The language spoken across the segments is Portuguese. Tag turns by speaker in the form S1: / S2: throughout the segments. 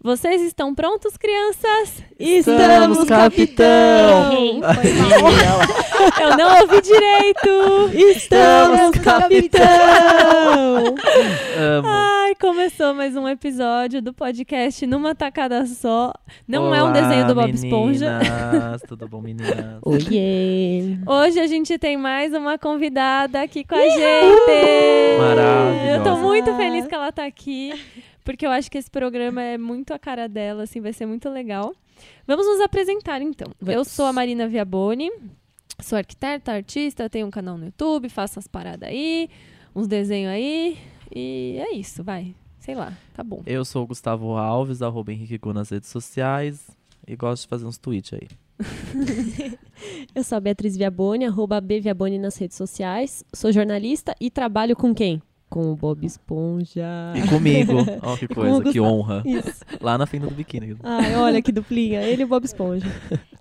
S1: Vocês estão prontos, crianças?
S2: Estamos, capitão!
S1: Errei, foi mal. Eu não ouvi direito!
S2: Estamos, capitão!
S3: Amo.
S1: Ai, começou mais um episódio do podcast Numa Tacada Só. Não é um
S3: Olá,
S1: desenho do Bob Esponja.
S3: Meninas, tudo bom, meninas?
S2: Oiê!
S1: Hoje a gente tem mais uma convidada aqui com a gente.
S3: Maravilhosa.
S1: Eu tô muito feliz que ela tá aqui, porque eu acho que esse programa é muito a cara dela, assim, vai ser muito legal. Vamos nos apresentar então. Eu
S2: Vamos.
S1: sou a Marina Viaboni, sou arquiteta, artista, tenho um canal no YouTube, faço as paradas aí, uns desenhos aí, e é isso, vai. Sei lá, tá bom.
S3: Eu sou o Gustavo Alves, arroba Henrique Gu nas redes sociais. E gosto de fazer uns tweets aí.
S2: Eu sou a Beatriz Viaboni, arroba B Viaboni nas redes sociais. Sou jornalista e trabalho com quem? Com o Bob Esponja.
S3: E comigo. Ó, que
S2: Ah. com o
S3: coisa, que
S2: Gustavo.
S3: honra.
S2: Isso.
S3: Lá na fenda do biquíni.
S2: Ai, olha que duplinha. Ele e o Bob Esponja.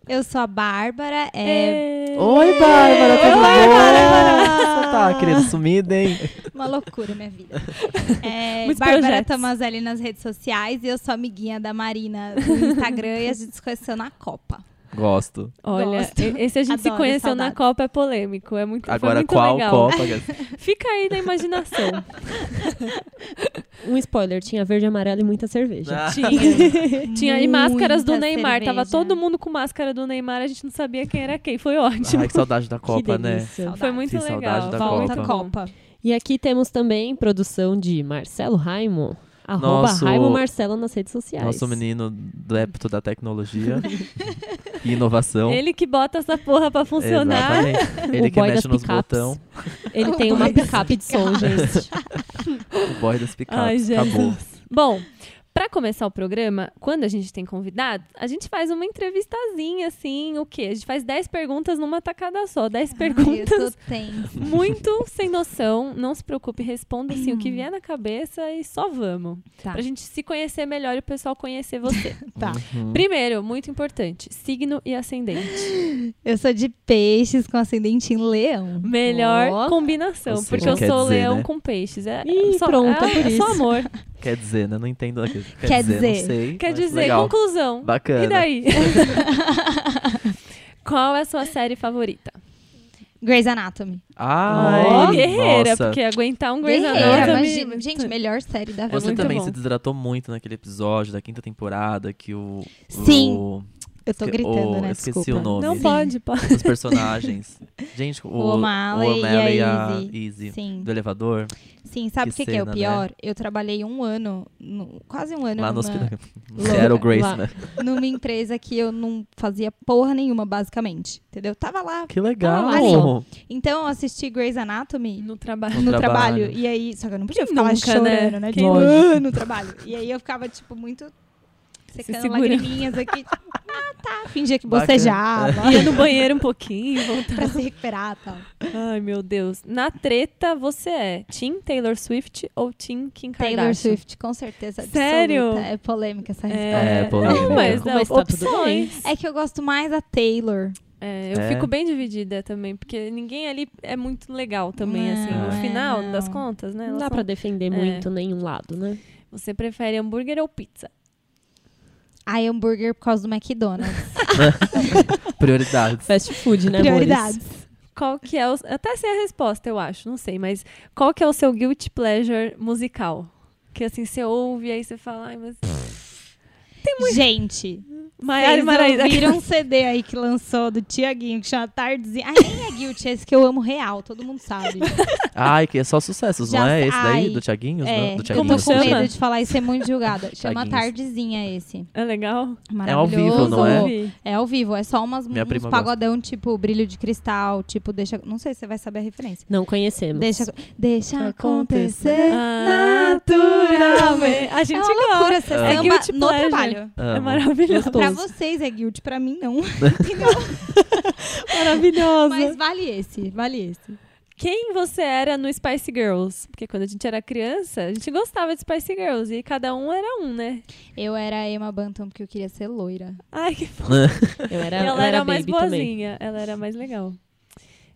S4: Eu sou a Bárbara. É
S1: É...
S3: Oi, Bárbara, tudo bom?
S4: Bárbara!
S3: Você tá, querida, sumida, hein?
S4: uma loucura minha vida. É
S1: Muitos
S4: Bárbara
S1: projetos.
S4: Tomazelli nas redes sociais e eu sou amiguinha da Marina no Instagram e a gente se conheceu na Copa.
S3: Gosto.
S1: Olha,
S4: Gosto.
S1: e- esse a gente se
S4: Adoro,
S1: conheceu na
S4: saudades.
S1: Copa, é polêmico. É muito, foi
S3: Agora,
S1: muito
S3: qual
S1: legal.
S3: Copa?
S1: Fica aí na imaginação.
S2: Um spoiler, tinha verde, amarelo e muita cerveja.
S3: Ah,
S2: É
S1: Tinha. Tinha e máscaras do
S4: Muita
S1: Neymar. Tava
S4: cerveja.
S1: todo mundo com máscara do Neymar, a gente não sabia quem era quem. Foi ótimo.
S3: Ai, que saudade da Copa,
S2: que
S3: né?
S2: delícia.
S1: Foi muito
S3: que saudade
S1: legal.
S3: da
S1: Foi
S4: Volta
S1: muito
S4: a
S3: Copa.
S1: bom.
S4: Copa.
S2: E aqui temos também produção de Marcelo Raimo. Arroba
S3: Nosso-
S2: Raimo Marcelo nas redes sociais.
S3: Nosso menino adepto da tecnologia e inovação.
S1: Ele é que bota essa porra pra funcionar.
S3: Então- Exatamente. Ele
S2: O
S3: que
S2: boy
S3: mexe
S2: das
S3: nos
S2: picapes.
S3: botões.
S2: Ele tem uma picape de som, gente.
S3: O boy das
S1: Ai,
S3: picapes.
S1: Jesus.
S3: Acabou.
S1: Bom, pra começar o programa, quando a gente tem convidado, a gente faz uma entrevistazinha, assim, o quê? A gente faz 10 perguntas numa tacada só. 10
S4: Ai, eu
S1: perguntas
S4: tô tensa.
S1: muito sem noção. Não se preocupe, responda assim o que vier na cabeça e só vamos.
S4: Tá.
S1: Pra gente se conhecer melhor e o pessoal conhecer você.
S4: Tá.
S3: Uhum.
S1: Primeiro, muito importante, signo e ascendente.
S4: Eu sou de peixes com ascendente em leão.
S1: Melhor
S2: Ó.
S1: combinação,
S3: Ou seja,
S1: porque eu
S3: quer
S1: sou
S3: dizer,
S1: leão
S3: né?
S1: com peixes. É,
S2: Ih,
S1: só,
S2: pronto,
S1: é,
S2: é por
S1: é só
S2: isso.
S1: amor.
S3: Quer dizer, né? Não entendo daquilo. Quer,
S4: Quer
S3: dizer,
S4: dizer.
S3: não sei.
S1: Quer
S3: mas
S1: dizer,
S3: legal.
S1: conclusão.
S3: Bacana.
S1: E daí? Qual é a sua série favorita?
S4: Grey's Anatomy.
S3: Ai,
S1: Ó, guerreira,
S3: nossa.
S1: porque aguentar um Grey's
S4: Guerreira,
S1: Anatomy...
S4: imagina. Gente, melhor série da vida.
S3: Você
S1: muito
S3: também
S1: bom.
S3: se desidratou muito naquele episódio da quinta temporada que o.
S4: Sim.
S3: o-
S4: Eu tô
S3: esque-
S4: gritando,
S3: o-
S4: né?
S3: Esqueci
S4: Desculpa.
S3: o nome.
S1: Não
S4: Sim.
S1: pode, pode.
S3: Os personagens. Gente, o,
S4: O O'Malley
S3: o O'Malley
S4: e a
S3: Izzy.
S4: Sim.
S3: Do elevador,
S4: Sim, sabe o
S3: Que
S4: que, que é o
S3: cena, né?
S4: pior? Eu trabalhei um ano, no- quase um ano
S3: lá no
S4: numa,
S3: hospital.
S2: Louca.
S3: Era o Grace,
S2: Lá.
S3: né?
S4: numa empresa que eu não fazia porra nenhuma, basicamente. Entendeu? Tava lá.
S3: Que legal!
S4: Ah, ali. Então eu assisti Grey's Anatomy
S1: No trabalho.
S3: No
S4: no,
S3: trabalho.
S4: trabalho. E aí, só que eu não podia
S1: Quem
S4: ficar lá
S1: nunca,
S4: chorando,
S1: né?
S4: né?
S1: Quem
S4: De
S2: nunca?
S4: "Ah", no trabalho. E aí eu ficava, tipo, muito secando
S1: segurando.
S4: lagriminhas aqui. tipo, ah, tá. Fingia que
S3: Bacana.
S4: bocejava
S1: Ia no banheiro um pouquinho, voltava.
S4: pra se recuperar tá? e tal.
S1: Ai, meu Deus. Na treta, você é Team Taylor Swift ou Team Kim Kardashian?
S4: Taylor Swift, com certeza.
S1: Sério?
S4: absoluta. É polêmica essa resposta.
S1: É,
S3: É, polêmica.
S1: Não, mas,
S2: Mas
S1: não,
S2: tá tudo
S1: opções.
S4: É que eu gosto mais da Taylor.
S1: É, eu
S3: É.
S1: fico bem dividida também, porque ninguém ali é muito legal também, assim, no
S4: É,
S1: final
S4: não.
S1: das contas, né?
S2: Não
S1: Elas
S2: dá
S1: são-
S2: pra defender
S1: É.
S2: muito nenhum lado, né?
S1: Você prefere hambúrguer ou pizza?
S4: Ai, hambúrguer por causa do McDonald's.
S3: Prioridades.
S2: Fast food, né,
S4: Prioridades.
S1: Qual que é o... Até sei a resposta, eu acho, não sei, mas qual que é o seu guilty pleasure musical? Que assim, você ouve, aí você fala, ai, mas...
S4: Gente,
S1: Maiara e
S4: vocês
S1: Maraísa.
S4: ouviram um CD aí que lançou do Tiaguinho, que chama Tardezinha. Ai, nem é Guilty, é esse que eu amo real, todo mundo sabe.
S3: Ai, que é só sucessos, não
S4: Já
S3: é?
S4: sei.
S3: Esse daí,
S4: Ai.
S3: do Thiaguinhos?
S4: É,
S3: né? Do
S4: eu tô com
S3: Thiaguinhos.
S1: Chama?
S4: medo de falar e ser muito julgada. Chama
S3: Thiaguinhos.
S4: Tardezinha esse.
S1: É legal?
S3: É ao vivo,
S4: Maravilhoso.
S3: não é?
S1: Ouvi.
S4: É ao vivo, é só umas,
S3: Minha prima
S4: uns pagodão, tipo Brilho de Cristal, tipo Deixa... Não sei se você vai saber a referência.
S2: Não conhecemos.
S4: Deixa, deixa acontecer
S1: Ah,
S4: naturalmente.
S1: A gente
S4: é uma loucura, você tipo
S3: É
S4: samba
S1: guilty
S4: no
S1: pleasure.
S4: trabalho.
S1: É
S3: Amo.
S1: maravilhoso.
S4: Pra vocês é guilty, pra mim não.
S1: Maravilhosa.
S4: Mas vale esse, vale esse.
S1: Quem você era no Spice Girls? Porque quando a gente era criança, a gente gostava de Spice Girls e cada um era um, né?
S4: Eu era a Emma Bantam porque eu queria ser loira.
S1: Ai, que fofo.
S2: Eu era, eu
S1: Ela era, mais
S2: baby
S1: boazinha,
S2: também.
S1: ela era mais legal.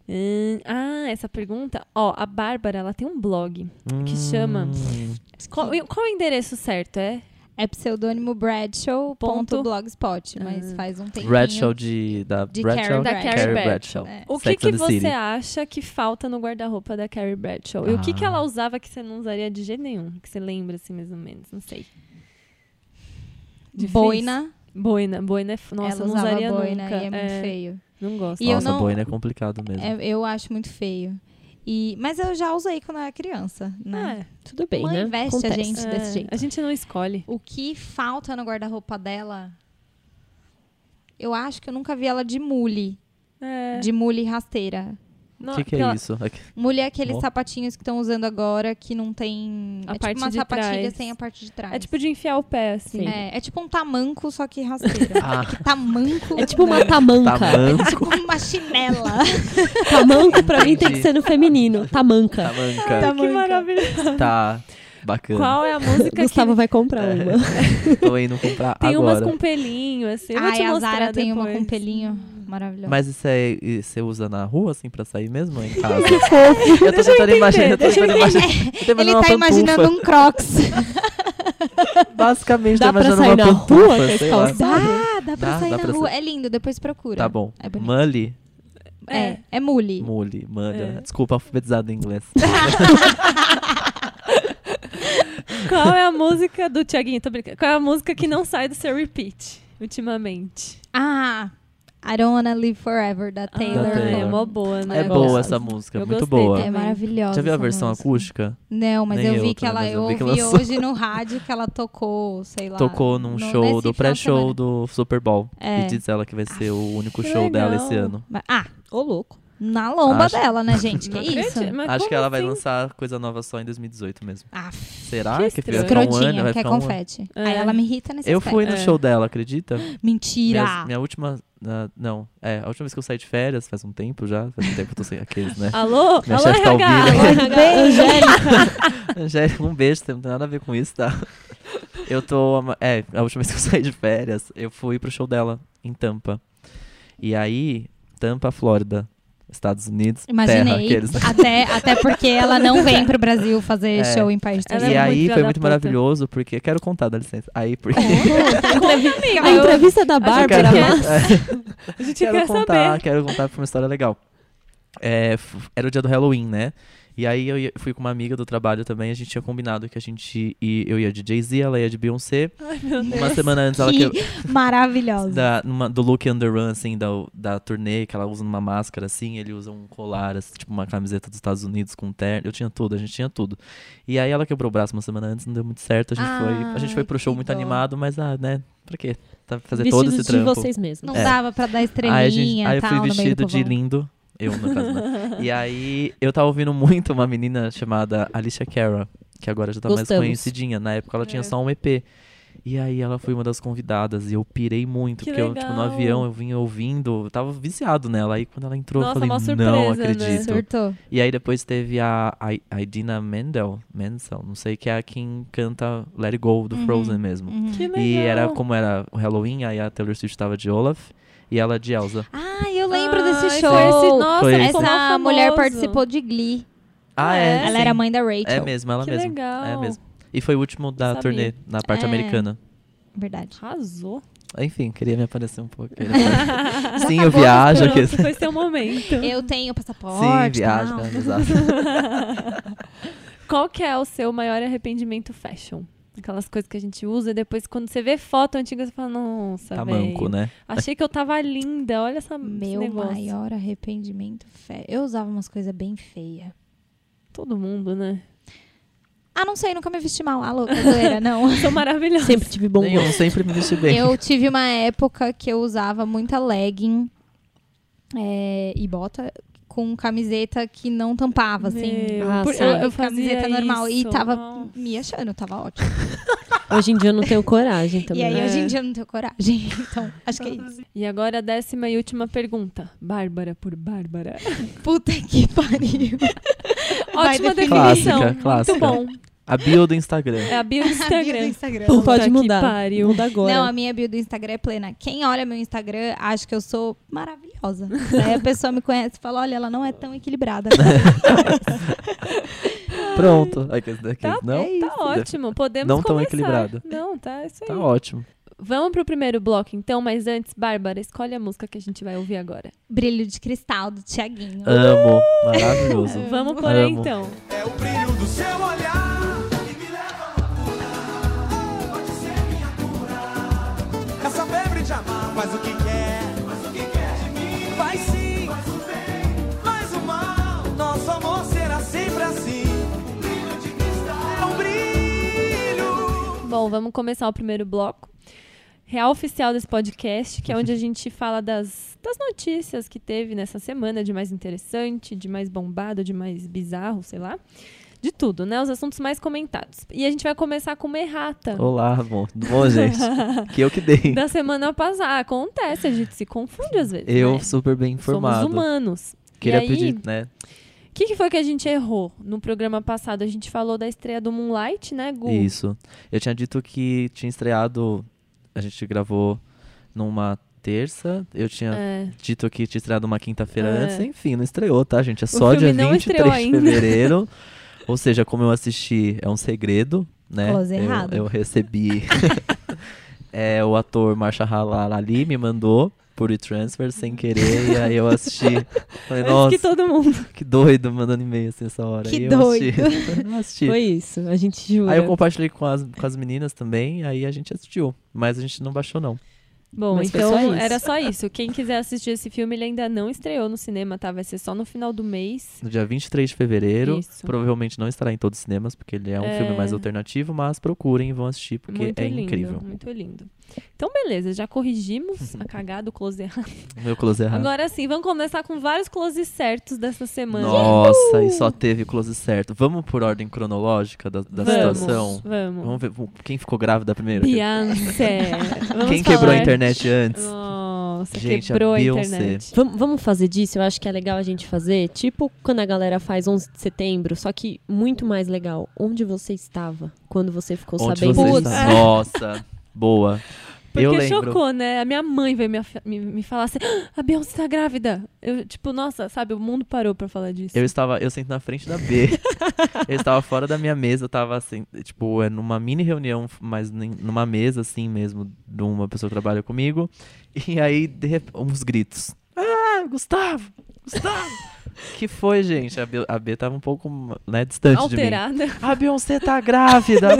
S1: Hum, ah, essa pergunta. Ó, a Bárbara, ela tem um blog. Que chama.
S3: Hum.
S1: Qual, qual o endereço certo é?
S4: É pseudônimo Bradshaw.blogspot, mas
S1: Ah.
S4: faz um tempinho.
S3: Bradshaw de, da
S4: De
S3: Bradshaw.
S4: Carrie
S1: Da
S4: Bradshaw.
S1: Carrie
S3: Carrie
S1: Bradshaw.
S3: Bradshaw.
S4: É.
S1: O que,
S3: Sex
S1: que
S3: and the City.
S1: você acha que falta no guarda-roupa da Carrie Bradshaw? E o que, que
S3: Ah.
S1: ela usava que você não usaria de jeito nenhum? Que você lembra, assim, mais ou menos? Não sei. Difícil.
S4: Boina.
S1: Boina. Boina é... f- Nossa,
S4: Ela
S1: eu não
S4: usava
S1: usaria
S4: boina
S1: nunca.
S4: e é muito
S1: É,
S4: feio.
S1: Não gosto.
S4: E eu
S3: Nossa,
S4: não-
S3: boina é complicado mesmo.
S4: É, eu acho muito feio. E, mas eu já usei quando eu era criança, né?
S1: Ah,
S2: Tudo bem,
S4: Mãe
S2: né?
S4: veste a
S2: Acontece.
S4: gente.
S1: é,
S4: desse jeito.
S1: A gente não escolhe.
S4: O que falta no guarda-roupa dela? Eu acho que eu nunca vi ela de mule.
S1: É.
S4: De mule rasteira.
S1: não,
S3: O que, que é
S1: aquela-
S3: isso?
S4: Mule é aqueles
S3: Bom.
S4: sapatinhos que estão usando agora que não tem.
S1: A
S4: é
S1: parte
S4: tipo uma
S1: de
S4: sapatilha
S1: trás.
S4: sem a parte de trás.
S1: É tipo de enfiar o pé, assim.
S2: Sim.
S4: É, é tipo um tamanco, só que rasteira.
S3: Ah. tá
S4: Que tamanco.
S2: É tipo uma tamanca.
S4: É
S3: Tamanco.
S4: tipo uma chinela.
S2: Tamanco pra mim tem que
S3: Entendi.
S2: ser no feminino. Tamanca.
S3: Tamanca.
S1: Que maravilhoso.
S3: Tá.
S1: Ah,
S3: Bacana.
S1: Qual é a música
S2: Gustavo vai comprar
S3: É.
S2: uma.
S3: Tô indo comprar
S1: que... Tem
S3: agora.
S1: umas com pelinho, assim. Eu vou te
S4: Ai, a
S1: mostrar
S4: Zara tem uma com
S1: depois.
S4: pelinho maravilhosa.
S3: Mas isso é. e Você usa na rua, assim, pra sair mesmo? ou Em casa?
S2: Fofo.
S3: eu tô tentando imaginar. Eu tô tentando imaginar. Eu tô
S4: Ele
S3: imaginando
S4: tá
S3: uma
S4: imaginando
S3: pantufa.
S4: um crocs.
S3: Basicamente,
S2: Dá
S3: tô
S2: pra
S3: tá imaginando
S2: sair
S3: uma
S2: na
S3: pantufa,
S2: rua com esse
S3: sei lá.
S2: calçado?
S4: Ah, dá pra
S3: Dá-
S4: sair
S3: dá
S4: na
S3: pra
S4: rua. É lindo, depois procura.
S3: Tá bom.
S4: É bonito.
S3: Mully?
S1: É.
S4: É, é mule.
S3: Mully. Mully.
S1: É.
S3: Desculpa, alfabetizado em inglês. É
S1: Qual é a música do Tiaguinho? Tô brincando. Qual é a música que não sai do seu repeat ultimamente?
S4: Ah, I don't wanna live forever, da Taylor.
S1: Ah, é
S3: Taylor.
S1: mó boa, né?
S3: é
S1: Eu
S3: boa
S1: gosto.
S3: essa música.
S1: Eu
S3: muito
S1: gostei
S3: boa.
S1: também.
S4: É maravilhosa.
S3: Já viu a
S4: essa
S3: versão
S4: música.
S3: acústica?
S4: Não, mas
S3: Nem
S4: eu vi
S3: eu,
S4: que
S3: né,
S4: ela.
S3: mas
S4: Eu
S3: eu vi
S4: ouvi
S3: que lançou.
S4: hoje no rádio que ela tocou, sei lá.
S3: Tocou num
S4: no-
S3: show
S4: nesse
S3: do
S4: final de
S3: pré-show
S4: semana.
S3: do Super Bowl.
S4: É.
S3: E diz ela que vai ser o único
S1: que
S3: show dela
S1: legal.
S3: esse ano.
S4: Mas- Ah,
S2: Ô, louco.
S4: na lomba
S3: Acho-
S4: dela, né, gente? Que
S1: Não
S4: isso?
S1: acredito, mas
S3: Acho que
S1: como
S3: ela vai
S1: assim?
S3: lançar coisa nova só em 2018 mesmo.
S4: Ah,
S3: Será
S1: Que
S3: que,
S1: estranho.
S3: vai ficar um ano?
S4: crotinha,
S3: Vai
S4: quer
S3: ficar um ano?
S4: confete.
S1: É.
S4: Aí ela me irrita nesse
S3: Eu fui no
S1: É.
S3: show dela, acredita?
S4: Mentira!
S3: Minhas- minha última. ah, não, é, a última vez que eu saí de férias, faz um tempo já. Faz um tempo que eu tô sem aqueles, né?
S1: Alô?
S3: Minha
S1: Alô,
S3: chefe tá
S1: RH.
S3: ouvindo.
S1: Alô, RH.
S2: Angélica.
S3: Angélica, um beijo, você não tem nada a ver com isso, tá? Eu tô. ama- É, a última vez que eu saí de férias, eu fui pro show dela, em Tampa. E aí, Tampa, Flórida, Estados Unidos. Terra,
S4: Imaginei.
S3: aqueles.
S4: até, até porque ela não vem pro Brasil fazer
S3: É.
S4: show em país
S1: Ela
S3: e
S1: é muito
S3: aí
S1: filha
S3: foi
S1: da
S3: muito
S1: puta. Uhum.
S3: maravilhoso, porque. Quero contar, dá licença. Aí, porque.
S1: é
S4: Então,
S1: Amiga,
S2: A
S1: eu-
S2: entrevista da Bárbara. né?
S1: quero-
S2: mas-
S1: A gente
S3: quero
S1: quer
S3: contar,
S1: saber.
S3: quero contar, foi uma história legal. É, f- era o dia do Halloween, né? E aí eu ia- fui com uma amiga do trabalho também, a gente tinha combinado que a gente ia, eu ia de Jay-Z, ela ia de Beyoncé.
S1: Ai, meu Deus.
S3: Uma
S4: Né?
S3: semana antes ela
S4: Que
S3: que
S4: maravilhosa.
S3: da, numa- do look underrun, assim, da, da turnê, que ela usa uma máscara, assim, ele usa um colar, assim, tipo uma camiseta dos Estados Unidos com um terno. Eu tinha tudo, a gente tinha tudo. E aí ela quebrou o braço uma semana antes, não deu muito certo. A gente, foi, a gente foi
S4: Ai,
S3: pro show
S4: Ah, que
S3: muito
S4: dó.
S3: animado, mas, ah, né, pra quê? Tá- fazer
S2: Vestidos
S3: todo esse
S2: de
S3: trampo.
S2: vocês mesmos.
S4: Não
S3: É.
S4: dava pra
S3: Aí,
S4: dar
S3: a gente,
S4: estrelinha
S3: aí
S4: e
S3: eu
S4: tal.
S3: fui
S4: no meio do
S3: vestido de
S4: povão.
S3: lindo. Eu, no caso, não. E aí, eu tava ouvindo muito uma menina chamada Alicia Cara, que agora já tá mais
S2: Gostamos.
S3: conhecidinha. Na época ela
S1: É.
S3: tinha só um EP. E aí ela foi uma das convidadas e eu pirei muito,
S1: Que
S3: porque eu, tipo, no
S1: legal.
S3: avião eu vinha ouvindo, eu tava viciado nela. Aí quando ela entrou,
S1: Nossa, mó
S3: eu falei,
S1: surpresa,
S3: não
S1: né?
S3: acredito.
S4: Surtou.
S3: E aí depois teve a I- Idina Mendel, Menzel, não sei, que é a quem canta Let It Go do
S4: Uhum.
S3: Frozen mesmo.
S4: Uhum.
S1: Que legal.
S3: E era como era o Halloween, aí a Taylor Swift tava de Olaf e ela de Elsa.
S4: Ah, eu lembro desse
S1: Ai,
S4: show.
S1: foi esse- nossa,
S3: Foi
S1: ficou
S3: esse.
S1: mó
S4: Essa
S1: famoso.
S4: mulher participou de Glee.
S3: Ah, é.
S1: É,
S4: Ela
S3: sim.
S4: era mãe da Rachel.
S3: É mesmo, ela
S1: Que
S3: mesma.
S1: legal.
S3: É mesmo. E foi o último da
S1: Sabia.
S3: turnê, na parte
S4: É.
S3: americana.
S4: Verdade.
S1: Arrasou.
S3: Enfim, queria me aparecer um pouco.
S1: Já
S3: Sim,
S1: acabou,
S3: eu viajo.
S1: pronto,
S3: Que...
S1: Foi seu momento.
S4: Eu tenho passaporte.
S3: Sim, viajo.
S4: tal.
S3: né, exato.
S1: Qual que é o seu maior arrependimento fashion? Aquelas coisas que a gente usa e depois quando você vê foto antiga, você fala, nossa,
S3: Tamanco,
S1: véi,
S3: né?
S1: Achei que eu tava linda, olha essa esse
S4: Meu
S1: negócio.
S4: maior arrependimento. Fé. Eu usava umas coisas bem feias.
S1: Todo mundo, né?
S4: Ah, não sei, nunca me vesti mal. Ah, louca, zoeira, não.
S1: Sou maravilhosa.
S2: É. Sempre tive bom gosto.
S3: Nenhum, sempre me vesti bem.
S4: Eu tive uma época que eu usava muita legging é, e bota com camiseta que não tampava, assim.
S1: Meu,
S2: Ah,
S1: por-
S2: sabe?
S1: eu, eu fazia
S4: camiseta normal. E
S1: isso,
S4: tava
S1: nossa.
S4: me achando, tava ótimo.
S2: Hoje em dia eu não tenho coragem
S4: E
S2: também. né?
S4: aí,
S1: É.
S4: hoje em dia, eu não tenho coragem. Então, acho que é isso.
S1: E agora a décima e última pergunta. Bárbara por Bárbara.
S4: Puta que pariu. Vai
S1: Ótima
S4: definir.
S1: definição.
S3: Clássica, clássica.
S1: Muito bom.
S3: A bio do Instagram.
S1: É a bio do
S4: A bio do
S1: Instagram.
S4: Instagram.
S2: Pô,
S1: Puta
S2: pode
S1: que
S2: mudar.
S1: pariu.
S2: Muda agora.
S4: Não, a minha bio do Instagram é plena. Quem olha meu Instagram acha que eu sou maravilhosa. Aí a pessoa me conhece e fala: olha, ela não é tão equilibrada.
S3: Pronto. Aí, que- que-
S1: Tá,
S3: não,
S1: tá ótimo. Podemos
S3: Não tão
S1: começar.
S3: equilibrado.
S1: Não, tá isso aí.
S3: tá ótimo.
S1: Vamos pro primeiro bloco, então, mas antes, Bárbara, escolhe a música que a gente vai ouvir agora.
S4: Brilho de cristal do Tiaguinho.
S3: Amo. Maravilhoso.
S1: Vamos por aí,
S3: Amo.
S1: então.
S5: É o brilho do seu olhar que me leva à loucura. Oh, Pode ser minha cura. Essa febre de amar faz o que quer. Faz o que quer de mim. Faz sim. Faz o bem. Faz o mal. Nosso amor será sempre assim. Um brilho de cristal. É um brilho.
S1: Bom, vamos começar o primeiro bloco. Real oficial desse podcast, que é onde a gente fala das, das notícias que teve nessa semana, de mais interessante, de mais bombado, de mais bizarro, sei lá. De tudo, né? Os assuntos mais comentados. E a gente vai começar com uma errata.
S3: Olá, bom. Tudo Bom, gente. que eu que dei.
S1: Da semana passada. Acontece, a gente se confunde às vezes.
S3: Eu
S1: né?
S3: super bem informado.
S1: Somos humanos.
S3: Queria
S1: e aí,
S3: pedir, né?
S1: O que, que foi que a gente errou no programa passado? A gente falou da estreia do Moonlight, né, Gu?
S3: Isso. Eu tinha dito que tinha estreado. A gente gravou numa terça. Eu tinha
S1: É.
S3: dito que tinha estreado uma quinta-feira
S1: É.
S3: antes. Enfim, não estreou, tá, gente? É só
S1: filme
S3: dia
S1: não
S3: 23
S1: estreou
S3: de
S1: ainda.
S3: fevereiro. Ou seja, como eu assisti, é um segredo, né?
S4: Close
S3: eu,
S4: errado.
S3: eu recebi. é, o ator Marsha Halal ali me mandou por e-transfer sem querer. e aí eu assisti. Falei,
S1: Antes
S3: nossa,
S1: que todo mundo.
S3: que doido mandando e-mail assim essa hora.
S4: Que
S3: e eu
S4: doido.
S3: Assisti. Eu assisti.
S2: Foi isso, a gente jura.
S3: Aí eu compartilhei com as, com as meninas também, aí a gente assistiu. Mas a gente não baixou, não.
S1: Bom,
S2: Mas foi
S1: então
S2: só isso.
S1: era só isso. Quem quiser assistir esse filme, ele ainda não estreou no cinema, tá? Vai ser só no final do mês.
S3: No dia 23 de fevereiro.
S1: Isso.
S3: Provavelmente não estará em todos os cinemas, porque ele é um
S1: É.
S3: filme mais alternativo, mas procurem e vão assistir, porque
S1: muito
S3: é
S1: lindo,
S3: incrível.
S1: muito lindo. Então, beleza, já corrigimos a cagada, o close errado.
S3: Meu close é errado.
S1: Agora sim, vamos começar com vários closes certos dessa semana.
S3: Nossa, e só teve close certo. Vamos por ordem cronológica da, da
S1: Vamos,
S3: situação?
S1: Vamos.
S3: Vamos ver vamos- quem ficou grávida primeiro?
S1: Beyoncé. Vamos
S3: quem quebrou a
S1: falar-
S3: internet antes?
S1: Nossa,
S3: Gente, a
S1: quebrou a,
S3: Beyoncé.
S1: internet.
S2: Vamos, vamos fazer disso? Eu acho que é legal a gente fazer, tipo quando a galera faz 11 de setembro, só que muito mais legal. Onde você estava quando você ficou
S3: Onde
S2: sabendo
S3: você
S2: disso?
S3: está? Nossa, boa.
S1: Porque
S3: eu lembro.
S1: chocou, né? A minha mãe veio me, af- me, me falar assim, "Ah, a Beyoncé tá grávida. Eu, tipo, nossa, sabe, o mundo parou pra falar disso.
S3: Eu estava, eu sento na frente da B. eu estava fora da minha mesa, eu estava assim, tipo, é numa mini reunião, mas nem- numa mesa assim mesmo, de uma pessoa que trabalha comigo. E aí, de rep- uns gritos. Ah, Gustavo! Gustavo! que foi, gente? A B, a B tava um pouco né, distante
S1: Alterada.
S3: de mim. A Beyoncé tá grávida!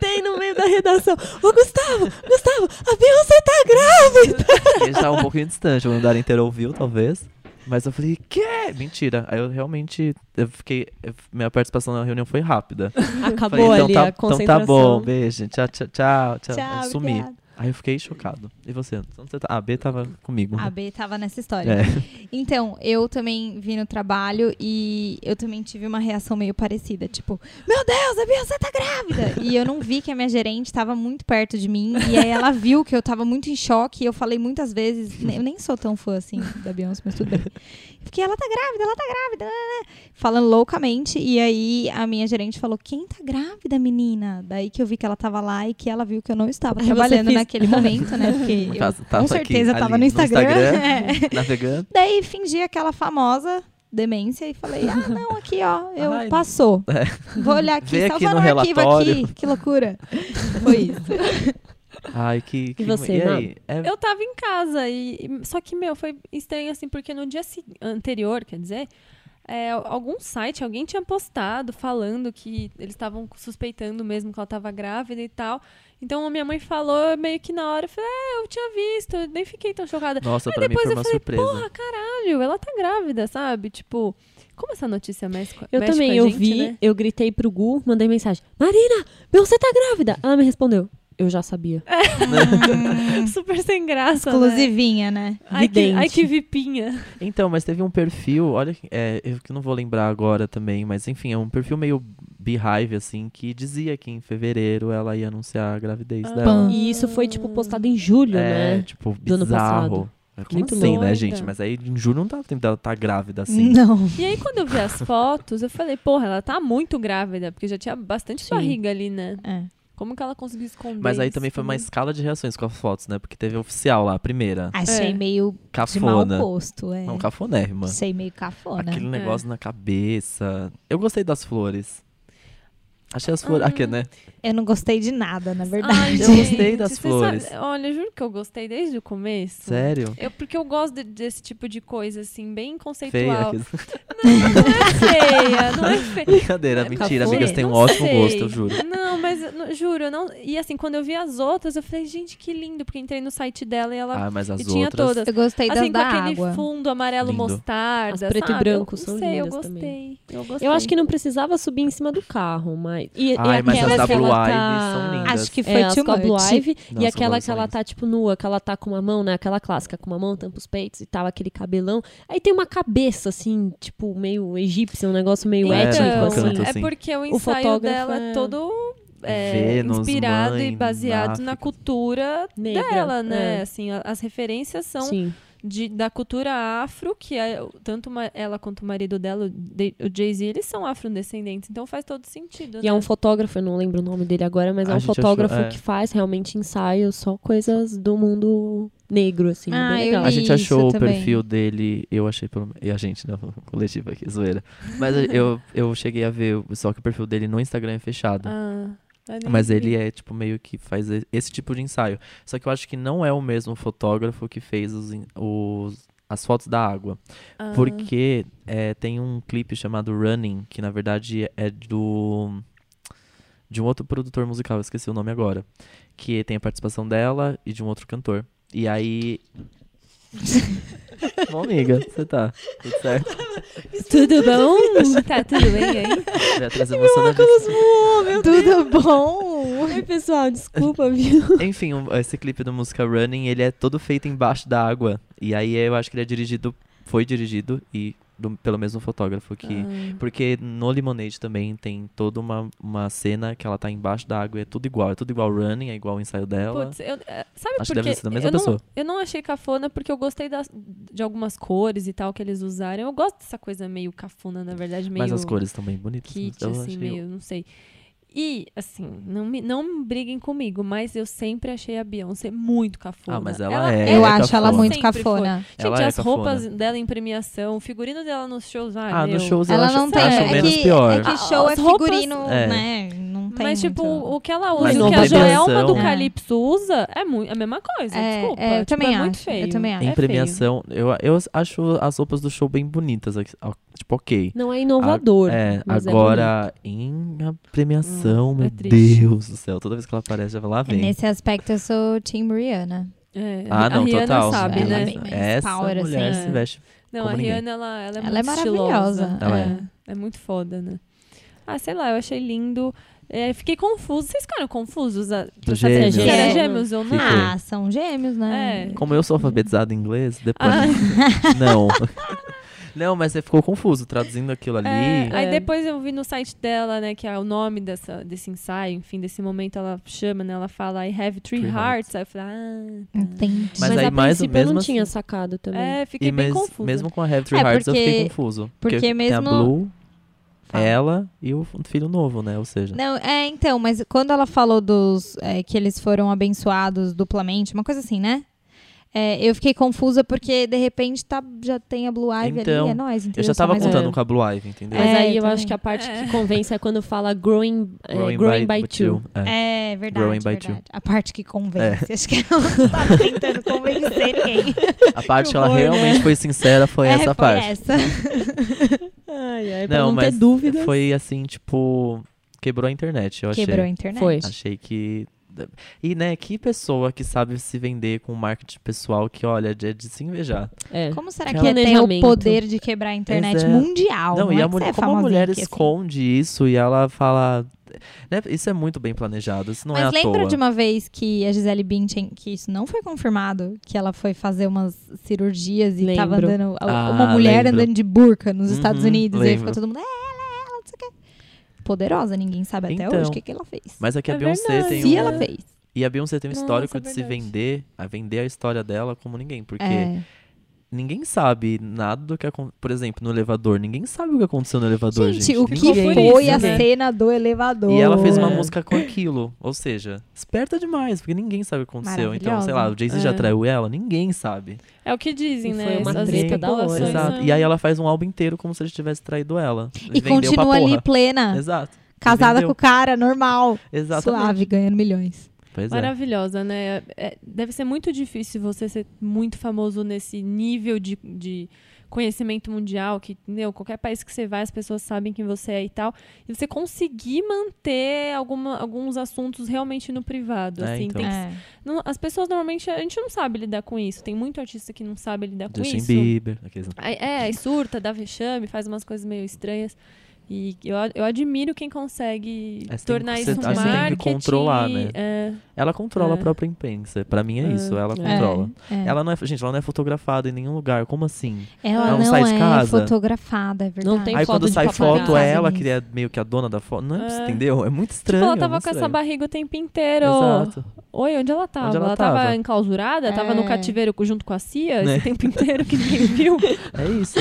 S2: Tem no meio da redação. Ô, Gustavo, Gustavo, a Beyoncé tá grávida.
S3: Ele estava um pouquinho distante, o andar inteiro ouviu, talvez. Mas eu falei, quê? Mentira. Aí eu realmente, eu fiquei, eu- minha participação na reunião foi rápida.
S2: Acabou
S3: Falei,
S2: ali
S3: então,
S2: a
S3: tá, então
S2: concentração.
S3: tá bom, beijo, tchau, tchau, tchau, tchau.
S4: Tchau,
S3: Eu sumi.
S4: obrigada.
S3: Aí eu fiquei chocado. E você? Onde você tá? Ah, A B tava comigo.
S4: A
S3: né?
S4: B tava nessa história.
S3: É.
S4: Então, eu também vi no trabalho e eu também tive uma reação meio parecida. Tipo, meu Deus, a Beyoncé tá grávida! e eu não vi que a minha gerente tava muito perto de mim. E aí ela viu que eu tava muito em choque. E eu falei muitas vezes, ne- eu nem sou tão fã assim da Beyoncé, mas tudo bem. Porque ela tá grávida, ela tá grávida. né, né, né", Falando loucamente. E aí a minha gerente falou, quem tá grávida, menina? Daí que eu vi que ela tava lá e que ela viu que eu não estava
S2: Aí você
S4: trabalhando
S2: fez-
S4: naquele momento, né? Porque
S3: No
S4: eu
S3: caso, tava
S4: com certeza
S3: aqui,
S4: tava
S3: ali,
S4: no Instagram. É.
S3: Instagram navegando.
S4: Daí fingi aquela famosa demência e falei, ah, não, aqui, ó, eu
S3: Ai,
S4: passou. Vou olhar aqui,
S3: Vê aqui
S4: salvar
S3: no
S4: arquivo
S3: relatório.
S4: aqui. Que loucura. Foi isso.
S3: Ai, que. que
S2: você,
S3: e aí? É,
S1: Eu tava em casa e. e- Só que, meu, foi estranho assim, porque no dia se- anterior, quer dizer, é, algum site, alguém tinha postado falando que eles estavam suspeitando mesmo que ela tava grávida e tal. Então a minha mãe falou meio que na hora, eu falei, é, eu tinha visto, eu nem fiquei tão chocada.
S3: Nossa,
S1: Aí
S3: pra mim
S1: depois
S3: foi
S1: eu
S3: uma
S1: falei,
S3: surpresa.
S1: porra, caralho, ela tá grávida, sabe? Tipo, como essa notícia mexe com
S2: Eu
S1: mexe
S2: também,
S1: com a
S2: eu
S1: gente,
S2: vi,
S1: né?
S2: eu gritei pro Gu, mandei mensagem. Marina, Beyoncé tá grávida. Ela me respondeu. Eu já sabia.
S1: né? Super sem graça, né?
S4: Exclusivinha, né?
S1: Ai que, ai
S2: vidente.
S1: que vipinha.
S3: Então, mas teve um perfil, olha, que- é, eu que não vou lembrar agora também, mas enfim, é um perfil meio beehive, assim, que dizia que em fevereiro ela ia anunciar a gravidez dela.
S1: Ah.
S4: Pam.
S2: E isso foi, tipo, postado em julho,
S3: É,
S2: né?
S3: tipo,
S2: Do ano
S3: bizarro.
S2: passado.
S3: É, Como
S2: Muito
S3: assim, né,
S1: doida.
S3: gente? Mas aí em julho não tá o tempo dela tá grávida, assim.
S4: Não.
S1: E aí, quando eu vi as fotos, eu falei, porra, ela tá muito grávida, porque já tinha bastante
S2: Sim.
S1: barriga ali, né?
S4: É.
S1: Como que ela conseguiu esconder
S3: Mas aí
S1: isso né?"
S3: também foi uma escala de reações com as fotos, né? Porque teve a oficial lá, a primeira.
S4: Achei
S1: É.
S4: meio de mau
S3: Cafona.
S4: gosto, é.
S3: Não, cafonérrima.
S4: Achei meio cafona.
S3: Aquele
S1: É.
S3: negócio na cabeça. Eu gostei das flores. Achei as flores. Aqui, né?
S4: Eu não gostei de nada,
S3: Ah,
S4: na verdade.
S1: Ai,
S3: Eu gostei
S1: gente,
S3: das
S1: vocês
S3: flores.
S1: sabem- olha, juro que eu gostei desde o começo.
S3: Sério?
S1: Eu, porque eu gosto de- desse tipo de coisa, assim, bem
S3: Feia.
S1: conceitual. Feia, não é feia.
S3: Brincadeira, mentira, amigas têm um ótimo
S1: sei.
S3: gosto, eu juro.
S1: Não, mas eu não- juro, eu não. E assim, quando eu vi as outras, eu falei, gente, que lindo, porque entrei no site dela e ela.
S3: Ah, mas as
S1: e tinha
S3: outras.
S1: todas.
S4: Eu gostei das
S1: assim, com
S4: da
S1: aquele
S4: água.
S1: fundo amarelo
S3: Lindo.
S1: mostarda.
S2: As preto e
S1: sabe?
S2: branco
S1: eu, não
S2: são
S1: sei, eu
S2: lindas
S1: gostei,
S2: também.
S1: eu gostei.
S2: Eu acho que não precisava subir em cima do carro, mas. E, e
S3: Ai, mas as
S2: aquela
S3: da
S2: que
S3: Blue
S2: ela
S3: Ivy
S2: tá...
S3: são lindas.
S4: Acho que foi
S2: É, as
S4: too
S2: com a Blue
S4: much.
S2: Ivy. e
S3: Nossa,
S2: aquela
S3: Glória
S2: que ela
S3: Salles.
S2: tá, tipo, nua, que ela tá com uma mão, né? Aquela clássica, com uma mão, tampa os peitos e tal, aquele cabelão. Aí tem uma cabeça, assim, tipo, meio egípcia, um negócio meio
S3: É,
S2: étnico,
S3: tipo,
S2: assim.
S3: canto,
S1: é
S3: assim.
S1: porque o ensaio
S2: fotógrafo
S1: dela é
S2: é-
S1: todo é,
S3: Vênus,
S1: inspirado
S3: Mãe,
S1: e baseado
S3: na
S1: na
S3: África.
S1: cultura
S2: Negra,
S1: dela, né?
S2: é.
S1: Assim, a- as referências são
S2: Sim.
S1: de- da cultura afro, que é, tanto ma- ela quanto o marido dela, o de- o Jay-Z, eles são afrodescendentes, então faz todo sentido.
S2: E é
S1: né?
S2: um fotógrafo, eu não lembro o nome dele agora, mas
S3: A
S2: é um
S3: gente achou,
S2: fotógrafo
S3: é.
S2: que faz realmente ensaio só coisas do mundo negro, assim. é
S4: Ah,
S2: bem
S4: eu
S2: legal.
S3: A gente achou
S4: Isso
S3: o
S4: também.
S3: perfil dele, eu achei pelo E a gente, não, coletivo aqui, zoeira. Mas eu, eu cheguei a ver, só que o perfil dele no Instagram é fechado.
S1: Ah, eu nem
S3: Mas
S1: vi.
S3: ele é, tipo, meio que faz e- esse tipo de ensaio. Só que eu acho que não é o mesmo fotógrafo que fez os, en- os- as fotos da água.
S1: Ah,
S3: Porque é, tem um clipe chamado Running, que na verdade é do. De um outro produtor musical, eu esqueci o nome agora. Que tem a participação dela e de um outro cantor. E aí. Bom, amiga, você tá. Tudo certo?
S2: Tudo bom?
S1: Tá tudo bem aí?
S3: Já trazer você na
S2: óculos voou, meu
S4: Tudo bom?
S2: Oi, pessoal, desculpa, viu?
S3: Enfim, um- esse clipe da música Running, ele é todo feito embaixo da água. E aí eu acho que ele é dirigido, foi dirigido e do- pelo mesmo fotógrafo que.
S1: Ah.
S3: Porque no Lemonade também tem toda uma, uma cena que ela tá embaixo da água e é tudo igual. É tudo igual Running, é igual o ensaio dela.
S1: Putz, eu, é, sabe
S3: Acho que
S1: por
S3: deve
S1: quê?
S3: ser da mesma
S1: eu não-
S3: pessoa.
S1: eu não achei cafona porque eu gostei das, de algumas cores e tal que eles usaram. Eu gosto dessa coisa meio cafona, na verdade, meio
S3: Mas as cores também bonitas. né?
S1: kit,
S3: Eu
S1: assim,
S3: achei-
S1: meio, não sei. E, assim, não, me, não briguem comigo, mas eu sempre achei a Beyoncé muito cafona.
S3: Ah, mas ela é,
S4: eu
S3: é
S4: acho ela
S3: cafona.
S4: muito
S1: Sempre foi.
S4: cafona.
S1: Gente,
S3: Ela é
S1: as
S3: cafona.
S1: roupas dela em premiação, o figurino dela nos shows, ah,
S3: Ah,
S1: meu.
S3: nos shows
S4: Ela
S3: eu acho,
S4: não tem.
S3: acho
S4: é,
S3: menos
S4: que,
S3: pior.
S4: é que show é
S1: As roupas-
S4: figurino,
S3: É.
S4: né? Não tem.
S1: Mas, tipo,
S4: muito.
S1: o que ela usa,
S3: Mas
S1: e o
S3: não
S1: que a
S3: tem
S1: Joelma
S3: premiação.
S1: do
S4: É.
S1: Calypso usa, é muito, a mesma coisa,
S4: É,
S1: desculpa.
S4: é, eu
S1: Tipo,
S4: também
S1: é muito
S4: acho, eu
S1: feio.
S4: também acho.
S3: Em
S1: É feio.
S3: premiação, eu, eu acho as roupas do show bem bonitas. aqui- ó, Tipo, ok.
S2: Não é inovador.
S3: É,
S2: mas é
S3: agora em a premiação,
S1: Hum,
S3: meu
S1: é triste.
S3: Deus do céu, toda vez que ela aparece, ela lá vem.
S4: Nesse aspecto, eu sou Team Rihanna.
S1: É,
S3: Ah, não,
S1: a Rihanna
S3: total.
S1: sabe,
S3: ela
S1: né?
S3: é
S4: bem mais
S3: Essa
S4: power, assim,
S3: mulher
S1: né?
S3: se veste.
S1: Não,
S3: Como
S1: a
S3: ninguém.
S1: Rihanna, ela, ela é
S4: Ela é
S1: muito
S4: maravilhosa.
S1: estilosa.
S3: Ela
S1: é. é muito foda, né? Ah, sei lá, eu achei lindo. É, fiquei confusa. Vocês ficaram confusos? Ah, A, pra saber
S3: gêmeos.
S1: se era
S4: É.
S1: gêmeos ou não?
S3: Ficou.
S4: Ah, são gêmeos, né?
S1: É.
S3: Como eu sou alfabetizado em inglês, depois.
S1: Ah.
S3: não. não, mas você ficou confuso traduzindo aquilo ali.
S1: É, aí
S2: É.
S1: depois eu vi no site dela, né, que é o nome dessa, desse ensaio, enfim, desse momento ela chama, né, ela fala I have three,
S3: Three
S1: hearts. Aí eu falei, ah, tá.
S4: Entendi.
S3: Mas
S2: Mas,
S3: aí,
S2: a
S3: mais ou
S2: princípio, eu não
S3: menos assim-
S2: tinha sacado também.
S1: É, fiquei
S3: e
S1: bem
S3: mes-
S1: confusa.
S3: mesmo com a Have Three
S4: É,
S3: Hearts eu fiquei
S4: porque-
S3: confuso.
S4: porque
S3: tem a
S4: mesmo- Ah.
S3: Blue,
S4: Fala.
S3: é ela e o filho novo, né? Ou seja,
S4: Não, é, então, mas quando ela falou dos é, que eles foram abençoados duplamente, uma coisa assim, né? É, eu fiquei confusa porque, de repente, tá, já tem a Blue Ivy
S3: Então,
S4: ali, é nóis, entendeu?
S3: eu já tava
S4: Sou mais
S3: contando
S2: é.
S3: com a Blue Ivy, entendeu?
S2: Mas
S4: É,
S2: aí eu
S4: também.
S2: acho que a parte que convence é quando fala growing, é, growing, by, two.
S3: É.
S4: É, é verdade,
S3: Growing by É.
S4: verdade. A parte que convence. Acho que ela não tava tentando convencer ninguém.
S3: A parte que ela
S4: horror, né?
S3: realmente foi sincera foi
S4: é,
S3: essa
S4: foi
S3: parte.
S4: Essa.
S2: Ai, ai, pra
S3: Não,
S2: não, ter
S3: mas
S2: dúvida.
S3: foi assim, tipo, quebrou a internet, eu achei.
S4: Quebrou a internet.
S2: Foi.
S3: Achei que. E, né, que pessoa que sabe se vender com marketing pessoal que, olha, é de se invejar.
S2: É.
S4: Como será que
S3: Aquela-
S4: ela tem o
S2: Planejamento.
S4: poder de quebrar a internet
S3: Exato.
S4: mundial?
S3: não, e
S4: é
S3: a
S4: que
S3: mulher,
S4: você é
S3: como a
S4: famosinha
S3: mulher
S4: aqui, assim.
S3: esconde isso e ela fala. né, isso é muito bem planejado, isso não é à
S4: Mas lembra
S3: toa.
S4: de uma vez que a Gisele Bündchen, que isso não foi confirmado, que ela foi fazer umas cirurgias e tava
S2: Lembro.
S4: andando, a-
S3: Ah,
S4: uma mulher
S3: lembro.
S4: andando de burca nos
S3: Uhum,
S4: Estados Unidos, e aí
S3: lembro.
S4: ficou todo mundo, é ela, é ela, não sei o quê. Poderosa, ninguém sabe até
S3: Então,
S4: hoje o que, que ela fez.
S3: Mas é que a
S1: É
S3: Beyoncé
S1: verdade.
S3: tem
S4: Se
S3: um.
S4: ela fez.
S3: E a Beyoncé tem um
S1: Nossa,
S3: histórico
S1: é
S3: de se
S1: verdade.
S3: vender, a vender a história dela como ninguém, porque
S4: É.
S3: ninguém sabe nada do que aconteceu. Por exemplo, no elevador, ninguém sabe o que aconteceu no elevador, gente.
S4: gente, o que
S3: Ninguém.
S1: Por
S4: foi
S1: isso,
S4: a
S1: né?
S4: cena do elevador?
S3: E ela fez uma
S2: É.
S3: música com aquilo. Ou seja, esperta demais, porque ninguém sabe o que aconteceu. Então, sei lá, o Jay-Z
S1: É.
S3: já traiu ela, ninguém sabe.
S1: É o que dizem,
S2: E
S1: né?
S2: foi uma
S1: As
S2: treta
S1: especulações né?
S2: da hora.
S3: Exato.
S1: são-
S3: E aí ela faz um álbum inteiro como se ele tivesse traído ela.
S4: E
S3: Vendeu pra
S4: continua ali
S3: porra.
S4: plena,
S3: Exato.
S4: casada
S3: Vendeu.
S4: com o cara, normal,
S3: Exatamente.
S4: suave, ganhando milhões.
S3: Pois é.
S1: Maravilhosa, né? É, deve ser muito difícil você ser muito famoso nesse nível de, de conhecimento mundial, que meu, qualquer país que você vai, as pessoas sabem quem você é e tal. E você conseguir manter alguma, alguns assuntos realmente no privado.
S3: É,
S1: assim,
S3: então.
S1: tem que-
S4: É.
S1: não- as pessoas normalmente, a gente não sabe lidar com isso. Tem muito artista que não sabe lidar com
S3: Justin
S1: isso.
S3: Bieber. Aqueles...
S1: Aí- É, aí surta, dá vexame, faz umas coisas meio estranhas. E eu, eu admiro quem consegue
S3: É, você tem
S1: tornar
S3: que-
S1: isso
S3: você-
S1: um
S3: acho que tem que
S1: marketing.
S3: controlar, né?
S1: é.
S3: Ela controla
S1: É.
S3: a própria imprensa. Pra mim é isso, ela
S2: É.
S3: controla.
S4: É.
S3: Ela não é, gente, ela não é fotografada em nenhum lugar. Como assim?
S4: Ela
S3: Ela
S4: não,
S3: não sai de
S4: é
S3: casa.
S4: fotografada, é verdade.
S2: Não tem
S3: Aí
S2: foto
S3: quando
S2: de
S3: sai
S2: paparazzi.
S3: foto, é ela
S4: Nisso.
S3: que é meio que a dona da foto. Não é,
S1: É.
S3: entendeu? É muito estranho.
S1: tipo, ela tava
S3: muito
S1: com essa
S3: estranho.
S1: barriga o tempo inteiro.
S3: Exato.
S1: Oi, onde ela tava?
S3: Onde ela
S1: tava,
S3: tava?
S1: enclausurada? Tava
S4: É.
S1: no cativeiro co- junto com a Cia
S3: Né?
S1: esse tempo inteiro que ninguém viu?
S3: É isso.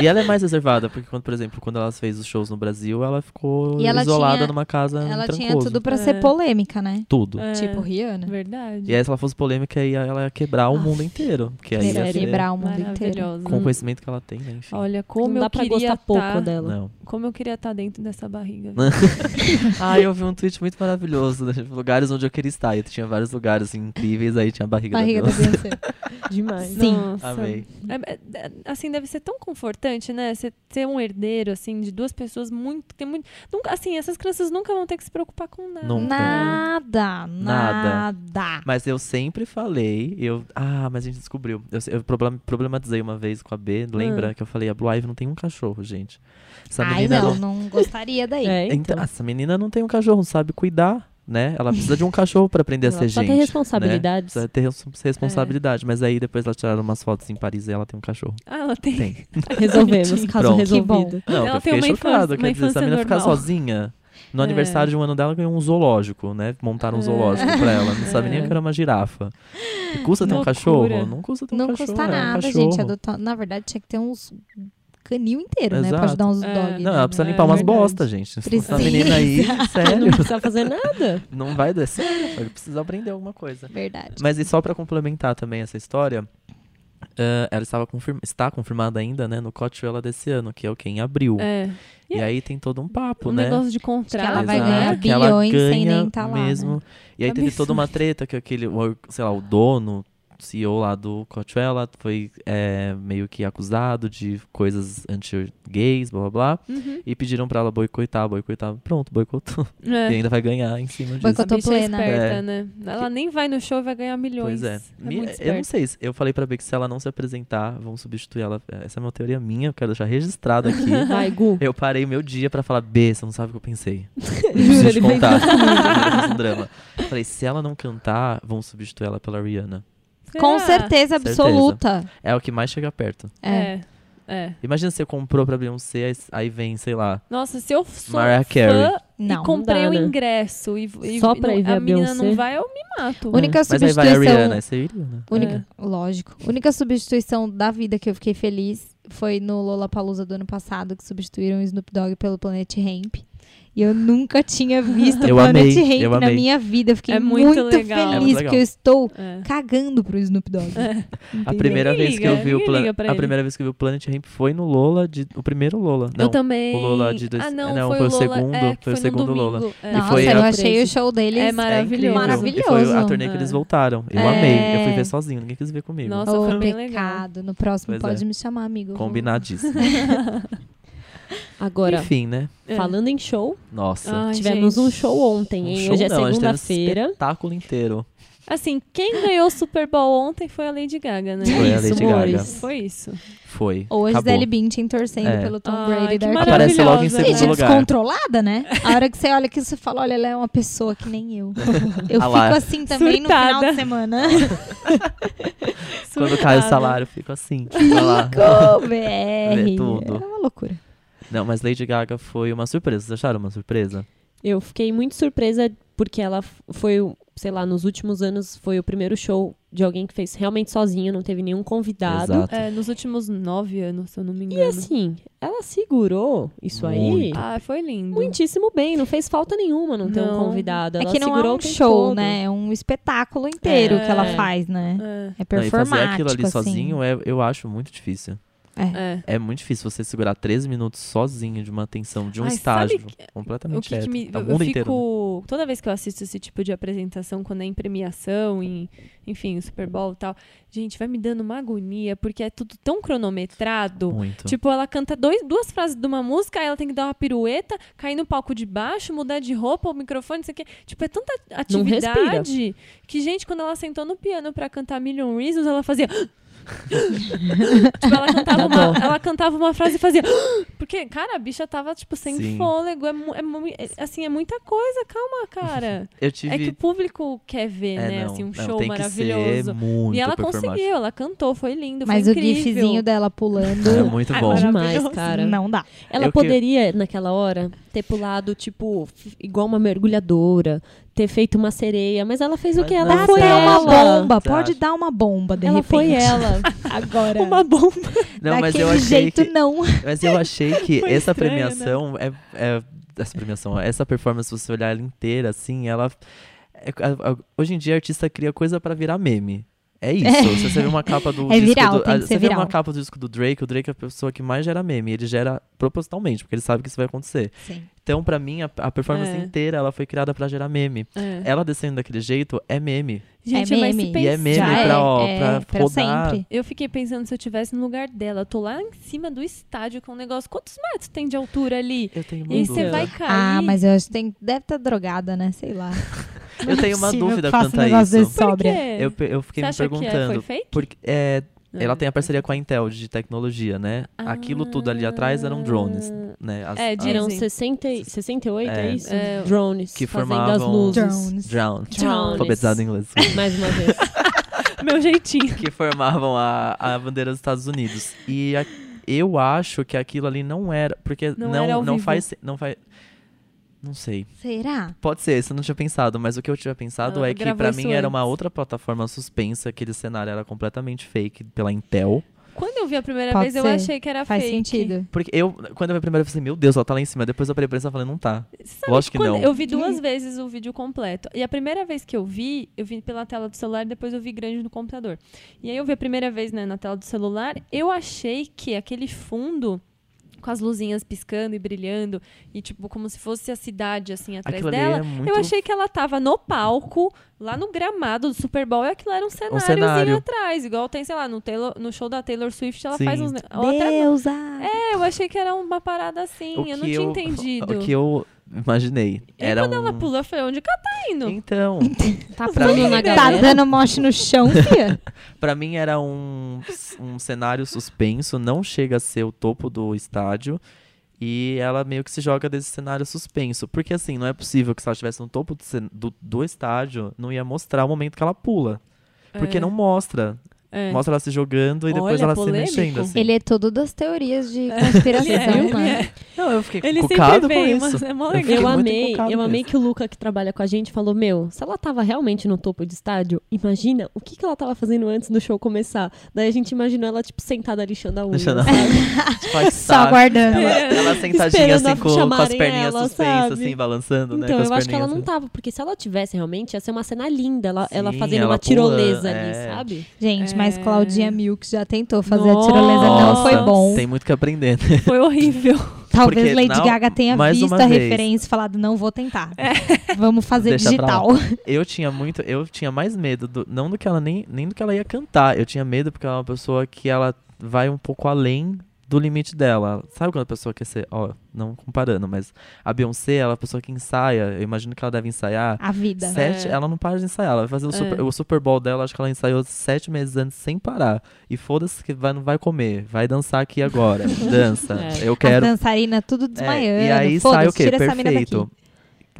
S3: e ela é mais reservada, porque, quando, por exemplo, quando ela fez os shows no Brasil, ela ficou
S4: E ela
S3: isolada
S4: tinha-
S3: numa casa em
S4: Ela
S3: Trancoso.
S4: tinha tudo pra ser
S1: É.
S4: polêmica, né?
S3: Tudo.
S1: É,
S4: Tipo
S2: né?
S4: Rihanna.
S1: Verdade.
S3: E é aí, se ela fosse polêmica, ia- ela ia quebrar o
S4: Ah,
S3: mundo inteiro. Que aí ia
S4: Quebrar,
S3: ser,
S4: quebrar o mundo inteiro.
S1: Maravilhosa.
S3: com o conhecimento que ela tem, né? Enfim.
S1: Olha,
S2: Não
S1: como
S2: dá
S1: eu
S2: pra
S1: queria
S2: gostar pouco
S1: tá-
S2: dela.
S3: Não.
S1: Como eu queria estar dentro dessa barriga.
S3: Ah, eu vi um tweet muito maravilhoso, né? lugares onde eu queria estar. E tinha vários lugares assim, incríveis, aí tinha a barriga,
S4: Barriga
S3: da
S4: da
S3: Beyoncé.
S4: Beyoncé.
S2: Demais.
S4: Sim.
S1: Nossa.
S3: Amei.
S1: É, é, é, assim, deve ser tão confortante, né? Você ser um herdeiro, assim, de duas pessoas muito. Tem muito nunca, assim, essas crianças nunca vão ter que se preocupar com nada.
S3: Nunca.
S4: Nada, nada.
S3: Nada. Mas eu sempre falei, eu. Ah, mas a gente descobriu. Eu, se- eu problem- problematizei uma vez com a B, lembra? Que eu falei, a Blue Ivy não tem um cachorro, gente. Essa
S4: Hum. Ai,
S3: menina
S4: não, não gostaria daí.
S2: É,
S3: Então,
S2: então.
S3: essa menina não tem um cachorro, não sabe cuidar, né? Ela precisa de um cachorro pra aprender a
S2: Ela
S3: ser
S2: só
S3: gente.
S2: tem responsabilidades.
S3: Né? Precisa ter res- responsabilidade.
S1: É.
S3: Mas aí depois ela tiraram umas fotos em Paris e ela tem um cachorro.
S1: Ah, ela tem.
S3: Tem.
S2: Resolvemos, caso
S3: Pronto.
S2: resolvido.
S3: Não,
S1: Ela
S3: eu
S1: tem
S3: fiquei
S1: uma infância-
S3: chocado.
S1: uma
S3: Quer dizer,
S1: infância
S3: essa menina ficar
S1: normal.
S3: sozinha. No
S1: É.
S3: aniversário de um ano dela, ganhou um zoológico, né? Montaram um zoológico pra ela. Não sabia nem
S1: É.
S3: que era uma girafa. E custa ter um
S1: Loucura.
S3: cachorro? Não custa ter um
S4: Não
S3: cachorro.
S4: custa
S3: é um
S4: nada,
S3: cachorro.
S4: gente. Adotar... Na verdade, tinha que ter uns canil inteiro, né? Pra
S3: Exato.
S4: ajudar uns
S1: É.
S4: dog.
S3: Não,
S4: né?
S3: ela precisa
S1: É
S3: limpar umas
S1: verdade.
S3: bostas, gente.
S4: Precisa.
S3: Essa menina aí, sério,
S2: Não precisa fazer nada.
S3: não vai dar certo. Vai precisar aprender alguma coisa.
S4: Verdade.
S3: Mas e só pra complementar também essa história, ah, ela estava confirma- está confirmada ainda, né, no Coachella desse ano, que é o que em abril.
S1: É.
S3: E aí tem todo um papo,
S1: Um
S3: né?
S1: negócio de
S4: que
S1: contrato. né?
S4: ela vai
S3: Exato,
S4: ganhar
S3: que ela
S4: bilhões sem
S3: ganha
S4: nem tá lá, né?
S3: mesmo. E aí teve toda uma treta que aquele, o- sei lá, o dono, CEO lá do Coachella foi é, meio que acusado de coisas anti-gays, blá blá blá.
S1: Uhum.
S3: E pediram pra ela boicotar, boicotar. Pronto, boicotou.
S1: É.
S3: E ainda vai ganhar em cima disso.
S4: Boicotou.
S1: Essa bicha é
S4: plena.
S1: esperta,
S3: É.
S1: né? Ela nem vai no show e vai ganhar milhões.
S3: Pois é.
S1: é
S3: Mi-
S1: muito
S3: eu não
S1: esperta.
S3: sei. se- Eu falei pra B que se ela não se apresentar, vão substituir ela. Essa é uma teoria minha, eu quero deixar registrado aqui.
S2: Vai, Gu.
S3: eu parei meu dia pra falar, B, você não sabe o que eu pensei. Eu preciso te
S2: ele fez
S3: contar. Eu fiz um drama. Eu Falei, se ela não cantar, vão substituir ela pela Rihanna.
S4: Com
S1: Será?
S4: certeza
S3: Certeza.
S4: absoluta.
S3: É o que mais chega perto.
S4: É.
S1: É. é.
S3: Imagina você comprou pra Beyoncé, aí- aí vem, sei lá.
S1: Nossa, se eu sou
S3: Mariah
S1: fã
S3: Carey.
S1: e
S4: Não.
S1: comprei
S2: dá,
S1: o
S2: né?
S1: ingresso e, e
S2: Só pra
S1: não-
S2: ir ver a
S1: menina
S2: Beyoncé?
S1: não vai, eu me mato.
S4: Única
S3: Mas aí vai a
S4: substituição.
S3: Rihanna, aí você iria, né?
S4: Única, Lógico. Única substituição da vida que eu fiquei feliz foi no Lollapalooza do ano passado, que substituíram o Snoop Dogg pelo Planet Ramp. E eu nunca tinha visto o
S3: Eu
S4: Planet
S3: amei,
S4: Ramp
S3: eu
S4: na
S3: amei.
S4: minha vida. Eu fiquei
S1: É muito
S4: muito,
S1: legal.
S3: É muito
S4: feliz,
S3: legal.
S4: porque eu estou
S1: É.
S4: cagando pro Snoop Dogg.
S3: A primeira
S1: Ninguém
S3: vez que eu
S1: liga,
S3: vi o
S1: ninguém
S3: Plan-
S1: liga pra
S3: a
S1: ele.
S3: primeira vez que eu vi o Planet Ramp foi no Lola, de... o primeiro Lola. Não,
S1: eu também.
S3: o Lola de dois-
S1: Ah, não,
S3: é, não,
S1: foi,
S3: foi
S1: o
S3: o
S1: Lola-
S3: segundo,
S1: é, que
S3: foi o
S1: no
S3: segundo
S1: domingo,
S3: Lola.
S1: é.
S4: Nossa,
S3: foi
S4: eu
S3: a-
S4: achei o show deles.
S1: É maravilhoso.
S3: É incrível. E foi a
S4: Maravilhoso.
S3: turnê que eles
S1: É.
S3: voltaram. Eu
S4: É.
S3: amei. Eu fui ver sozinho, ninguém quis ver comigo.
S1: Nossa,
S4: Oh,
S1: foi bem legal.
S4: pecado. No próximo
S3: Pois
S4: pode
S3: é.
S4: me chamar, amigo.
S3: Combinadíssimo.
S2: Agora,
S3: Enfim, né?
S1: É.
S2: falando em show,
S3: Nossa.
S1: Ai,
S2: tivemos
S1: gente.
S2: um show ontem,
S3: Um
S2: hein?
S3: show
S2: Hoje é
S3: não, a gente teve um
S2: segunda-feira.
S3: espetáculo inteiro.
S1: Assim, quem ganhou o Super Bowl ontem foi a Lady Gaga, né?
S3: Foi a
S2: Isso,
S3: Lady
S2: amores.
S3: Gaga.
S1: Foi isso.
S3: Foi.
S4: Ou a
S3: Acabou.
S4: Gisele Bündchen torcendo
S3: É.
S4: pelo Tom
S1: Ai,
S4: Brady
S1: Ah, que
S4: da Argentina.
S1: maravilhosa.
S3: Aparece logo em segundo
S4: Gente, é
S1: né?
S3: lugar.
S4: descontrolada, né? A hora que você olha aqui, você fala, olha, ela é uma pessoa que nem eu. Eu
S3: Ah lá.
S4: fico assim também no final
S1: Surtada.
S4: de semana.
S3: Quando cai o
S1: Surtada.
S3: salário, eu fico assim. Vai lá.
S4: Ô, BR.
S3: Vê tudo.
S4: É uma loucura.
S3: Não, mas Lady Gaga foi uma surpresa. Vocês acharam uma surpresa?
S2: Eu fiquei muito surpresa porque ela f- foi o- sei lá, nos últimos anos foi o primeiro show de alguém que fez realmente sozinho, não teve nenhum convidado.
S3: Exato.
S1: É, nos últimos nove anos, se eu não me
S2: E
S1: engano.
S2: assim, ela segurou isso aí.
S3: Muito.
S1: Ah, foi lindo.
S2: Muitíssimo bem, não fez falta nenhuma não ter um
S1: Não.
S2: convidado.
S4: É
S2: Ela
S4: que não é
S2: segurou
S4: um
S2: o tempo
S4: show,
S2: todo.
S4: né? É um espetáculo inteiro que ela
S1: É.
S4: faz, né?
S1: É,
S4: É
S3: Não, e
S4: performático,
S3: fazer aquilo ali
S4: assim.
S3: sozinho é, eu acho muito difícil.
S1: é.
S3: É muito difícil você segurar 13 minutos sozinho de uma atenção, de um
S1: Ai, sabe
S3: estágio
S1: que- O que,
S3: completamente
S1: que
S3: quieto.
S1: me.
S3: Tá, o
S1: eu
S3: mundo
S1: fico.
S3: inteiro. né?
S1: Toda vez que eu assisto esse tipo de apresentação, quando é em premiação, em, enfim, Super Bowl e tal, gente, vai me dando uma agonia, porque é tudo tão cronometrado.
S3: Muito.
S1: Tipo, ela canta dois, duas frases de uma música, aí ela tem que dar uma pirueta, cair no palco de baixo, mudar de roupa, o microfone, não sei o quê. Tipo, é tanta atividade que, gente, quando ela sentou no piano pra cantar Million Reasons, ela fazia. tipo, ela cantava,
S3: Tá
S1: uma, ela cantava uma frase e fazia. Porque, cara, a bicha tava, tipo, sem
S3: Sim.
S1: fôlego. É, mu- é mu- é, assim, é muita coisa, calma, cara.
S3: eu
S1: É que o
S3: tive.
S1: público quer ver,
S3: é,
S1: né?
S3: não,
S1: assim, um
S3: não,
S1: show
S3: tem que
S1: maravilhoso.
S3: Ser muito
S1: E ela
S3: performático.
S1: conseguiu, ela cantou, foi lindo,
S4: Mas
S1: foi
S4: o
S1: incrível.
S4: gifzinho dela
S3: É
S4: pulando. Tá,
S3: muito
S1: Ai,
S3: bom.
S1: maravilhoso.
S2: Demais, cara.
S4: Não dá.
S2: Ela
S3: Eu que-
S2: poderia, naquela hora, ter pulado, tipo, f- igual uma mergulhadora, ter feito uma sereia, mas ela fez o
S3: Mas
S2: que?
S3: não.
S2: Ela
S4: Dá
S2: foi
S4: até uma
S2: ela.
S4: bomba.
S3: Você
S4: Pode
S3: acha?
S4: dar uma bomba, de
S2: Ela
S4: repente.
S2: foi ela.
S4: Agora.
S2: uma bomba.
S3: Não, mas
S4: Daquele
S3: eu achei
S4: jeito,
S3: que,
S4: não.
S3: mas eu achei que
S1: Foi
S3: essa
S1: estranho, né?
S3: premiação é, é essa premiação, ó, essa performance se você olhar ela inteira assim, ela é- a- a- hoje em dia a artista cria coisa pra virar meme. É isso. Se você vê uma capa do
S4: É
S3: disco
S4: viral,
S3: do,
S4: tem
S3: a-
S4: que
S3: você
S4: ser
S3: vê uma
S4: viral.
S3: capa do disco do Drake, o Drake é a pessoa que mais gera meme, ele gera propositalmente, porque ele sabe que isso vai acontecer. Então, pra mim, a, a performance
S1: É.
S3: inteira ela foi criada pra gerar meme.
S1: É.
S3: Ela descendo daquele jeito é meme.
S1: Gente,
S4: É
S1: mas se
S4: meme.
S1: pensar,
S3: E é meme
S4: Já
S3: pra,
S4: é,
S3: ó,
S4: é,
S3: pra
S4: pra
S3: rodar.
S4: sempre.
S1: Eu fiquei pensando se eu tivesse no lugar dela. Eu tô lá em cima do estádio com um negócio. Quantos metros tem de altura ali?
S3: Eu tenho uma
S1: E aí
S3: dúvida.
S1: você vai cair.
S4: Ah, mas eu acho que tem, deve estar drogada, né? Sei lá. Não
S3: Eu
S4: é
S3: tenho uma
S4: possível
S3: dúvida
S4: que faça
S3: quanto
S4: um
S3: a
S4: negócio
S3: isso.
S4: desse
S1: Por
S4: sóbria.
S1: quê?
S3: Eu, pe- eu
S1: Você
S3: fiquei me
S1: acha que é-
S3: perguntando.
S1: foi Ah. fake?
S3: Porque é,
S1: Não.
S3: ela tem a parceria com a Intel de tecnologia, né? Aquilo tudo ali atrás eram drones, né? As-
S1: Ah. É,
S3: as-
S1: dizem.
S2: Eram 60, e- 68, é,
S3: É.
S2: isso?
S1: É.
S2: Drones.
S3: Que
S2: fazendo as
S3: formavam-
S2: luzes.
S4: Drones.
S3: Drown.
S2: Drones.
S3: Alfabetizado em inglês.
S2: Mais uma vez.
S1: Ah, Meu jeitinho.
S3: que formavam a, a bandeira dos Estados Unidos. E a- eu acho que aquilo ali não era. Porque
S1: Não
S3: não, não,
S1: era ao vivo.
S3: faz. se- Não faz. Não sei.
S4: Será?
S3: Pode ser, isso eu não tinha pensado, mas o que eu tinha pensado
S1: Não,
S3: é que
S1: Ah, gravou
S3: pra
S1: isso
S3: mim era uma
S1: antes.
S3: outra plataforma suspensa, aquele cenário era completamente fake pela Intel.
S1: Quando eu vi a primeira
S4: Pode
S1: vez, eu
S4: ser.
S1: achei que era
S4: Faz
S1: Tá fake.
S4: sentido.
S3: Porque eu, quando eu vi a primeira vez, eu falei, meu Deus, ela tá lá em cima. Depois eu parei pra pensar e falei, não tá.
S1: Sabe
S3: Lógico que
S1: quando-
S3: não.
S1: Eu vi duas vezes o vídeo completo. E a primeira vez que eu vi, eu vi pela tela do celular, depois eu vi grande no computador. E aí eu vi a primeira vez né, na tela do celular, eu achei que aquele fundo com as luzinhas piscando e brilhando e tipo como se fosse a cidade assim atrás
S3: Aquilo ali
S1: dela.
S3: é muito-
S1: Eu achei que ela tava no palco, lá no gramado do Super Bowl, e aquilo era um cenáriozinho
S3: cenário.
S1: atrás, igual tem, sei lá, no, Taylor- no show da Taylor Swift, ela
S3: Sim.
S1: faz uns ne- ela até-
S4: Deusa!
S1: É, eu achei que era uma parada assim, eu não tinha entendido.
S3: O que eu imaginei.
S1: E
S3: era
S1: quando
S3: um...
S1: ela pulou, eu falei, onde que ela tá indo?
S3: Então,
S2: Tá
S3: Pra
S2: pulando
S3: mim-
S2: na
S4: Tá
S2: galera.
S4: dando moche no chão, fia?
S3: pra mim era um, um cenário suspenso, não chega a ser o topo do estádio. E ela meio que se joga desse cenário suspenso. Porque assim, não é possível que se ela estivesse no topo do, cen- do, do estádio, não ia mostrar o momento que ela pula. Porque
S1: É,
S3: não mostra.
S1: é.
S3: Mostra ela se jogando e depois
S1: Olha,
S3: ela
S1: polêmico.
S3: se mexendo. Assim.
S4: Ele é todo das teorias de conspiração,
S1: Ele é,
S4: mano.
S1: ele é.
S3: Não, eu fiquei
S1: Ele
S3: cucado
S1: sempre vem,
S3: com isso.
S1: mas é mó
S3: Eu
S1: legal.
S3: fiquei
S2: Eu
S3: muito
S2: amei,
S3: encucado
S2: eu amei
S3: mesmo.
S2: que o Luca, que trabalha com a gente, falou: Meu, se ela tava realmente no topo de estádio, imagina o que, que ela tava fazendo antes do show começar. Daí a gente imaginou ela, tipo, sentada lixando a unha.
S3: Deixa eu dar
S2: sabe?
S3: Faz
S4: Só
S3: saco.
S4: aguardando.
S3: Ela, ela sentadinha
S2: Esperando
S3: assim com, com as
S2: chamarem
S3: perninhas
S2: ela,
S3: suspensas,
S2: sabe?
S3: assim, balançando, né?
S2: Então,
S3: com as
S2: eu acho que ela
S3: perninhas,
S2: não
S3: assim.
S2: tava, porque se ela tivesse realmente, ia ser uma cena linda, ela, ela
S3: Sim,
S2: fazendo
S3: ela
S2: uma tirolesa
S3: pulando,
S2: ali,
S3: é.
S2: sabe?
S4: Gente, mas
S1: É.
S4: Claudinha Milk já tentou fazer
S1: Nossa.
S4: a
S2: tá,
S4: tirolesa,
S2: né?
S4: não foi
S3: Nossa,
S4: bom.
S3: Tem muito que aprender. né?
S1: Foi horrível.
S4: Talvez
S3: Porque
S4: Lady
S3: na-
S4: Gaga tenha
S3: mais
S4: visto
S3: uma
S4: a
S3: vez.
S4: referência e falado, não vou tentar. Vamos fazer
S3: Deixa pra
S4: digital.
S3: Eu tinha muito, eu tinha mais medo do, não do que ela nem, nem do que ela ia cantar. Eu tinha medo porque ela é uma pessoa que ela vai um pouco além do limite dela. Sabe quando a pessoa quer ser, ó, não comparando, mas a Beyoncé, ela é uma pessoa que ensaia, eu imagino que ela deve ensaiar
S4: A vida.
S3: sete,
S1: É.
S3: ela não para de ensaiar, ela vai fazer o super,
S1: É.
S3: o super Bowl dela, acho que ela ensaiou sete meses antes sem parar. E foda-se que vai, não vai comer, vai dançar aqui agora. Dança.
S2: É.
S3: Eu
S4: As
S3: quero
S4: dançarinas tudo
S3: é,
S4: Tá desmaiando.
S3: e aí
S4: Foda-se,
S3: sai o quê?
S4: Tira essa mina
S3: Perfeito.
S4: daqui.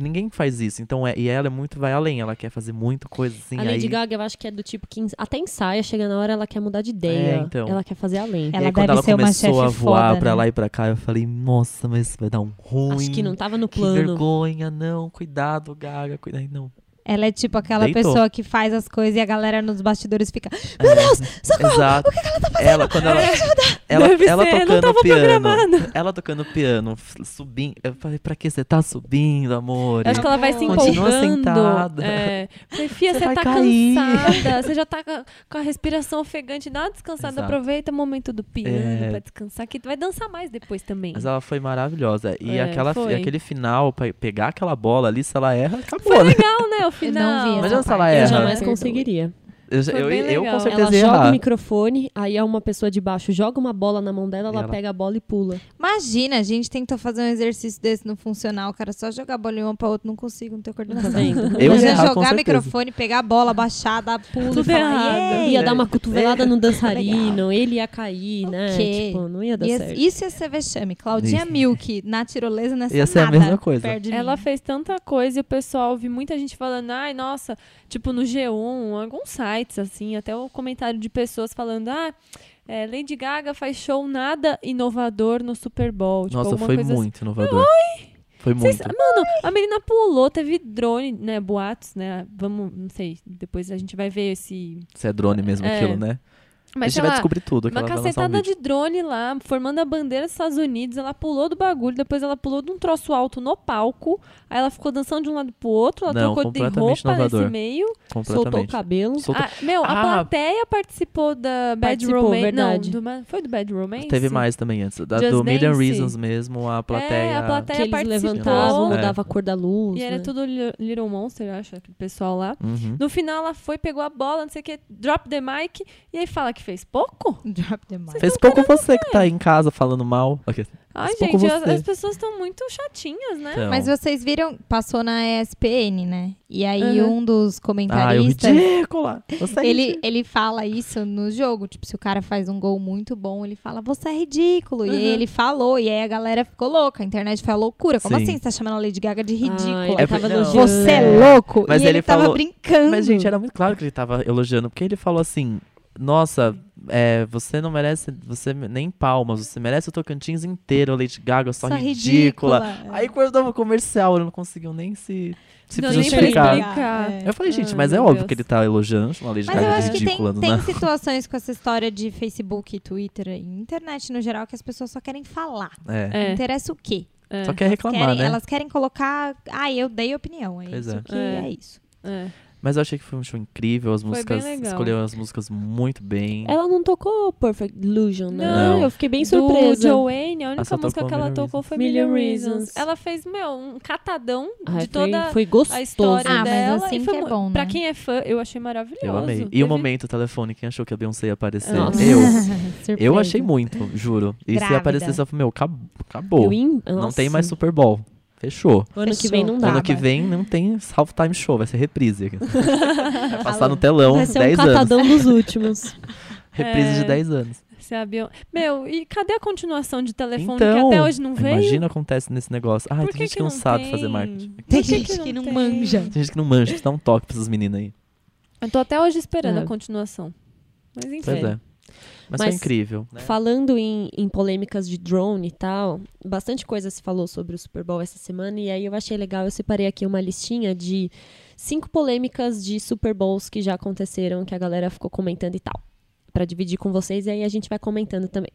S3: Ninguém faz isso. Então, é- e ela é muito, vai além, ela quer fazer muito coisa assim.
S2: a
S3: aí,
S2: Lady Gaga, eu acho que é do tipo que ens- até ensaia, chega na hora, ela quer mudar de ideia.
S3: É, então.
S2: Ela quer fazer além.
S3: e
S4: Ela
S3: aí, quando
S4: deve
S3: ela
S4: ser uma
S3: começou
S4: chefe
S3: a voar
S4: foda,
S3: pra
S4: né?
S3: lá e pra cá, eu falei, nossa, mas vai dar um ruim.
S2: Acho que não tava no
S3: Que
S2: plano.
S3: vergonha, não. Cuidado, Gaga. Cuidado. Não.
S4: Ela é tipo aquela
S3: Deitou.
S4: pessoa que faz as coisas e a galera nos bastidores fica: Meu Deus, socorro!
S3: É. Exato.
S4: O que, que ela tá fazendo?
S3: Ela, quando ela, ela,
S1: É, Deve
S3: ela
S1: ser, não
S3: tocando
S1: tava
S3: piano.
S1: programado.
S3: Ela tocando piano, f- subindo. Eu falei, pra que você tá subindo, amor?
S1: Eu acho que ela vai se empolgando.
S3: Continua sentada.
S1: É. Falei, Fia,
S3: Você
S1: você
S3: vai
S1: tá
S3: cair."
S1: cansada. Você já tá ca- com a respiração ofegante. Dá uma descansada.
S3: Exato.
S1: Aproveita o momento do piano
S3: É.
S1: pra descansar. Que tu vai dançar mais depois também.
S3: Mas ela foi maravilhosa. E
S1: É,
S3: aquela, fi-
S1: foi.
S3: aquele final, pra pegar aquela bola ali, se ela erra, acabou,
S1: Foi
S3: né?
S1: legal, né? O final.
S4: vi essa
S3: Imagina se ela
S4: parte.
S2: Eu
S3: É, erra.
S2: jamais
S4: Perdoe.
S2: conseguiria.
S3: Eu, já-
S1: Foi
S3: eu,
S1: bem
S3: eu
S1: legal.
S3: com certeza
S2: Ela
S3: ia
S2: joga o
S3: errar.
S2: microfone, aí há uma pessoa de baixo joga uma bola na mão dela,
S3: E
S2: ela,
S3: ela-
S2: pega a bola e pula.
S4: Imagina, a gente tentou fazer um exercício desse no funcional, cara. Só jogar a bola de uma pra outra, não consigo, não tenho
S2: Tá
S4: coordenação.
S2: vendo?
S3: Eu
S4: Mas
S3: ia
S4: é
S3: errar, com
S4: jogar
S3: certeza.
S4: microfone, pegar a bola, baixar, dar pulo
S1: Tudo
S4: e falar,
S1: errado.
S4: "Yeah".
S2: Ia dar uma cotovelada no
S4: Legal.
S2: dançarino, ele ia cair, né?
S4: Ok.
S2: Tipo, não ia dar
S4: Ia-
S2: certo.
S4: Isso ia ser vexame. Claudinha
S3: Isso.
S4: Milk, na tirolesa, nessa
S3: Ia ser a
S4: nada,
S3: mesma coisa.
S4: perde
S1: Ela
S4: mim.
S1: fez tanta coisa e o pessoal ouvi muita gente falando, ai, nossa, tipo no G1, alguns sites, assim, até o comentário de pessoas falando, ah, é, Lady Gaga faz show nada inovador no Super Bowl. Tipo,
S3: Nossa,
S1: alguma
S3: foi
S1: coisa
S3: muito inovador. Foi
S1: Vocês-
S3: muito.
S1: mano, a menina pulou, teve drone, né? Boatos, né? Vamos, não sei, depois a gente vai ver esse.
S3: Se é drone mesmo
S1: É.
S3: aquilo, né? a
S1: Mas
S3: gente
S1: sei
S3: vai
S1: lá,
S3: descobrir tudo. que
S1: uma
S3: ela vai lançar um
S1: cacetada
S3: vídeo.
S1: de drone lá, formando a bandeira dos Estados Unidos. Ela pulou do bagulho, depois ela pulou de um troço alto no palco. Aí ela ficou dançando de um lado pro outro, ela
S3: Não,
S1: trocou de
S3: completamente
S1: roupa
S3: inovador.
S1: nesse meio.
S2: Soltou o
S3: Completamente.
S2: cabelo.
S3: Soltou-
S1: Ah, meu, a
S3: Ah!
S1: plateia participou da Bad
S2: Participou,
S1: Romance.
S2: verdade.
S1: Não, do ma- foi do Bad Romance?
S3: Teve mais também antes. Da,
S1: Just
S3: do Million
S1: Dance.
S3: Reasons mesmo, a plateia.
S1: É, a plateia
S2: Que eles
S1: participou.
S2: levantavam,
S3: É.
S2: mudava a cor da luz.
S1: E era
S2: né?
S1: tudo Li- Little Monster, eu acho, aquele pessoal lá.
S3: Uhum.
S1: No final ela foi, pegou a bola, não sei o que, drop the mic, e aí fala que fez pouco?
S4: Drop the mic.
S3: Fez pouco você que tá aí em casa falando mal. Ok.
S4: Ah,
S1: Ai,
S3: Fez pouco
S1: gente, as,
S3: você.
S1: as pessoas estão muito chatinhas, né?
S3: Então.
S4: Mas vocês viram, passou na ESPN, né? E aí
S1: Uhum.
S4: um
S3: Ah,
S4: dos
S3: eu
S4: comentaristas,
S3: ridícula. Você é
S4: ele,
S3: ridícula.
S4: ele fala isso no jogo. Tipo, se o cara faz um gol muito bom, ele fala, você é ridículo. E
S1: Uhum.
S4: aí ele falou, e aí a galera ficou louca. A internet foi a loucura. Como
S3: Sim.
S4: assim você tá chamando a Lady Gaga de
S2: Ah,
S4: ridícula?
S2: ele
S3: É
S2: tava
S3: porque- não.
S2: elogiando.
S4: Você é louco!
S3: Mas
S4: e ele,
S3: ele
S4: tava
S3: falou-
S4: brincando.
S3: Mas, gente, é era muito claro que ele tava elogiando, porque ele falou assim: Nossa, é, você não merece, você me- nem palmas, você merece o Tocantins inteiro, a Lady Gaga, só
S4: Só
S3: ridícula.
S4: ridícula.
S3: Aí quando eu tava o comercial, ele não conseguiu nem se, se
S1: Não, nem pra
S3: justificar.
S1: explicar.
S3: Eu falei, gente,
S1: Ai,
S3: mas é
S1: meu
S3: óbvio
S1: Deus.
S3: que ele tá elogiando, uma Lady
S4: Ah, Mas eu
S3: Gaga
S4: acho
S3: de
S4: que tem,
S3: ridícula, não
S4: tem
S3: é?
S4: situações com essa história de Facebook, Twitter e internet no geral que as pessoas só querem falar.
S3: É.
S1: É,
S4: Interessa o quê?
S1: é,
S3: Só quer reclamar,
S4: Querem-
S3: né?
S4: Elas querem colocar. Ah, eu dei opinião. É
S3: Pois
S4: isso
S3: é.
S4: que
S1: É.
S4: é. isso.
S1: é.
S3: Mas eu achei que foi um show incrível, as
S1: bem
S3: músicas,
S1: legal.
S3: escolheu as músicas muito bem.
S4: É
S2: Ela não tocou Perfect Illusion, né?
S1: Não.
S2: Eu fiquei bem
S1: Do
S2: surpresa.
S1: Joanne, a única
S3: só
S1: música
S3: tocou
S1: que ela
S3: Million
S1: tocou foi
S2: Million
S1: Million Reasons.
S2: Reasons.
S1: Ela fez, meu, um catadão
S2: Ai,
S1: de
S2: foi-
S1: toda
S2: foi, gostoso.
S1: a história
S4: Ah, mas
S1: dela.
S4: assim
S1: e foi
S4: que é
S1: mu-
S4: bom, né?
S1: Pra quem é fã, eu achei maravilhoso.
S3: Eu amei. E
S1: Teve-
S3: o momento telefone, quem achou que a Beyoncé ia aparecer?
S2: Nossa.
S3: Eu.
S4: Surpresa.
S3: Eu achei muito, juro. E se
S4: Grávida.
S3: aparecer, só meu, acab- acabou.
S2: Eu in-
S3: Não
S2: Nossa.
S3: tem mais Super Bowl. Fechou.
S2: O ano que
S4: Fechou.
S2: vem não dá.
S3: Ano que
S4: mas-
S3: vem não tem halftime show, vai ser reprise. vai passar no telão
S2: Vai ser um
S3: 10 Então, anos.
S2: catadão dos últimos.
S3: Reprise
S1: É.
S3: de 10 anos.
S1: Se a Beyon- Meu, e cadê a continuação de telefone
S3: Então,
S1: que até hoje não veio?
S3: Imagina o que acontece nesse negócio. Ai,
S1: Por
S3: tem gente que, não,
S1: tem?
S3: sabe fazer marketing.
S1: Por
S4: Tem
S1: que
S4: gente que não
S1: tem?
S4: manja.
S3: Tem gente que não manja, precisa dar um toque pra essas meninas aí.
S1: Eu tô até hoje esperando
S2: É.
S1: a continuação. Mas enfim.
S3: Pois é. Mas, foi
S2: Mas-
S3: incrível. né?
S2: Falando em, em polêmicas de drone e tal, bastante coisa se falou sobre o Super Bowl essa semana. E aí eu achei legal, eu separei aqui uma listinha de cinco polêmicas de Super Bowls que já aconteceram, que a galera ficou comentando e tal. Pra dividir com vocês, e aí a gente vai comentando também.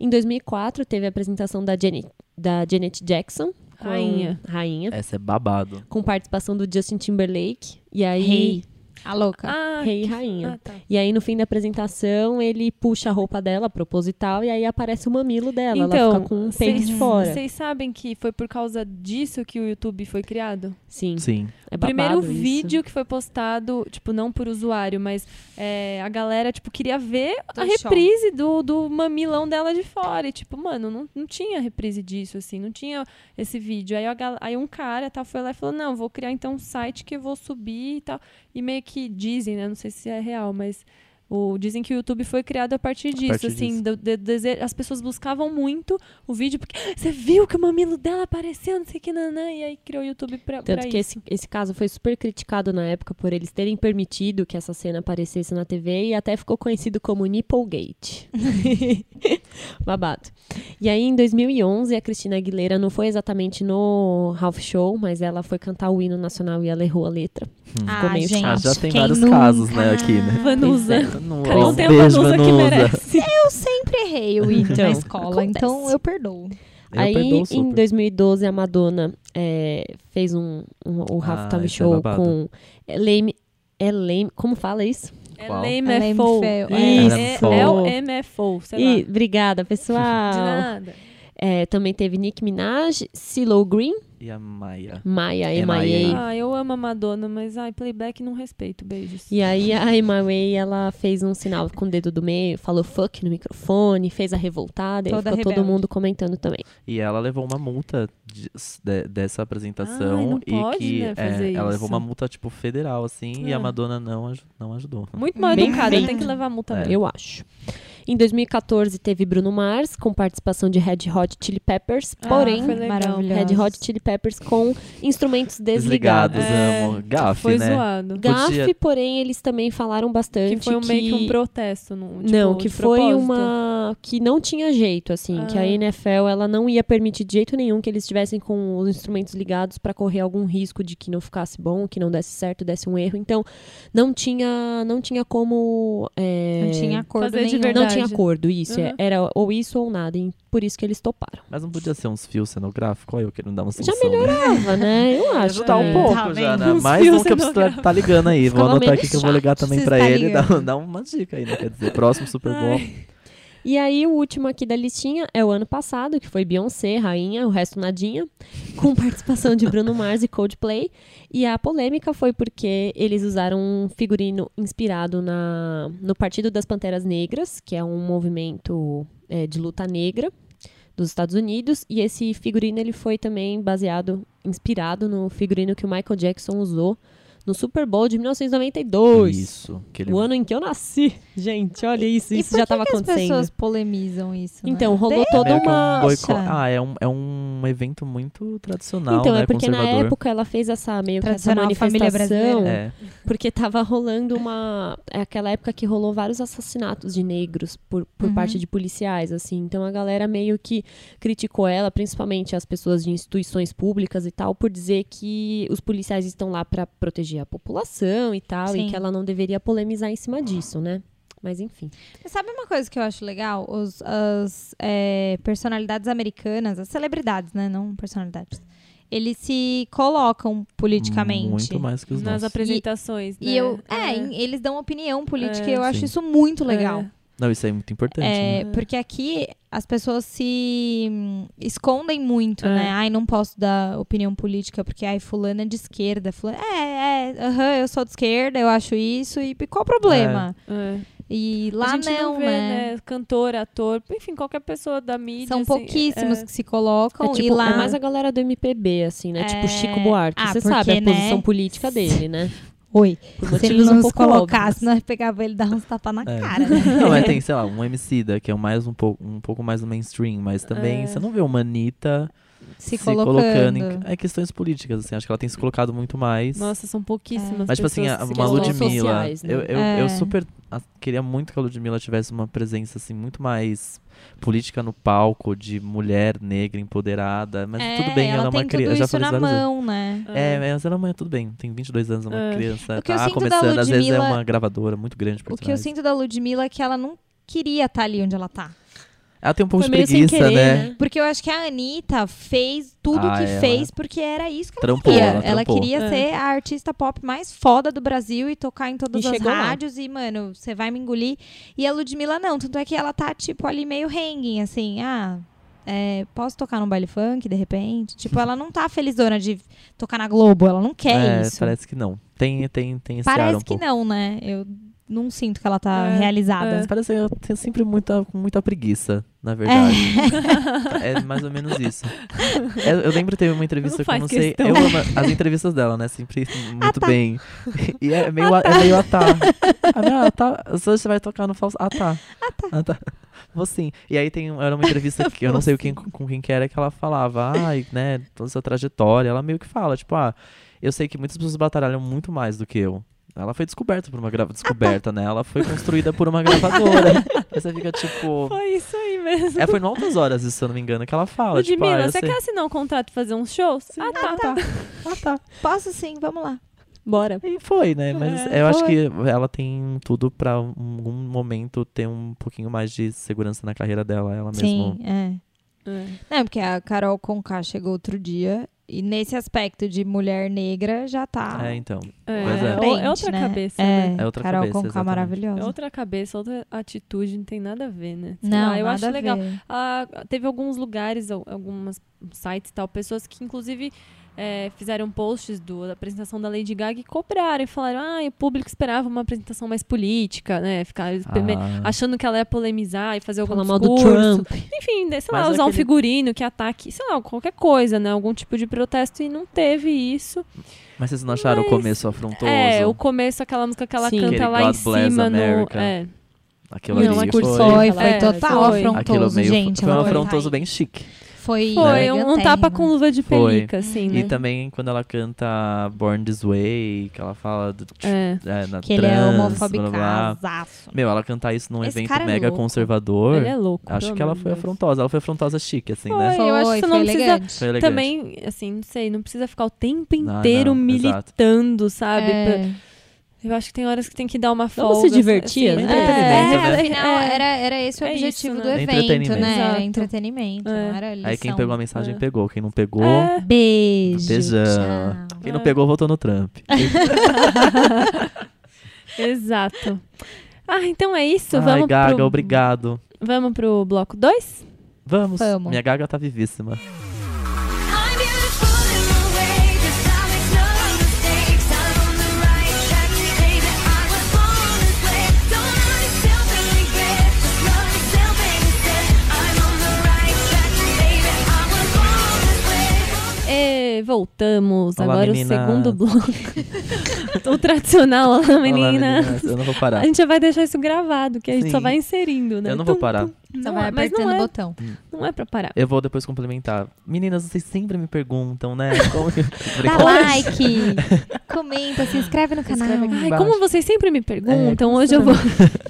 S2: Em 2004, teve a apresentação da, Jenny, da Janet Jackson. com-
S1: Rainha.
S2: Rainha.
S3: Essa é babado.
S2: Com participação do Justin Timberlake. E aí...
S4: Rei. A louca.
S1: Ah,
S2: Rei e
S1: que-
S2: rainha.
S1: Ah, tá.
S2: E aí, no fim da apresentação, ele puxa a roupa dela, proposital, e aí aparece o mamilo dela. ela
S1: Então,
S2: fica com um peito de fora.
S1: Vocês sabem que foi por causa disso que o YouTube foi criado?
S2: Sim,
S3: Sim.
S2: é
S1: O primeiro
S2: babado isso.
S1: vídeo que foi postado, tipo, não por usuário, mas é, a galera, tipo, queria ver
S2: Ah,
S4: Tô
S1: a
S4: em choque.
S1: reprise do, do mamilão dela de fora. E, tipo, mano, não, não tinha reprise disso, assim, não tinha esse vídeo. Aí, a gal- aí um cara tal, foi lá e falou: não, vou criar então um site que eu vou subir e tal. E meio que dizem, né? Não sei se é real, mas. O, dizem que o YouTube foi criado a partir disso,
S3: partir
S1: assim,
S3: disso.
S1: do- de- dese- as pessoas buscavam muito o vídeo, porque "Ah, você viu que o mamilo dela apareceu, não sei o que, nanã, e aí criou o YouTube pra,
S2: Tanto
S1: pra
S2: que
S1: isso.
S2: esse, esse caso foi super criticado na época por eles terem permitido que essa cena aparecesse na TV e até ficou conhecido como Nipplegate. Babado. E aí, em 2011, a Cristina Aguilera não foi exatamente no Half Show, mas ela foi cantar o hino nacional e ela errou a letra.
S4: Ah,
S2: meio
S4: gente,
S3: Ah, já tem
S4: quem
S3: vários
S4: nunca?
S3: casos, né, aqui, né?
S1: Vanusa.
S2: Pois
S3: Vanusa.
S1: Cada um
S3: Um
S1: tem a
S3: beijo,
S1: Vanusa que
S3: Vanusa.
S1: merece.
S4: Eu sempre errei o hino na
S2: Então,
S4: escola,
S2: acontece.
S4: então eu perdoo.
S3: Eu
S2: aí,
S3: perdoo
S2: em
S3: super.
S2: 2012, a Madonna é, fez um, um- o Half
S3: Ah,
S2: Time
S3: esse é
S2: Show
S3: babado.
S2: com é lame, é lame, como fala isso?
S1: É
S3: Qual?
S1: LMFO.
S4: LMFAO.
S3: Isso.
S1: É LMFO, sei
S2: Ih,
S1: lá.
S2: obrigada,
S1: De
S2: pessoal.
S1: nada.
S2: É, também teve Nick Minaj, CeeLo Green,
S3: E a Maia.
S2: Maya,
S3: É,
S2: MIA.
S3: Maia.
S1: Ah, eu amo a Madonna, mas ai, playback não respeito. Beijos.
S2: E aí a MIA, ela fez um sinal com o dedo do meio, falou fuck no microfone, fez a revoltada, e
S4: Toda
S2: ficou todo
S4: rebelde.
S2: mundo comentando também.
S3: E ela levou uma multa de- de-
S1: Ai,
S3: dessa apresentação
S1: não pode,
S3: e que é,
S1: né, fazer
S3: ela levou
S1: isso.
S3: uma multa tipo federal assim e
S1: Ah.
S3: a Madonna não aj- não ajudou.
S1: Muito mal
S2: Bem
S1: educada,
S2: feito.
S1: tem que levar
S3: É,
S1: multa mesmo.
S2: Eu acho. Em 2014 teve Bruno Mars, com participação de Red Hot Chili Peppers,
S1: Ah,
S2: porém...
S1: foi legal.
S4: maravilhoso.
S2: Red Hot Chili Peppers com instrumentos desligados.
S3: Desligados,
S1: É,
S3: amo. Gafe,
S1: Foi
S3: né?
S1: zoado.
S2: Gafe,
S3: Podia-
S2: porém, eles também falaram bastante
S1: Que foi um, meio que um protesto. Num, tipo,
S2: não, que
S1: de
S2: foi
S1: propósito.
S2: uma que não tinha jeito, assim, que
S1: Ah.
S2: a NFL ela não ia permitir de jeito nenhum que eles estivessem com os instrumentos ligados pra correr algum risco de que não ficasse bom, que não desse certo, desse um erro. Então, não tinha, não tinha como é,
S4: Não tinha acordo
S1: Fazer de
S4: nenhum.
S1: verdade.
S2: não tinha acordo, isso é,
S1: Uhum.
S2: era ou isso ou nada, e por isso que eles toparam.
S3: Mas não podia ser uns fios cenográficos? Olha, eu querendo dar uma
S2: Já
S3: solução. né?
S2: melhorava, né? Eu acho.
S3: Ajudar um
S2: né?
S3: pouco
S4: Tá
S3: já,
S4: vendo?
S3: né?
S1: Uns
S3: Mais
S1: fios
S3: um que eu preciso
S1: cenográficos.
S3: tá ligando aí. Vou
S2: Ficava
S3: anotar
S2: meio
S3: aqui que eu vou ligar também
S4: Vocês
S3: pra
S4: tá
S3: ele e dar,
S4: ligando.
S3: dar uma dica aí, né? Quer dizer, próximo Super Bowl.
S2: E aí, o último aqui da listinha é o ano passado, que foi Beyoncé, Rainha, o resto nadinha, com participação de Bruno Mars e Coldplay. E a polêmica foi porque eles usaram um figurino inspirado na, no Partido das Panteras Negras, que é um movimento eh, de luta negra dos Estados Unidos. E esse figurino ele foi também baseado, inspirado no figurino que o Michael Jackson usou no Super Bowl de 1992.
S3: Isso. Que ele...
S2: O ano em que eu nasci. Gente, olha isso.
S4: E
S2: Isso
S4: por
S2: já
S4: que
S2: estava
S4: que
S2: acontecendo.
S4: As pessoas polemizam isso. né?
S2: Então, rolou
S3: É
S2: toda
S3: meio que um
S2: uma.
S3: boico-
S4: Nossa.
S3: Ah, é um, é um evento muito tradicional,
S2: então,
S3: né?
S2: é porque na
S3: Conservador.
S2: época ela fez essa meio que essa
S4: Tradicional família
S2: manifestação,
S3: É.
S2: porque tava rolando uma. É aquela época que rolou vários assassinatos de negros por, por
S4: Uhum.
S2: parte de policiais, assim. Então a galera meio que criticou ela, principalmente as pessoas de instituições públicas e tal, por dizer que os policiais estão lá pra proteger a população e tal,
S4: Sim.
S2: e que ela não deveria polemizar em cima disso, né? Mas enfim. É
S4: Mas Sabe uma coisa que eu acho legal? Os, as é, personalidades americanas, as celebridades, né? Não personalidades. Eles se colocam politicamente.
S3: Muito mais que os
S1: Nas
S3: nossos.
S1: apresentações, né?
S4: E eu. É, em- eles dão opinião política
S1: É.
S4: e eu acho
S3: Sim.
S4: isso muito legal.
S1: É.
S3: Não, isso é muito importante. né?
S4: É, porque aqui as pessoas se hum, escondem muito,
S1: É.
S4: né? Ai, não posso dar opinião política porque, ai, fulano é de esquerda. Fulano... É, é, aham, eu sou de esquerda, eu acho isso. E qual o problema?
S1: É.
S4: E
S1: A
S4: lá
S1: gente não, vê,
S4: né?
S1: né? Cantor, ator, enfim, qualquer pessoa da mídia.
S4: São
S1: assim,
S4: pouquíssimos
S1: é.
S4: que se colocam.
S2: É, tipo,
S4: e lá...
S2: é mais a galera do MPB, assim, né?
S4: É,
S2: Tipo Chico Buarque.
S4: ah,
S2: Você sabe a
S4: porque, né?
S2: posição política dele, né?
S4: Oi,
S2: Por
S4: se ele
S2: motivos
S4: não
S2: um
S4: nos
S2: pouco
S4: colocasse,
S2: óbvios.
S4: nós pegava ele e dava uns tapas na
S3: É.
S4: cara, né?
S3: Não, mas tem, sei lá, um MC da, que é mais um pouco, um pouco mais no mainstream, mas também
S1: É.
S3: você não vê uma Anitta
S4: Se,
S3: colocando.
S4: colocando.
S3: em é, questões políticas, assim, acho que ela tem se colocado muito mais.
S1: Nossa, são pouquíssimas.
S3: mas, tipo assim,
S1: pessoas
S3: a-
S1: que se
S3: uma
S2: colocam.
S1: colocam.
S3: Ludmilla.
S2: Sociais, né?
S3: eu, eu,
S4: É.
S3: eu super a- queria muito que a Ludmilla tivesse uma presença, assim, muito mais política no palco, de mulher negra empoderada. Mas
S4: É,
S3: tudo bem, ela, é uma
S4: tem tudo
S3: criança. Eu já
S4: isso
S3: falei
S4: na
S3: isso várias vezes.
S4: mão, né?
S3: É, mas ela é uma- tudo bem, tem 22 anos, é uma
S1: É.
S3: criança.
S4: Ah. O que eu
S3: Tá
S4: sinto da
S3: começando, às vezes é
S4: Ludmilla-
S3: uma gravadora muito grande por
S4: O que eu
S3: trás.
S4: sinto da Ludmilla é que ela não queria estar ali onde ela tá.
S3: Ela tem um pouco
S2: Foi
S3: de
S2: meio sem
S3: preguiça,
S2: querer,
S3: né?
S2: né?
S4: Porque eu acho que a Anitta fez tudo
S3: Ah,
S4: que
S3: ela
S4: fez porque era isso que ela
S3: Trampou,
S4: queria.
S3: ela trampou.
S4: queria
S1: É.
S4: ser a artista pop mais foda do Brasil e tocar em todas
S2: E
S4: as
S2: chegou lá.
S4: rádios e, mano, você vai me engolir. E a Ludmilla não, tanto é que ela tá, tipo, ali meio hanging, assim, ah... é, posso tocar num baile funk, de repente? Tipo, ela não tá felizona de tocar na Globo, ela não quer
S3: é,
S4: isso.
S3: Parece que não. Tem, tem, tem esse ar um
S4: Parece que
S3: pouco.
S4: não, né? Eu não sinto que ela tá
S1: É,
S4: realizada.
S1: é.
S3: Mas parece que eu tenho sempre muita, com muita preguiça. na verdade. É, mais ou menos isso. É, Eu, eu lembro que teve uma
S1: Não
S3: entrevista que eu
S1: faz
S3: não sei.
S1: questão.
S3: Eu amo as entrevistas dela, né? Sempre
S4: Ah,
S3: muito
S4: tá.
S3: bem. E é meio, a- é meio atá. Ah, não, atá. Se você vai tocar no falso. Ah, tá. Ah, tá. Vou sim. E aí tem, um- era uma entrevista que eu não sei quem, com quem que era que ela falava, ai, né, toda essa trajetória. Ela meio que fala, tipo, ah, eu sei que muitas pessoas batalham muito mais do que eu. Ela foi descoberta por uma
S1: Ah,
S3: grava...
S1: tá.
S3: Descoberta, né? Ela foi construída por uma gravadora. Aí você fica tipo.
S1: Foi isso aí mesmo.
S3: É, foi no Altas Horas, isso, se eu não me engano, que ela fala. tipo, ah,
S1: Ludmilla,
S3: eu
S1: você
S3: sei.
S1: quer assinar um contrato e fazer uns shows? Ah, tá.
S3: Ah, tá.
S4: Posso sim, vamos lá.
S2: Bora.
S3: E foi, né? Mas
S1: É,
S3: eu acho
S1: foi.
S3: que ela tem tudo pra um- algum momento ter um pouquinho mais de segurança na carreira dela, ela mesma.
S4: Sim, é.
S1: É.
S4: Não, porque a Carol Conká chegou outro dia e nesse aspecto de mulher negra já tá.
S3: É, então. Pois
S1: É,
S3: é.
S1: ou-
S4: frente,
S1: é outra
S4: né?
S1: cabeça,
S4: É,
S1: né?
S3: É outra
S4: Carol
S3: cabeça,
S4: Conká
S3: exatamente.
S4: maravilhosa.
S1: É outra cabeça, outra atitude, não tem nada a ver, né? Sei
S4: Não,
S1: lá, eu
S4: nada
S1: acho
S4: a
S1: legal.
S4: ver.
S1: Ah, teve alguns lugares, al- algumas sites e tal, pessoas que inclusive eh, fizeram posts do- da apresentação da Lady Gaga e cobraram e falaram, ah, o público esperava uma apresentação mais política, né? Ficaram espreme-
S3: Ah.
S1: achando que ela ia polemizar e fazer algum
S2: Falar mal do
S1: discurso.
S2: Trump.
S1: Enfim, né, sei
S3: Mas
S1: lá, usar um
S3: aquele-
S1: figurino que ataque, sei lá, qualquer coisa, né? Algum tipo de protesto e não teve isso.
S3: Mas vocês não acharam
S1: Mas-
S3: o começo afrontoso?
S1: É, o começo, aquela música que ela
S2: Sim.
S1: canta
S3: Aquele
S1: lá em
S3: God Bless
S1: cima
S3: America.
S1: no. É.
S3: Aquilo
S2: Não,
S3: ali
S2: aquilo
S3: foi...
S4: Foi, foi
S1: É,
S4: total
S1: foi.
S3: Aquilo
S4: afrontoso,
S3: meio...
S4: gente.
S1: é
S3: foi um
S4: ela tá
S3: afrontoso
S4: aí.
S3: bem chique.
S4: Foi,
S1: Foi um, um tapa com luva de
S3: Foi.
S1: pelica, assim, né?
S3: E também quando ela canta Born This Way, que ela fala do...
S1: É.
S3: é, na
S4: Que ele é
S3: trans, blá, blá, blá.
S4: homofobicaço.
S3: Meu, ela cantar isso num
S4: Esse
S3: evento
S4: cara é
S3: mega
S4: louco.
S3: conservador.
S1: Ele é louco.
S3: Acho
S1: pelo
S3: que ela
S1: amor de
S3: foi
S1: Deus.
S3: afrontosa. Ela foi afrontosa chique, assim,
S1: Foi,
S3: né?
S1: eu acho que você não precisa-
S3: Foi elegante.
S1: Também, assim, não sei, não precisa ficar o tempo
S3: Não,
S1: inteiro
S3: não, exato.
S1: militando, sabe?
S4: É.
S1: Pra- Eu acho que tem horas que tem que dar uma folga.
S2: Vamos se divertir,
S1: assim,
S2: né?
S1: é,
S3: Entretenimento,
S1: é,
S3: né?
S4: Afinal,
S1: é,
S4: era, era esse o
S1: É
S4: objetivo
S1: isso,
S4: do
S1: né?
S4: evento,
S3: Entretenimento.
S4: né? Era
S1: Exato.
S4: entretenimento,
S1: É.
S4: não era lição.
S3: Aí quem pegou a mensagem
S1: É.
S3: pegou. Quem não pegou,
S1: é.
S4: Beijo,
S3: beijão.
S4: tchau.
S3: Quem não
S1: É.
S3: pegou, votou no Trump.
S1: Exato. Ah, então é isso.
S3: Ai,
S1: vamos,
S3: Gaga,
S1: pro,
S3: obrigado.
S1: vamos pro bloco 2?
S3: Vamos.
S4: Vamos.
S3: Minha Gaga tá vivíssima.
S6: I'm beautiful in the way that I make no mistakes. I'm on the right track today that I was born this way. Don't let yourself in regret. Just love yourself instead. I'm on the right track today that I was born this way.
S1: E voltamos.
S3: Olá,
S1: Agora
S3: meninas.
S1: o segundo bloco. o tradicional, olá,
S3: Olá,
S1: meninas.
S3: meninas. Eu não vou parar.
S1: A gente já vai deixar isso gravado, que a gente só
S3: Sim.
S1: vai inserindo, né?
S3: Eu não vou
S1: Tum,
S3: parar.
S1: tum.
S4: Só
S1: Não,
S4: vai
S1: é- mas não
S4: apertando o
S1: é,
S4: botão.
S1: não é pra parar.
S3: Eu vou depois complementar. Meninas, vocês sempre me perguntam, né? Como que...
S1: Tá
S4: Dá
S3: Como-
S4: like, comenta, se inscreve no canal.
S3: inscreve aqui.
S1: Ai,
S3: embaixo.
S1: como vocês sempre me perguntam,
S3: É,
S1: hoje eu vou.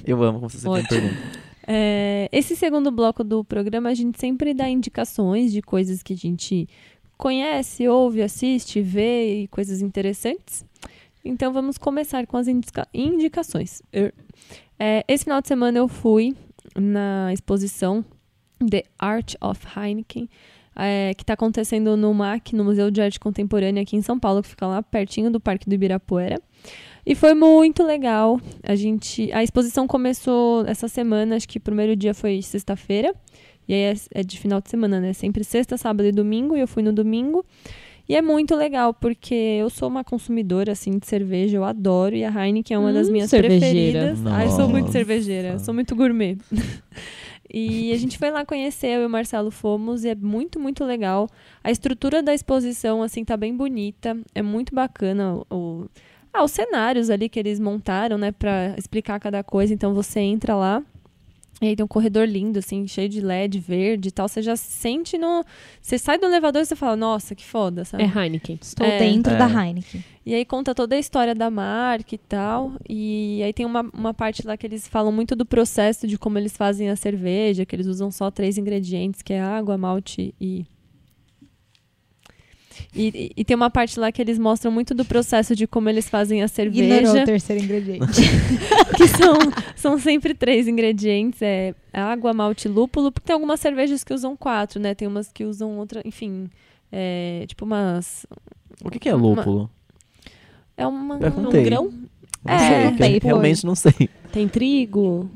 S3: Eu amo como vocês sempre me
S1: Ótimo.
S3: perguntam.
S1: É, esse segundo bloco do programa, a gente sempre dá indicações de coisas que a gente conhece, ouve, assiste, vê e coisas interessantes. Então vamos começar com as indica- indicações. Er. É, esse final de semana eu fui na exposição The Art of Heineken, é, que está acontecendo no MAC, no Museu de Arte Contemporânea aqui em São Paulo, que fica lá pertinho do Parque do Ibirapuera. E foi muito legal. A gente, a exposição começou essa semana, acho que o primeiro dia foi sexta-feira. E aí é, é de final de semana, né? Sempre sexta, sábado e domingo, e eu fui no domingo. E é muito legal, porque eu sou uma consumidora, assim, de cerveja, eu adoro, e a Heineken é uma das
S2: Hum,
S1: minhas
S2: cervejeira.
S1: preferidas. Ai, sou muito
S3: Nossa.
S1: cervejeira, sou muito gourmet. e a gente foi lá conhecer, eu e o Marcelo fomos, e é muito, muito legal. A estrutura da exposição, assim, tá bem bonita, é muito bacana o- o, ah, os cenários ali que eles montaram, né, Pra explicar cada coisa. Então você entra lá. E aí tem um corredor lindo, assim, cheio de LED verde e tal. Você já se sente no. Você sai do elevador e você fala, nossa, que foda, sabe?
S2: É Heineken.
S4: Estou
S1: É.
S4: dentro
S3: É.
S4: da Heineken.
S1: E aí conta toda a história da marca e tal. E aí tem uma, uma parte lá que eles falam muito do processo de como eles fazem a cerveja, que eles usam só três ingredientes, que é água, malte e. E, e- e tem uma parte lá que eles mostram muito do processo de como eles fazem a
S4: Ignorou o
S1: cerveja,
S4: terceiro ingrediente.
S1: que são, são sempre três ingredientes, é água, malte, e lúpulo, porque tem algumas cervejas que usam quatro, né? Tem umas que usam outra, enfim, é, tipo umas...
S3: O que, que é lúpulo?
S1: É uma...
S3: Perguntei.
S1: um grão?
S3: Não
S1: É,
S3: sei.
S1: não
S4: tem, pô.
S3: realmente não sei.
S2: Tem trigo.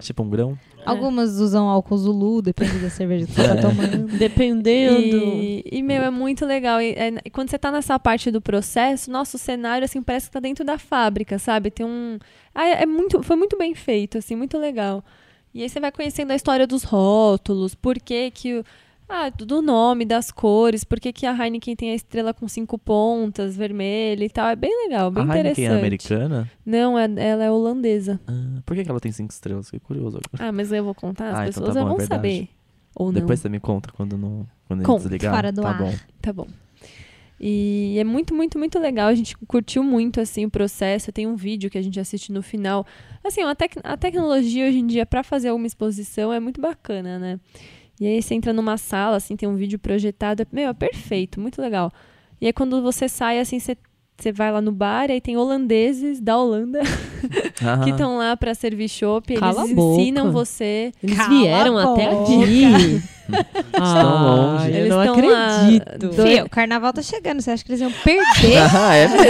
S3: Tipo um grão?
S4: Algumas usam álcool Zulu, depende da cerveja que você tá tomando.
S2: Dependendo.
S1: E, e, meu, é muito legal. E, é, e quando você tá nessa parte do processo, nossa, o cenário, assim, parece que tá dentro da fábrica, sabe? Tem um. Ah, é é muito, foi muito bem feito, assim, muito legal. E aí você vai conhecendo a história dos rótulos, por que que o- ah, do nome, das cores, por que que a Heineken tem a estrela com cinco pontas, vermelha e tal. É bem legal, bem
S3: a
S1: interessante.
S3: Heineken é americana?
S1: Não, é- ela é holandesa.
S3: Ah, por que, que ela tem cinco estrelas? Fiquei curioso agora.
S1: Ah, mas eu vou contar, as
S3: Ah, então
S1: pessoas
S3: tá bom,
S1: vão
S3: é verdade.
S1: saber. Ou não.
S3: Depois você me conta quando não quando
S1: Conto,
S3: ele desligar.
S4: fora do
S3: tá
S4: ar.
S3: bom.
S1: Tá bom. E é muito, muito, muito legal. A gente curtiu muito, assim, o processo. Tem um vídeo que a gente assiste no final. Assim, a, tec- a tecnologia hoje em dia, para fazer alguma exposição, é muito bacana, né? E aí você entra numa sala, assim, tem um vídeo projetado. é- Meu, é perfeito, muito legal. E aí quando você sai, assim, você, você vai lá no bar e aí tem holandeses da Holanda
S3: Ah,
S1: que estão lá para servir chopp. Eles
S2: Cala a
S1: ensinam
S2: boca.
S1: você...
S2: Eles
S4: Cala
S2: vieram
S4: a
S2: até
S4: boca.
S2: aqui. Ah,
S3: Estão longe.
S2: Eu
S1: Eles
S2: não
S1: estão lá dois-
S2: acredito.
S4: Fê, o carnaval tá chegando. Você acha que eles iam perder
S3: Ah, é mesmo?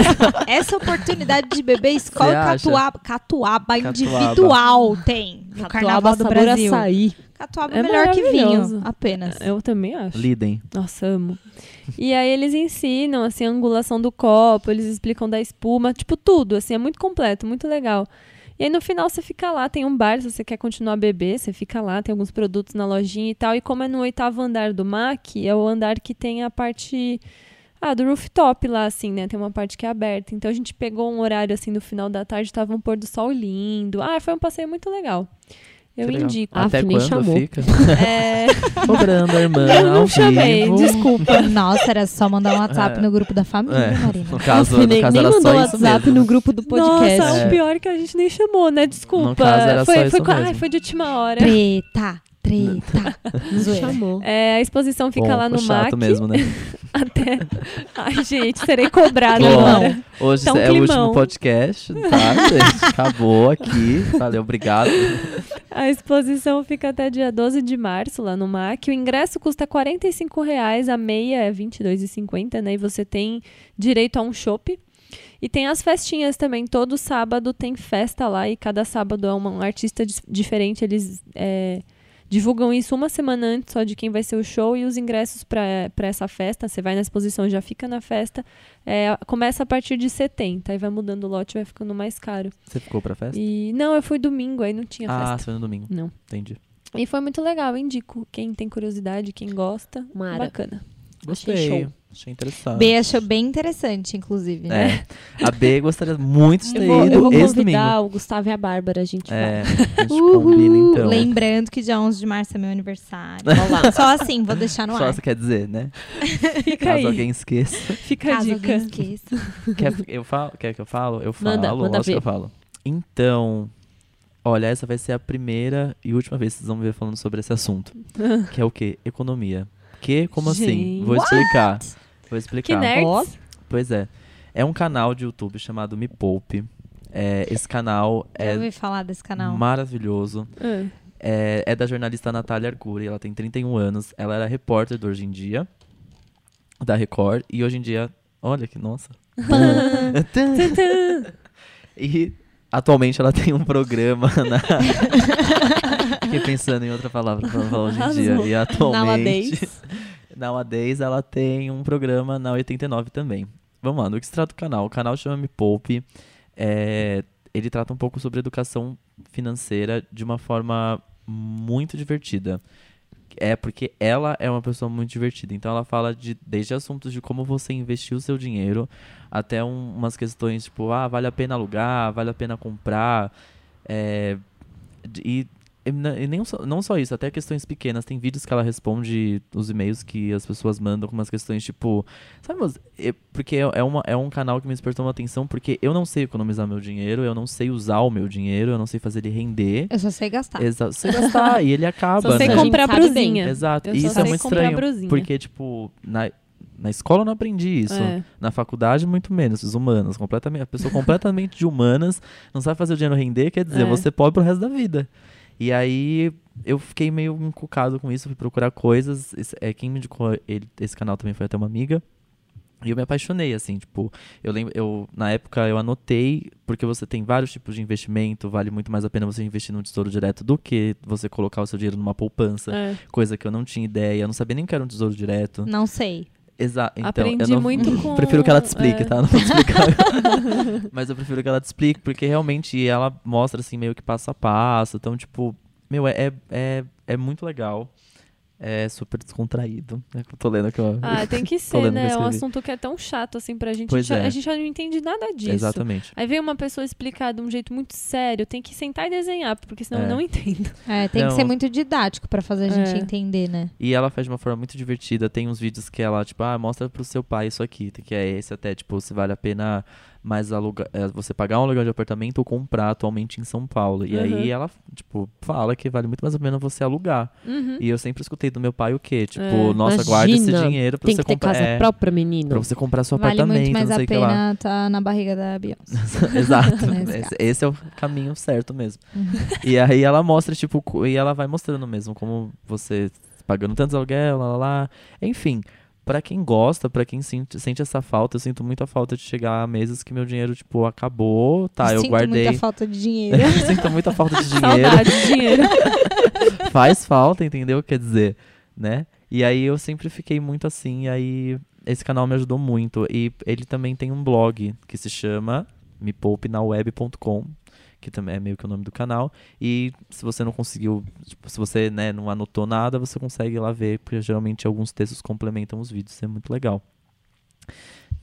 S4: essa oportunidade de beber escola
S3: Você acha?
S4: catuaba, catuaba individual tem no carnaval
S2: Catuaba
S4: do
S2: sabor
S4: Brasil.
S2: açaí.
S4: Catuaba
S1: É
S4: é melhor que vinho,
S1: maravilhoso. É,
S4: apenas.
S1: Eu também acho.
S3: Lidem.
S1: Nossa, amo. E aí eles ensinam, assim, a angulação do copo, eles explicam da espuma, tipo, tudo, assim, é muito completo, muito legal. E aí no final você fica lá, tem um bar, se você quer continuar a beber, você fica lá, tem alguns produtos na lojinha e tal. E como é no oitavo andar do MAC, é o andar que tem a parte. Ah, do rooftop lá, assim, né? Tem uma parte que é aberta. Então a gente pegou um horário, assim, no final da tarde, tava um pôr do sol lindo. Ah, foi um passeio muito legal. Eu
S3: Que legal.
S1: indico.
S2: Ah,
S3: Até
S2: nem
S3: quando
S2: chamou.
S3: fica?
S1: É,
S3: Cobrando a irmã
S1: Eu não
S3: ao
S1: chamei,
S3: vivo.
S4: Desculpa. Nossa, era só mandar um WhatsApp no grupo da família,
S3: É,
S4: Marina.
S3: no caso,
S2: Afinei-
S3: no caso
S2: nem
S3: era
S2: mandou
S3: só isso
S2: WhatsApp
S3: mesmo.
S2: no grupo do podcast.
S1: Nossa,
S3: É.
S1: o pior é que a gente nem chamou, né?
S3: No
S1: Desculpa.
S3: caso, era
S1: foi,
S3: só
S1: foi,
S3: isso
S1: co- ai,
S3: mesmo.
S1: foi de última hora.
S4: Treta, treta.
S2: Não
S4: Zoeira.
S2: chamou.
S1: É, a exposição fica
S3: Bom,
S1: lá
S3: foi
S1: no MAC
S3: chato mesmo, né?
S1: até. Ai, gente, serei cobrada
S3: Bom,
S1: agora.
S3: Hoje
S1: Tá um
S3: é o último
S1: climão.
S3: podcast, tá, gente? Acabou aqui. Valeu, obrigado.
S1: A exposição fica até dia 12 de março lá no MAC. O ingresso custa R$ 45 reais, a meia é R$ 22,50, né? E você tem direito a um chopp. E tem as festinhas também. Todo sábado tem festa lá e cada sábado é uma- um artista dis- diferente. Eles é, divulgam isso uma semana antes só de quem vai ser o show e os ingressos para essa festa. Você vai na exposição, já fica na festa. É, começa a partir de 70, aí vai mudando o lote, vai ficando mais caro.
S3: Você ficou pra festa?
S1: E não, eu fui domingo, aí não tinha
S3: Ah,
S1: festa.
S3: você foi no domingo.
S1: Não.
S3: Entendi.
S1: E foi muito legal, indico. Quem tem curiosidade, quem gosta,
S2: Mara.
S1: bacana.
S2: Achei
S3: Gostei.
S2: show.
S3: Achei interessante.
S4: B achou bem interessante, inclusive.
S1: Uhum.
S4: né?
S3: Tá. É. A B gostaria muito de ter
S2: Eu vou,
S3: ido
S2: eu vou
S3: esse
S2: convidar
S3: domingo.
S2: o Gustavo e a Bárbara, a gente vai.
S3: É, a gente
S4: Uhul.
S3: combina então.
S4: Lembrando que dia 11 de março é meu aniversário.
S2: Olha lá.
S4: Só assim, vou deixar no
S3: Só
S4: ar.
S3: você quer dizer, né?
S1: é? Fica
S3: Caso
S1: aí,
S3: alguém esqueça.
S1: fica a
S4: Caso alguém
S1: dica.
S4: esqueça.
S3: quer, eu falo, quer que eu falo? Eu falo,
S2: Manda, manda
S3: lógico que
S2: ver.
S3: eu falo. Então, olha, essa vai ser a primeira e última vez que vocês vão me ver falando sobre esse assunto. que é o quê? Economia. Que? Como assim?
S1: Gente.
S3: Vou explicar. Vou explicar.
S1: Que nerds.
S2: Ó.
S3: Pois é. É um canal de YouTube chamado Me Poupe. É, esse canal
S4: Eu
S3: é
S4: ouvi falar desse canal.
S3: maravilhoso.
S1: Ah.
S3: É, é da jornalista Natália Arcuri, ela tem 31 anos. Ela era repórter do Hoje em Dia, da Record. E hoje em dia, olha que nossa. e atualmente ela tem um programa na... Fiquei pensando em outra palavra pra falar hoje em dia. E atualmente...
S2: Nowadays.
S3: Nowadays ela tem um programa na 89 também. Vamos lá, no que se trata o canal? O canal chama Me Poupe. É, ele trata um pouco sobre educação financeira de uma forma muito divertida. É porque ela é uma pessoa muito divertida. Então ela fala de desde assuntos de como você investir o seu dinheiro até um- umas questões tipo, ah, vale a pena alugar, vale a pena comprar. É, de- e e na- e nem só, não só isso, até questões pequenas. Tem vídeos que ela responde os e-mails que as pessoas mandam com umas questões tipo. Sabe, mas, é- porque é, é uma, é um canal que me despertou uma atenção, porque eu não sei economizar meu dinheiro, eu não sei usar o meu dinheiro, eu não sei fazer ele render.
S4: Eu só sei gastar.
S3: Exato. Você gastar e ele acaba,
S1: Tá. Só sei
S3: né?
S2: com-
S1: comprar
S2: A gente sabe
S1: brusinha.
S3: Exato.
S1: Eu
S3: E
S1: só
S3: isso é
S1: sei
S3: muito
S1: comprar
S3: estranho.
S1: brusinha.
S3: Porque, tipo, na, na escola eu não aprendi isso.
S1: É.
S3: Na faculdade, muito menos. Os humanos, completamente. A pessoa completamente de humanas, não sabe fazer o dinheiro render, quer dizer,
S1: É.
S3: você pobre pro resto da vida. E aí eu fiquei meio encucado com isso, fui procurar coisas. Esse- é, quem me indicou ele- esse canal também foi até uma amiga. E eu me apaixonei, assim, tipo, eu lembro, eu, na época eu anotei, porque você tem vários tipos de investimento, vale muito mais a pena você investir num tesouro direto do que você colocar o seu dinheiro numa poupança,
S1: É.
S3: coisa que eu não tinha ideia, eu não sabia nem que era um tesouro direto.
S4: Não sei.
S3: Exato. Então, eu
S1: Aprendi
S3: não,
S1: muito com-
S3: Prefiro que ela te explique,
S1: é.
S3: tá? Não vou te explicar. Mas eu prefiro que ela te explique, porque realmente ela mostra, assim, meio que passo a passo. Então, tipo, Meu, é, é, é, é muito legal. É super descontraído. né, que eu tô lendo aqui, ó.
S1: Ah, tem que
S3: Tô
S1: ser,
S3: lendo o que
S1: né?
S3: eu
S1: É um
S3: escrevi.
S1: assunto que é tão chato, assim, pra gente.
S3: Pois
S1: a, gente
S3: é.
S1: a gente já não entende nada disso.
S3: Exatamente.
S1: Aí vem uma pessoa explicar de um jeito muito sério, tem que sentar e desenhar, porque senão
S3: É.
S1: eu não entendo.
S4: É, tem
S3: Não.
S4: que ser muito didático pra fazer a gente
S1: É.
S4: entender, né?
S3: E ela faz de uma forma muito divertida. Tem uns vídeos que ela, tipo, ah, mostra pro seu pai isso aqui. Que é esse até, tipo, se vale a pena mais aluga é, você pagar um aluguel de apartamento ou comprar atualmente em São Paulo. E
S1: Uhum.
S3: aí ela, tipo, fala que vale muito mais a pena você alugar.
S1: Uhum.
S3: E eu sempre escutei do meu pai o quê? Tipo,
S1: É.
S3: nossa, guarda esse
S2: Imagina,
S3: dinheiro pra
S2: Tem
S3: você
S2: que ter
S3: comprar.
S2: casa
S3: é,
S2: própria, menino.
S3: pra você comprar seu
S4: Vale
S3: apartamento,
S4: muito mais
S3: não sei
S4: a
S3: o que lá.
S4: pena tá na barriga da Beyoncé.
S3: Exato.
S4: Mas,
S3: esse, esse é o caminho certo mesmo. e aí ela mostra, tipo, co- e ela vai mostrando mesmo como você pagando tantos aluguel, lá, lá, lá. Enfim, pra quem gosta, pra quem sente, sente essa falta, eu sinto muita falta de chegar a meses que meu dinheiro, tipo, acabou, tá, eu
S4: Sinto
S3: guardei.
S4: muita falta de dinheiro.
S3: sinto muita falta de dinheiro
S1: Saudade, dinheiro.
S3: faz falta, entendeu? Quer dizer, né? E aí eu sempre fiquei muito assim, e aí esse canal me ajudou muito. E ele também tem um blog que se chama mepoupenaweb.com, que também é meio que o nome do canal. E se você não conseguiu, tipo, se você né, não anotou nada, você consegue ir lá ver, porque geralmente alguns textos complementam os vídeos, isso é muito legal.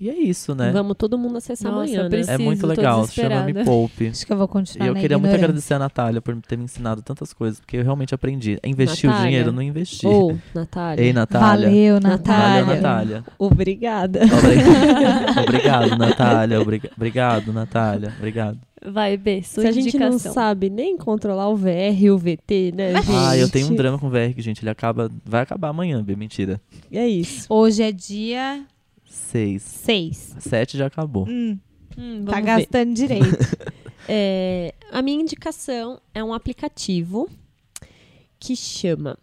S3: E é isso, né?
S2: Vamos todo mundo acessar
S1: Nossa,
S2: amanhã,
S1: eu
S2: né?
S3: é
S1: preciso,
S3: muito
S1: tô
S3: legal, se chama Me
S1: desesperada.
S3: Poupe.
S4: Acho que eu vou
S3: E
S4: continuar
S3: eu
S4: na
S3: queria muito
S4: ignorância.
S3: agradecer a Natália por ter me ensinado tantas coisas, porque eu realmente aprendi. É Investir o
S2: Natália.
S3: dinheiro, eu não investi.
S2: Ou, Natália.
S3: Ei, Natália.
S4: Valeu,
S3: Valeu,
S4: Natália.
S3: Natália.
S2: Obrigada.
S3: Obri- Obrigado, Natália. Obri- Obrigado, Natália. Obrigado.
S1: Vai, B, sua
S2: Se a gente não
S1: indicação.
S2: sabe nem controlar o VR e o VT, né, gente?
S3: Ah, eu tenho um drama com o VR, que, gente. Ele acaba. Vai acabar amanhã, B. Mentira.
S2: É isso.
S4: Hoje é dia
S3: Seis.
S4: 6.
S3: Sete já acabou.
S1: Hum,
S4: tá
S1: vamos ver.
S4: gastando direito.
S2: É, a minha indicação é um aplicativo que chama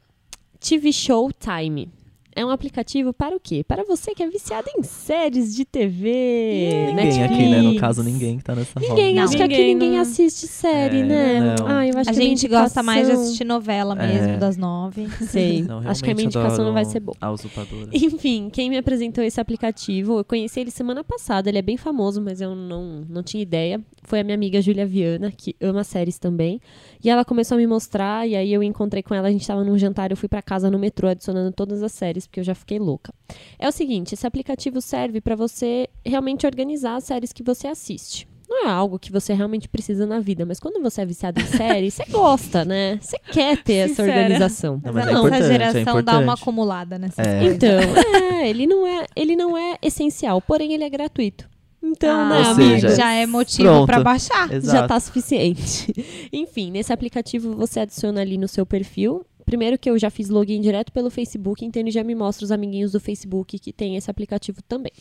S2: TV Show Time. É um aplicativo para o quê? Para você que é viciado em séries de TV.
S3: Ninguém aqui, né? No caso, ninguém que tá nessa
S2: Ninguém,
S3: roda.
S2: acho que aqui
S1: Ninguém,
S2: ninguém
S1: não-
S2: assiste série,
S3: É,
S2: né?
S3: não.
S2: Ah, eu acho
S4: a
S2: que minha
S4: gente gosta mais de
S2: indicação-
S4: assistir novela
S3: É.
S4: mesmo, das nove.
S2: Sei.
S3: Não,
S2: acho que a minha
S3: realmente
S2: indicação não vai
S3: adoro
S2: ser boa. tá-
S3: A usurpadora.
S2: Enfim, quem me apresentou esse aplicativo, eu conheci ele semana passada, ele é bem famoso, mas eu não, não tinha ideia. Foi a minha amiga Julia Viana, que ama séries também. E ela começou a me mostrar, e aí eu encontrei com ela, a gente tava num jantar, eu fui pra casa no metrô adicionando todas as séries, porque eu já fiquei louca. É o seguinte, esse aplicativo serve pra você realmente organizar as séries que você assiste. Não é algo que você realmente precisa na vida, mas quando você é viciado em série, você gosta, né? Você quer ter essa
S1: Sincera.
S2: organização.
S3: Não, mas é
S4: a nossa
S3: importante, é
S4: geração dá uma
S3: importante.
S4: acumulada nessa
S3: É.
S2: Então, é, ele não é, ele não é essencial, porém ele é gratuito. Então, né,
S3: Ah, ou
S2: amiga?
S3: seja,
S4: Ah, já é motivo
S3: pronto.
S4: pra baixar.
S2: já
S3: Exato.
S2: tá suficiente. Enfim, nesse aplicativo você adiciona ali no seu perfil. Primeiro que eu já fiz login direto pelo Facebook, então ele já me mostra os amiguinhos do Facebook que tem esse aplicativo também.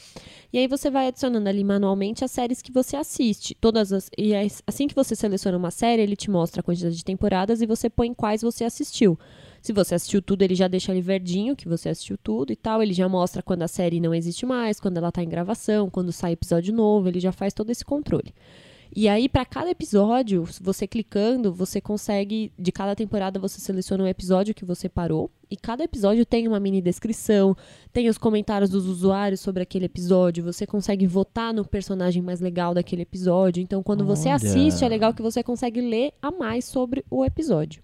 S2: E aí você vai adicionando ali manualmente as séries que você assiste. Todas as, e as- assim que você seleciona uma série, ele te mostra a quantidade de temporadas e você põe quais você assistiu. Se você assistiu tudo, ele já deixa ali verdinho que você assistiu tudo e tal. Ele já mostra quando a série não existe mais, quando ela tá em gravação, quando sai episódio novo, ele já faz todo esse controle. E aí, para cada episódio, se você clicando, você consegue. De cada temporada, você seleciona um episódio que você parou. E cada episódio tem uma mini descrição, tem os comentários dos usuários sobre aquele episódio. Você consegue votar no personagem mais legal daquele episódio. Então, quando você
S3: Olha.
S2: assiste, é legal que você consegue ler a mais sobre o episódio.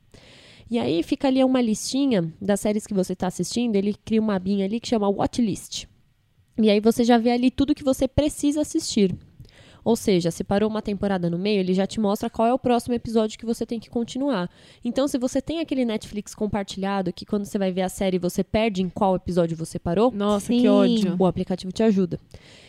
S2: E aí fica ali uma listinha das séries que você está assistindo. Ele cria uma abinha ali que chama Watchlist. E aí você já vê ali tudo que você precisa assistir. Ou seja, se parou uma temporada no meio, ele já te mostra qual é o próximo episódio que você tem que continuar. Então, se você tem aquele Netflix compartilhado, que quando você vai ver a série você perde em qual episódio você parou,
S1: Nossa,
S4: Sim.
S1: que ódio.
S2: o aplicativo te ajuda.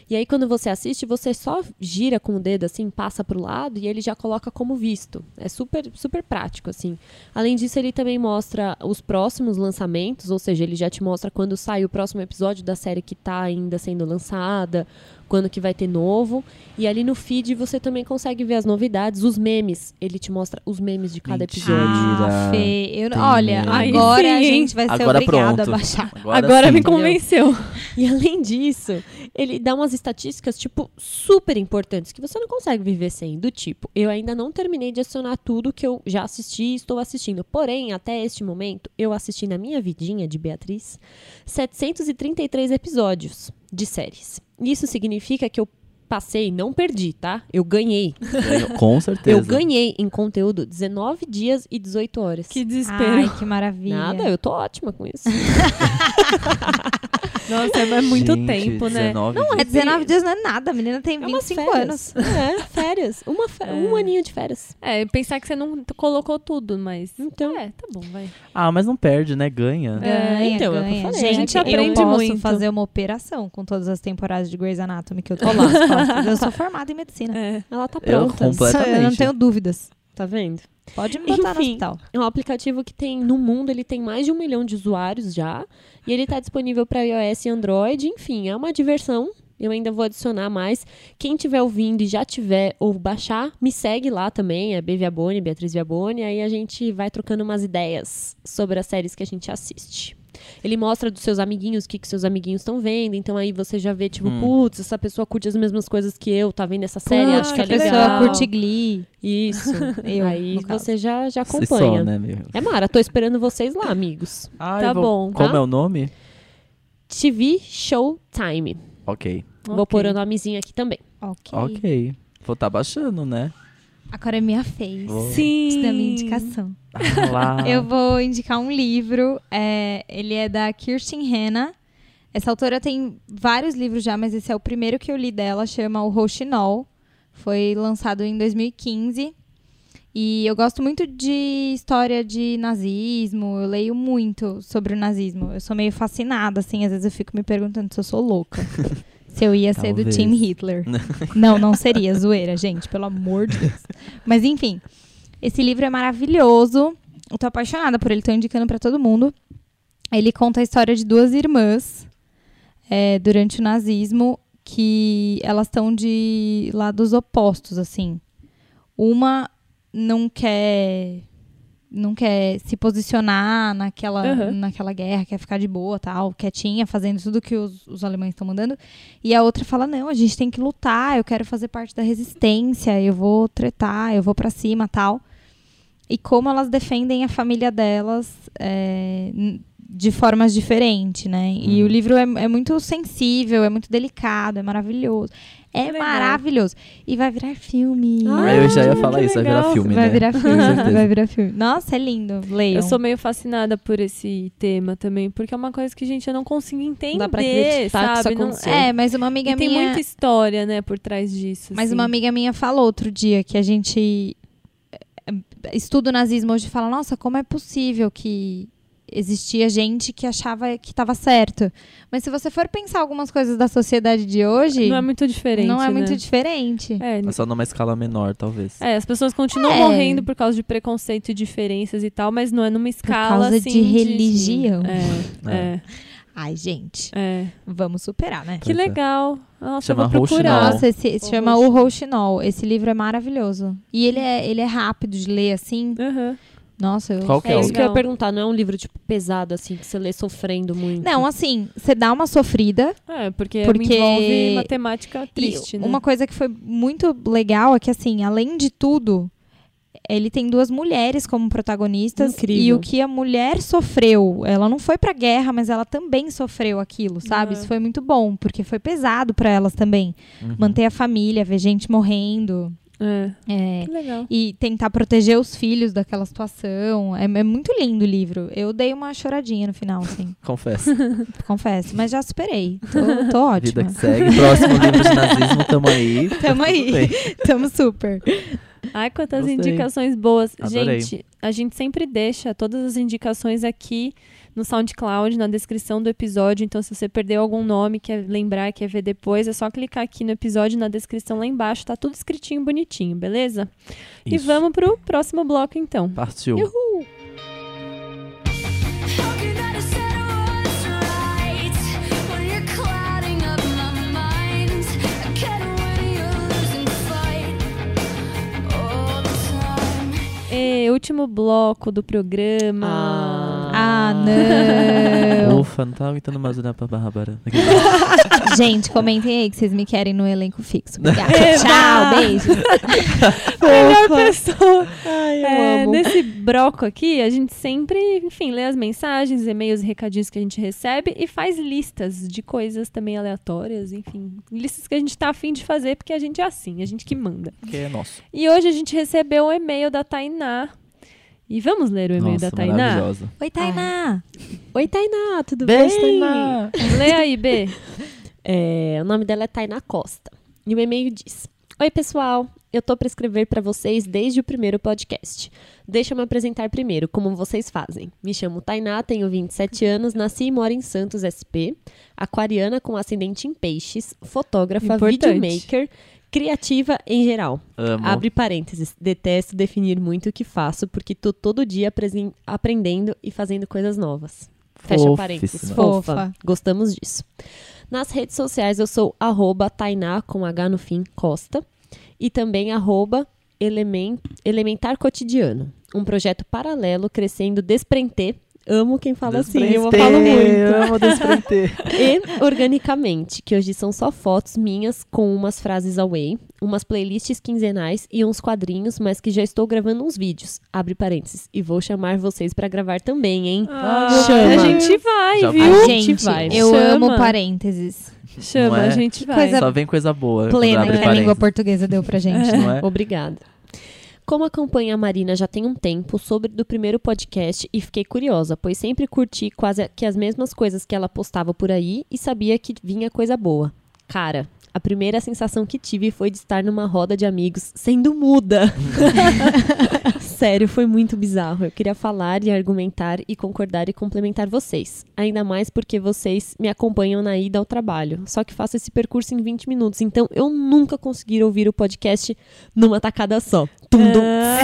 S2: E aí, quando você assiste, você só gira com o dedo, assim, passa pro lado e ele já coloca como visto. É super, super prático, assim. Além disso, ele também mostra os próximos lançamentos, ou seja, ele já te mostra quando sai o próximo episódio da série que tá ainda sendo lançada, quando que vai ter novo. E ali no feed você também consegue ver as novidades, os memes. Ele te mostra os memes de cada
S3: Mentira.
S2: episódio.
S4: Ah,
S3: Mentira.
S4: Fê, eu-
S3: Tem
S4: olha,
S3: medo.
S4: agora
S1: Aí
S4: a
S1: sim, hein?
S4: gente vai ser
S3: Agora
S4: obrigado
S3: pronto.
S4: a baixar.
S1: Agora
S3: sim.
S1: me convenceu.
S2: E além disso, ele dá umas estatísticas, tipo, super importantes, que você não consegue viver sem. Do tipo, eu ainda não terminei de acionar tudo que eu já assisti e estou assistindo. Porém, até este momento, eu assisti na minha vidinha de Beatriz 733 episódios de séries. Isso significa que eu passei, não perdi, tá? Eu ganhei.
S3: Ganhou- Com certeza.
S2: Eu ganhei em conteúdo 19 dias e 18 horas.
S1: Que desespero.
S4: Ai, que maravilha.
S2: Nada, eu tô ótima com isso.
S1: Nossa, é muito
S3: Gente,
S1: tempo, né?
S3: 19
S4: Não é
S3: dias.
S4: 19 dias, não é nada. A menina tem
S2: É umas
S4: 25
S2: férias.
S4: anos.
S2: É, férias. Uma fe- Um aninho de férias.
S1: É, pensar que você não t- colocou tudo, mas.
S2: Então.
S1: É, tá bom, vai.
S3: Ah, mas não perde, né? Ganha.
S4: Ganha,
S2: então, é o que eu
S4: ganha.
S2: falei.
S1: Gente,
S4: eu
S1: aprende
S4: posso
S1: muito.
S4: fazer uma operação com todas as temporadas de Grey's Anatomy que eu tô lá. nas costas. eu sou formada em medicina.
S1: É.
S2: Ela tá
S3: Eu
S2: pronta.
S3: completo. Completamente.
S4: Eu não tenho dúvidas.
S2: Tá vendo?
S4: Pode me
S2: Enfim.
S4: botar no hospital.
S2: É um aplicativo que tem no mundo, ele tem mais de um milhão de usuários já. E ele tá disponível para iOS e Android. Enfim, é uma diversão. Eu ainda vou adicionar mais. Quem tiver ouvindo e já tiver ou baixar, me segue lá também. É B Viaboni, Beatriz Viaboni. Aí a gente vai trocando umas ideias sobre as séries que a gente assiste. Ele mostra dos seus amiguinhos o que, que seus amiguinhos estão vendo. Então aí você já vê, tipo, putz, essa pessoa curte as mesmas coisas que eu, tá vendo essa série,
S1: Ah,
S2: acho que
S1: que tá.
S2: é
S4: a pessoa
S2: legal.
S4: curte Glee.
S2: Isso.
S4: Eu,
S2: aí
S4: no caso.
S2: você já, já
S3: Vocês
S2: acompanha.
S3: só, né, meu?
S2: É Mara, tô esperando vocês lá, amigos.
S3: Ah,
S1: Tá
S3: eu vou-
S1: bom.
S3: Como
S2: Tá?
S3: é o nome?
S2: TV Showtime.
S3: Ok.
S2: Vou
S1: Ok.
S2: pôr o nomezinho aqui também.
S4: Ok.
S3: Ok. Vou estar baixando, né?
S4: Agora é minha vez.
S3: Vou...
S4: Isso
S1: Sim.
S4: da minha indicação.
S3: Ah, lá.
S4: Eu vou indicar um livro. é, ele é da Kirsten Hanna. Essa autora tem vários livros já, mas esse é o primeiro que eu li dela. Chama O Rouxinol. Foi lançado em 2015. E eu gosto muito de história de nazismo. Eu leio muito sobre o nazismo. Eu sou meio fascinada, assim. Às vezes eu fico me perguntando se eu sou louca. se eu ia ser do
S3: Talvez.
S4: time Hitler. não, não seria. Zoeira, gente. Pelo amor de Deus. Mas enfim. Esse livro é maravilhoso. Eu tô apaixonada por ele, tô indicando pra todo mundo. Ele conta a história de duas irmãs é, durante o nazismo que elas estão de lados opostos, assim. Uma não quer não quer se posicionar naquela,
S1: Aham.
S4: naquela guerra, quer ficar de boa, tal, quietinha, fazendo tudo que os, os alemães estão mandando. E a outra fala: "Não, a gente tem que lutar, eu quero fazer parte da resistência, eu vou tretar, eu vou pra cima, tal". E como elas defendem a família delas é, n- de formas diferentes, né? E
S3: Uhum.
S4: o livro é, é muito sensível, é muito delicado, é maravilhoso. É
S1: Que legal.
S4: maravilhoso. E vai virar filme.
S3: Ah, eu já ia
S1: Ah,
S3: falar
S1: que
S3: isso, vai virar
S1: legal.
S3: filme,
S4: Vai
S3: né?
S4: virar
S3: Com
S4: filme,
S3: certeza.
S4: vai virar filme. Nossa, é lindo. Leiam.
S1: Eu sou meio fascinada por esse tema também, porque é uma coisa que, gente, eu não consigo entender.
S2: Dá pra
S3: Tá,
S2: acreditar que isso
S1: sabe? Não-
S2: aconteceu.
S4: É, mas
S1: e
S4: uma amiga
S1: tem
S4: minha...
S1: muita história, né, por trás disso.
S4: Mas
S1: assim.
S4: uma amiga minha falou outro dia que a gente eh, eh, estuda o nazismo hoje e fala, nossa, como é possível que existia gente que achava que estava certo. Mas se você for pensar algumas coisas da sociedade de hoje,
S1: Não é muito diferente.
S4: não é
S1: né?
S4: muito diferente.
S1: É,
S3: Mas só numa escala menor, talvez.
S1: É, as pessoas continuam
S4: É.
S1: morrendo por causa de preconceito e diferenças e tal, mas não é numa escala
S4: causa
S1: assim,
S4: de religião.
S1: É, é,
S4: Ai, gente,
S1: é.
S4: vamos superar, né?
S1: Que
S3: Pois é.
S1: legal. Nossa,
S3: Chama
S1: eu vou procurar.
S3: Rouxinol.
S4: Nossa, esse, esse
S2: O
S4: chama O Rouxinol. Esse livro é maravilhoso. E ele é, ele é rápido de ler, assim.
S1: Aham.
S4: Nossa, eu...
S3: Qual que é,
S2: É
S3: o...
S2: isso que eu ia
S1: Não.
S2: perguntar. Não é um livro, tipo, pesado, assim, que você lê sofrendo
S3: é?
S2: muito.
S4: Não, assim, você dá uma sofrida,
S1: É, porque,
S4: Porque-
S1: envolve matemática triste,
S4: e
S1: né?
S4: uma coisa que foi muito legal é que, assim, além de tudo, ele tem duas mulheres como protagonistas.
S2: Incrível.
S4: E o que a mulher sofreu, ela não foi pra guerra, mas ela também sofreu aquilo, sabe?
S1: Uhum.
S4: Isso foi muito bom, porque foi pesado pra elas também.
S3: Uhum.
S4: Manter a família, ver gente morrendo.
S1: É,
S4: É,
S1: que legal.
S4: e tentar proteger os filhos daquela situação. É, é muito lindo o livro. Eu dei uma choradinha no final, assim,
S3: Confesso.
S4: confesso. Mas já superei. Tô, tô
S3: Vida
S4: ótima.
S3: que segue. Próximo livro de nazismo, tamo aí.
S4: Tamo
S3: Tudo bem.
S4: aí. Tamo super.
S1: Ai, quantas
S3: Gostei.
S1: indicações boas.
S3: Adorei.
S1: Gente, a gente sempre deixa todas as indicações aqui no SoundCloud, na descrição do episódio. Então, se você perdeu algum nome, quer lembrar, quer ver depois, é só clicar aqui no episódio, na descrição lá embaixo. Tá tudo escritinho bonitinho, beleza? E
S3: Isso. Tá.
S1: vamos pro próximo bloco, então.
S3: Partiu.
S6: Hoping that I said I was right when you're clouding up my mind. I get away, you're losing fight all the time.
S1: É, E último bloco do programa.
S2: Ah.
S4: Ah, não.
S3: Ufa, não tava aguentando mais olhar pra Bárbara.
S4: Gente, comentem aí que vocês me querem no elenco fixo. Obrigada.
S2: É,
S4: Tchau, beijo.
S1: Melhor pessoa.
S2: Ai, eu
S1: É,
S2: amo.
S1: nesse broco aqui, a gente sempre, enfim, lê as mensagens, e-mails, recadinhos que a gente recebe e faz listas de coisas também aleatórias, enfim, listas que a gente tá afim de fazer, porque a gente é assim, a gente que manda.
S3: que é nosso.
S1: E hoje a gente recebeu um e-mail da Tainá. E vamos ler o e-mail
S3: Nossa,
S1: da Tainá?
S3: maravilhosa.
S4: Oi, Tainá.
S2: Oi, Tainá, tudo
S3: Beijo,
S2: bem?
S3: Tainá.
S1: Lê aí, B.
S2: É, o nome dela é Tainá Costa. E o e-mail diz: Oi, pessoal. Eu tô pra escrever pra vocês desde o primeiro podcast. Deixa eu me apresentar primeiro, como vocês fazem. Me chamo Tainá, tenho 27 anos, nasci e moro em Santos, SP. Aquariana com ascendente em peixes, fotógrafa,
S1: Importante.
S2: videomaker, criativa em geral.
S3: Amo.
S2: Abre parênteses. Detesto definir muito o que faço, porque tô todo dia apresen- aprendendo e fazendo coisas novas. Fecha
S3: Fofíssima.
S2: parênteses.
S4: Fofa.
S2: Fofa. Gostamos disso. Nas redes sociais eu sou arroba Tainá com H no fim Costa e também arroba elemen- Elementar Cotidiano. Um projeto paralelo crescendo desprenté. Amo quem fala assim, eu falo muito
S3: Amo desprender.
S2: e organicamente, que hoje são só fotos minhas com umas frases away, umas playlists quinzenais e uns quadrinhos, mas que já estou gravando uns vídeos. Abre parênteses. E vou chamar vocês pra gravar também, hein?
S1: a
S2: Chama.
S1: gente vai,
S3: Já
S1: viu?
S3: vai.
S4: Gente,
S2: vai.
S4: eu
S1: Chama.
S4: amo parênteses.
S1: Chama,
S3: Não é?
S1: a gente vai.
S4: coisa
S3: Só vem coisa boa. quando
S4: Plena
S3: abre
S4: que a língua
S3: parênteses,
S4: portuguesa deu pra gente. né?
S3: Não é?
S2: Obrigada. Como acompanho a Marina já tem um tempo, soube do primeiro podcast e fiquei curiosa, pois sempre curti quase que as mesmas coisas que ela postava por aí e sabia que vinha coisa boa. Cara, a primeira sensação que tive foi de estar numa roda de amigos sendo muda. Sério, foi muito bizarro. Eu queria falar e argumentar e concordar e complementar vocês. Ainda mais porque vocês me acompanham na ida ao trabalho. Só que faço esse percurso em 20 minutos, então eu nunca conseguir ouvir o podcast numa tacada só. Tum, dum.
S1: É.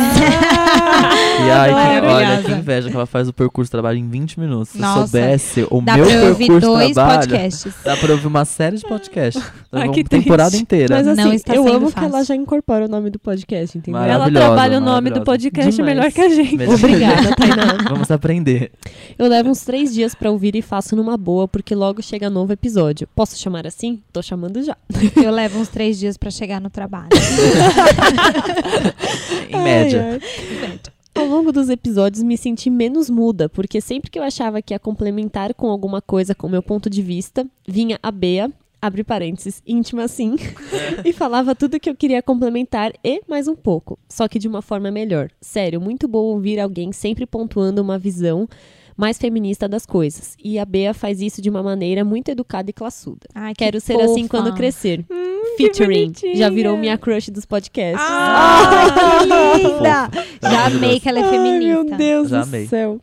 S3: E ai, que,
S4: Maravilhosa.
S3: olha, que inveja que ela faz o percurso de trabalho em 20 minutos. Se eu
S4: Nossa.
S3: soubesse o
S4: Dá
S3: meu
S4: pra eu ouvir
S3: percurso
S4: dois
S3: de trabalho,
S4: podcasts.
S3: dá pra ouvir uma série de podcasts. Dá
S1: Ai,
S3: uma
S1: que
S3: temporada
S1: triste.
S3: inteira.
S2: Mas assim,
S4: Não está
S2: eu
S4: sendo
S2: amo
S4: fácil.
S2: que ela já incorpora o nome do podcast, entendeu?
S3: Maravilhosa,
S1: Ela trabalha o nome do
S3: maravilhosa.
S1: podcast
S2: Demais.
S1: melhor que a gente.
S3: Melhor.
S2: Obrigada, Tainá.
S3: Vamos aprender.
S2: Eu levo uns três dias pra ouvir e faço numa boa, porque logo chega novo episódio. Posso chamar assim? Tô chamando já.
S4: Eu levo uns três dias pra chegar no trabalho.
S3: Em média.
S2: Ai, ai. Ao longo dos episódios me senti menos muda, porque sempre que eu achava que ia complementar com alguma coisa com o meu ponto de vista, vinha a Bea, abre parênteses, íntima sim, e falava tudo que eu queria complementar e mais um pouco, só que de uma forma melhor. Sério, muito bom ouvir alguém sempre pontuando uma visão mais feminista das coisas. E a Bea faz isso de uma maneira muito educada e classuda.
S4: Ai, que
S2: Quero ser
S4: fofa.
S2: assim quando crescer.
S1: que
S2: Featuring. Já
S1: bonitinha.
S2: virou minha crush dos podcasts.
S4: Ah, Ai, que linda! Já
S3: Maravilhoso.
S4: amei que ela é
S2: Ai,
S4: feminista.
S2: meu Deus
S3: Já
S2: do
S3: amei.
S2: céu.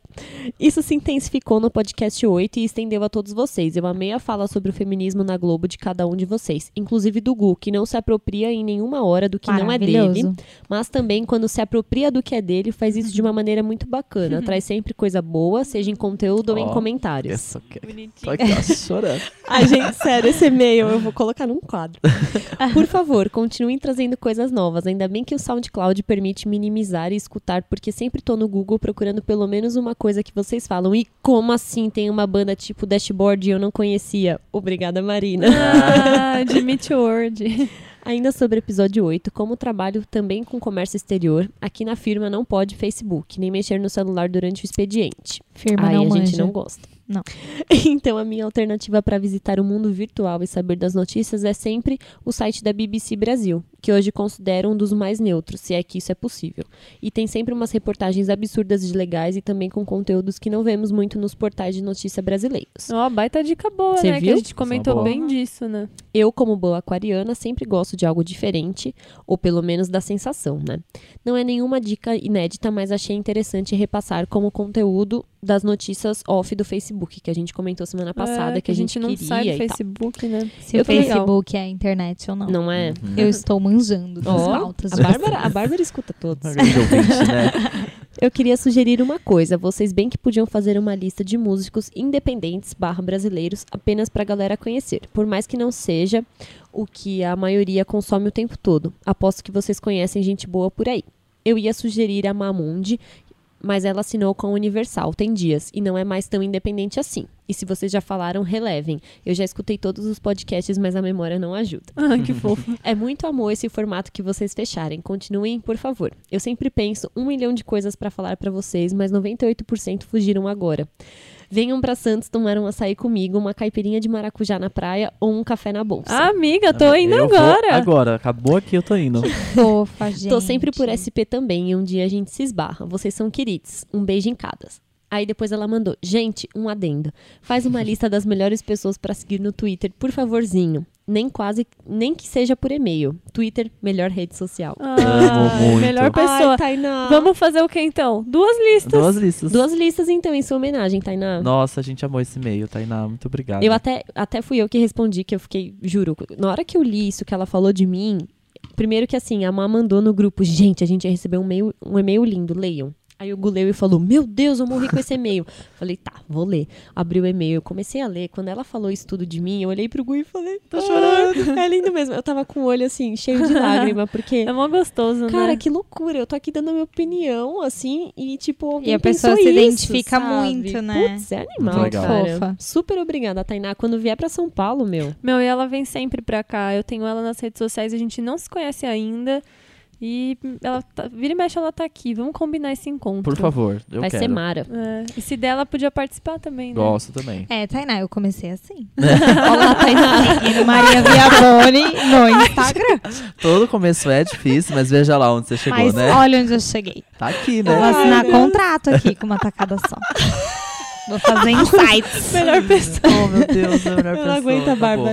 S2: Isso se intensificou no podcast 8 e estendeu a todos vocês. Eu amei a fala sobre o feminismo na Globo de cada um de vocês, inclusive do Gu, que não se apropria em nenhuma hora do que não é dele,
S4: Maravilhoso.
S2: mas também quando se apropria do que é dele, faz isso de uma maneira muito bacana. Traz sempre coisa boa, seja em conteúdo ou em
S3: Ó, Eu
S2: comentários.
S3: só quero- Tô aqui, ó, chorando.
S2: Ai, gente, sério, esse e-mail eu vou colocar num quadro. Por favor, continuem trazendo coisas novas. Ainda bem que o SoundCloud permite minimizar e escutar, porque sempre tô no Google procurando pelo menos uma coisa que vocês falam. E como assim tem uma banda tipo Dashboard e eu não conhecia? Obrigada, Marina.
S1: Ah, de Meet Word.
S2: Ainda sobre o episódio 8, como trabalho também com comércio exterior, aqui na firma não pode Facebook, nem mexer no celular durante o expediente.
S4: Firma
S2: Aí
S4: não
S2: a gente
S4: manja.
S2: não gosta.
S4: Não.
S2: Então a minha alternativa para visitar o mundo virtual e saber das notícias é sempre o site da BBC Brasil, que hoje considero um dos mais neutros, se é que isso é possível. E tem sempre umas reportagens absurdas de legais e também com conteúdos que não vemos muito nos portais de notícia brasileiros.
S1: Ó, baita dica boa,
S2: Cê
S1: né? Que
S2: viu?
S1: a gente comentou
S3: boa.
S1: bem disso, né?
S2: Eu, como boa aquariana, sempre gosto de algo diferente, ou pelo menos da sensação, né? Não é nenhuma dica inédita, mas achei interessante repassar como conteúdo das notícias off do Facebook, que a gente comentou semana passada,
S1: É,
S2: que a gente,
S1: não
S2: queria
S1: sai do
S2: e
S1: Facebook, né?
S4: Se o
S1: Eu tô legal.
S4: Facebook é internet ou não.
S2: tal. Não é?
S4: Eu estou manjando das
S2: Ó,
S4: pautas.
S2: a, Bárbara, a Bárbara escuta todos.
S3: Grande ouvinte, né?
S2: Eu queria sugerir uma coisa. Vocês bem que podiam fazer uma lista de músicos independentes barra brasileiros apenas pra galera conhecer. Por mais que não seja o que a maioria consome o tempo todo. Aposto que vocês conhecem gente boa por aí. Eu ia sugerir a Mamundi, mas ela assinou com a Universal, tem dias, e não é mais tão independente assim. E se vocês já falaram, relevem. Eu já escutei todos os podcasts, mas a memória não ajuda.
S1: Ah, que fofo.
S2: É muito amor esse formato que vocês fecharem. Continuem, por favor. Eu sempre penso um milhão de coisas pra falar pra vocês, mas 98% fugiram agora. Venham pra Santos tomar um açaí comigo, uma caipirinha de maracujá na praia ou um café na bolsa.
S1: Ah, amiga, tô indo
S3: Eu vou
S1: agora.
S3: Agora, acabou aqui, eu tô indo.
S4: Fofa, gente.
S2: Tô sempre por SP também e um dia a gente se esbarra. Vocês são queridos. Um beijo em cada. Aí depois ela mandou: "Gente, um adendo. Faz uma lista das melhores pessoas pra seguir no Twitter, por favorzinho. Nem quase, nem que seja por e-mail. Twitter, melhor rede social."
S1: Ah,
S3: muito.
S1: melhor pessoa.
S2: Ai, Tainá.
S1: Vamos fazer o que então? Duas listas.
S3: Duas listas.
S2: Duas listas então em sua homenagem, Tainá.
S3: Nossa, a gente amou esse e-mail, Tainá. Muito obrigado.
S2: Eu até, até fui eu que respondi, que eu fiquei, juro, na hora que eu li isso que ela falou de mim, primeiro que assim, a Má mandou no grupo, gente, a gente recebeu um e-mail, um e-mail lindo, leiam. Aí o Gu leu e falou, meu Deus, eu morri com esse e-mail. falei, tá, vou ler. Abri o e-mail, eu comecei a ler. Quando ela falou isso tudo de mim, eu olhei pro Gu e falei, tô chorando. É lindo mesmo. Eu tava com o olho assim, cheio de lágrima, porque...
S1: É mó
S4: Uhum.
S1: gostoso,
S2: Cara,
S1: né?
S2: que loucura. Eu tô aqui dando a minha opinião, assim, e tipo, alguém
S4: E a pessoa
S2: pensou
S4: se
S2: isso,
S4: identifica
S2: sabe?
S4: muito, né?
S2: Putz, é animal,
S3: Muito legal.
S2: cara.
S4: Fofa.
S2: Super obrigada, Tainá. Quando vier pra São Paulo, meu.
S1: Meu, e ela vem sempre pra cá. Eu tenho ela nas redes sociais, a gente não se conhece ainda. E ela tá- vira e mexe, ela tá aqui. Vamos combinar esse encontro.
S3: Por favor, eu
S2: vai
S3: quero.
S2: ser Mara.
S1: É, e se dela podia participar também, né?
S3: Gosto também.
S4: É, Tainá, eu comecei assim. Olá, Tainá. Seguindo Maria Viaboni no Instagram.
S3: Todo começo é difícil, mas veja lá onde você chegou,
S4: Mas
S3: né?
S4: olha onde eu cheguei.
S3: Tá aqui,
S4: Eu vou
S3: né?
S4: assinar contrato aqui com uma tacada só. Vou fazer insights.
S1: Melhor pessoa.
S3: Oh, meu Deus, é a melhor pessoa. tá bom.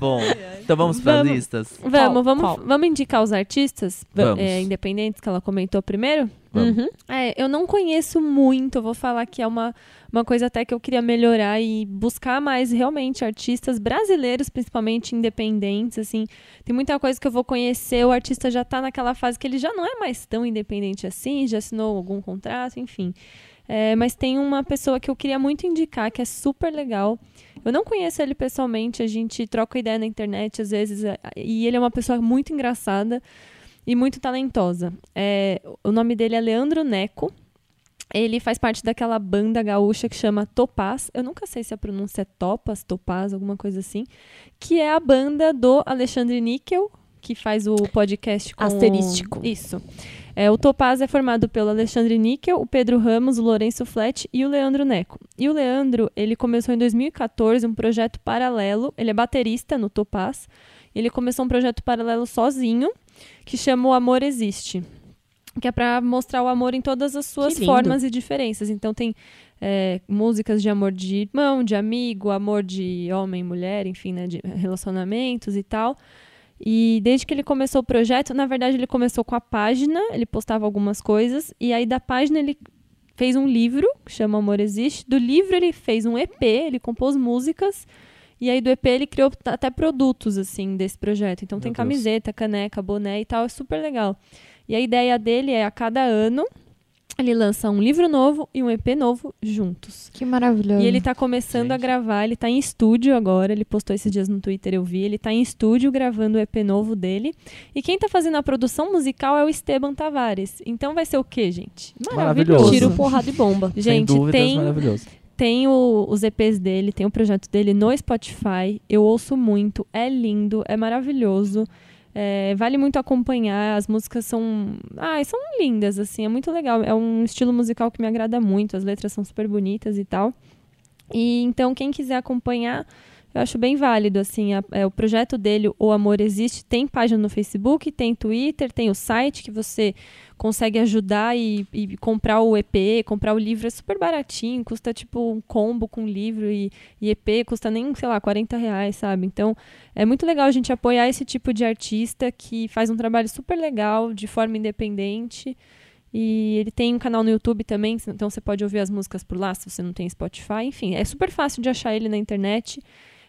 S3: Bom, então vamos para
S1: Vamos.
S3: listas?
S1: Vamos, vamos,
S2: Qual?
S1: vamos indicar os artistas
S3: Vamos.
S1: é, independentes que ela comentou primeiro?
S3: Vamos.
S2: Uhum.
S1: É, eu não conheço muito, eu vou falar que é uma, uma coisa até que eu queria melhorar e buscar mais realmente artistas brasileiros, principalmente independentes, assim. Tem muita coisa que eu vou conhecer, o artista já tá naquela fase que ele já não é mais tão independente assim, já assinou algum contrato, enfim. É, mas tem uma pessoa que eu queria muito indicar, que é super legal. Eu não conheço ele pessoalmente, a gente troca ideia na internet às vezes, é, e ele é uma pessoa muito engraçada e muito talentosa. É, o nome dele é Leandro Neco. Ele faz parte daquela banda gaúcha que chama Topaz. Eu nunca sei se a pronúncia é Topaz, Topaz, alguma coisa assim. Que é a banda do Alexandre Níquel, que faz o podcast com...
S2: Asterístico.
S1: Isso. É, o Topaz é formado pelo Alexandre Níquel, o Pedro Ramos, o Lourenço Flett e o Leandro Neco. E o Leandro, ele começou em 2014 um projeto paralelo. Ele é baterista no Topaz. Ele começou um projeto paralelo sozinho, que chama O Amor Existe. Que é pra mostrar o amor em todas as suas
S2: Que lindo.
S1: formas e diferenças. Então tem é, músicas de amor de irmão, de amigo, amor de homem, mulher, enfim, né? De relacionamentos e tal. E desde que ele começou o projeto, na verdade ele começou com a página, ele postava algumas coisas, e aí da página ele fez um livro, que chama Amor Existe. Do livro ele fez um EP, ele compôs músicas. E aí do EP ele criou t- até produtos, assim, desse projeto. Então
S3: Meu
S1: tem
S3: Deus.
S1: camiseta, caneca, boné e tal, é super legal. E a ideia dele é a cada ano ele lança um livro novo e um EP novo juntos.
S4: Que maravilhoso.
S1: E ele tá começando a
S3: Gente.
S1: gravar, ele tá em estúdio agora, ele postou esses dias no Twitter, eu vi, ele tá em estúdio gravando o EP novo dele. E quem tá fazendo a produção musical é o Esteban Tavares. Então vai ser o quê, gente?
S3: Maravilhoso.
S2: Tiro, porrada e bomba.
S3: Sem
S1: Gente,
S3: dúvidas,
S1: tem
S3: maravilhoso.
S1: tem o- os EPs dele, tem o projeto dele no Spotify. Eu ouço muito, é lindo, é maravilhoso. É, vale muito acompanhar, as músicas são. Ah, são lindas, assim, é muito legal. É um estilo musical que me agrada muito, as letras são super bonitas e tal. E então, quem quiser acompanhar, eu acho bem válido, assim, a- é, o projeto dele, O Amor Existe, tem página no Facebook, tem Twitter, tem o site que você consegue ajudar e, e comprar o EP, comprar o livro, é super baratinho, custa tipo um combo com livro e, e EP, custa nem, sei lá, 40 reais, sabe? Então, é muito legal a gente apoiar esse tipo de artista que faz um trabalho super legal, de forma independente. E ele tem um canal no YouTube também, se- então você pode ouvir as músicas por lá se você não tem Spotify. Enfim, é super fácil de achar ele na internet.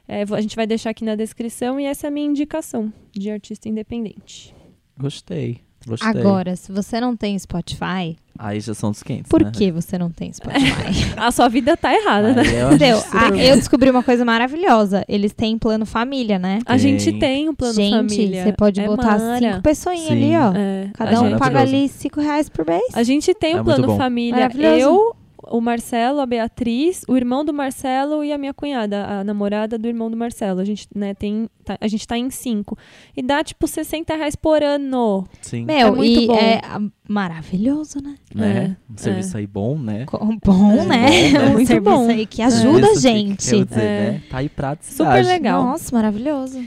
S1: É, vou- a gente vai deixar aqui na descrição e essa é a minha indicação de artista independente.
S3: Gostei. Gostei.
S4: Agora, se você não tem Spotify,
S3: Aí já são dos 500,
S4: por
S3: né?
S4: que você não tem Spotify?
S1: A sua vida tá errada, né?
S3: Aí eu acho
S4: Entendeu?
S3: que
S4: Ah,
S3: você-
S4: eu descobri uma coisa maravilhosa. Eles têm plano família, né?
S1: A gente
S3: Tem.
S1: tem um plano
S4: Gente,
S1: família.
S4: você pode
S1: É
S4: botar
S1: mara.
S4: cinco pessoinhas ali,
S3: Sim.
S4: ó.
S1: É,
S4: Cada
S1: a
S4: um
S1: gente-
S4: paga
S3: Maravilhoso.
S4: ali cinco reais por mês.
S1: A gente tem
S3: É
S1: um
S3: muito
S1: plano
S3: bom.
S1: família.
S4: Maravilhoso.
S1: Eu, o Marcelo, a Beatriz, o irmão do Marcelo e a minha cunhada, a namorada do irmão do Marcelo. A gente, né, tem. tá- a gente tá em cinco. E dá, tipo, 60 reais por ano.
S3: Sim,
S4: Meu,
S1: É muito
S4: e
S1: bom.
S4: é ah, maravilhoso, né?
S3: né?
S1: é,
S3: Um serviço aí bom, né?
S4: Com- É. Bom, né?
S3: bom, né?
S4: Um
S1: Muito
S4: serviço
S1: bom.
S4: aí que ajuda
S3: Isso
S4: a
S3: que-
S4: gente.
S3: quero dizer,
S1: É.
S3: né? Tá aí
S1: Super
S3: praticidade.
S1: legal.
S4: Nossa, maravilhoso.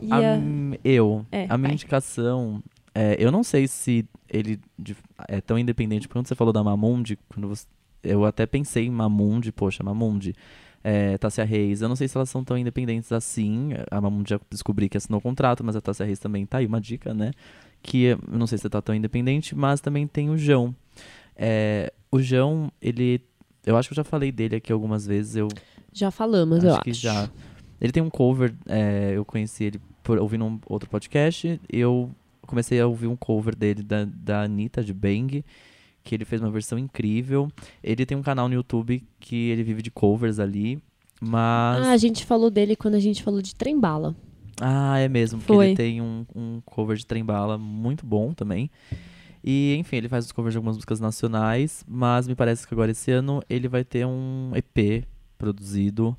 S1: E
S3: A
S1: a-
S3: m- eu,
S1: É,
S3: a minha
S1: vai.
S3: indicação, é, eu não sei se ele de- é tão independente, porque quando você falou da Mamundi, quando você- eu até pensei em Mamundi, poxa, Mamundi, é, Tássia Reis, eu não sei se elas são tão independentes assim, a Mamundi já descobri que assinou o contrato, mas a Tássia Reis também tá aí, uma dica, né, que eu não sei se tá tão independente, mas também tem o João. É, o João, ele, eu acho que eu já falei dele aqui algumas vezes, eu
S2: Já falamos, eu acho.
S3: que já. Ele tem um cover, é, eu conheci ele por ouvindo um outro podcast. Eu comecei a ouvir um cover dele da, da Anitta de Bang, que ele fez uma versão incrível. Ele tem um canal no YouTube que ele vive de covers ali. Mas.
S2: Ah, a gente falou dele quando a gente falou de Trembala.
S3: Ah, é mesmo, porque
S1: Foi.
S3: ele tem um, um cover de Trembala muito bom também. E, enfim, ele faz os covers de algumas músicas nacionais, mas me parece que agora esse ano ele vai ter um EP produzido,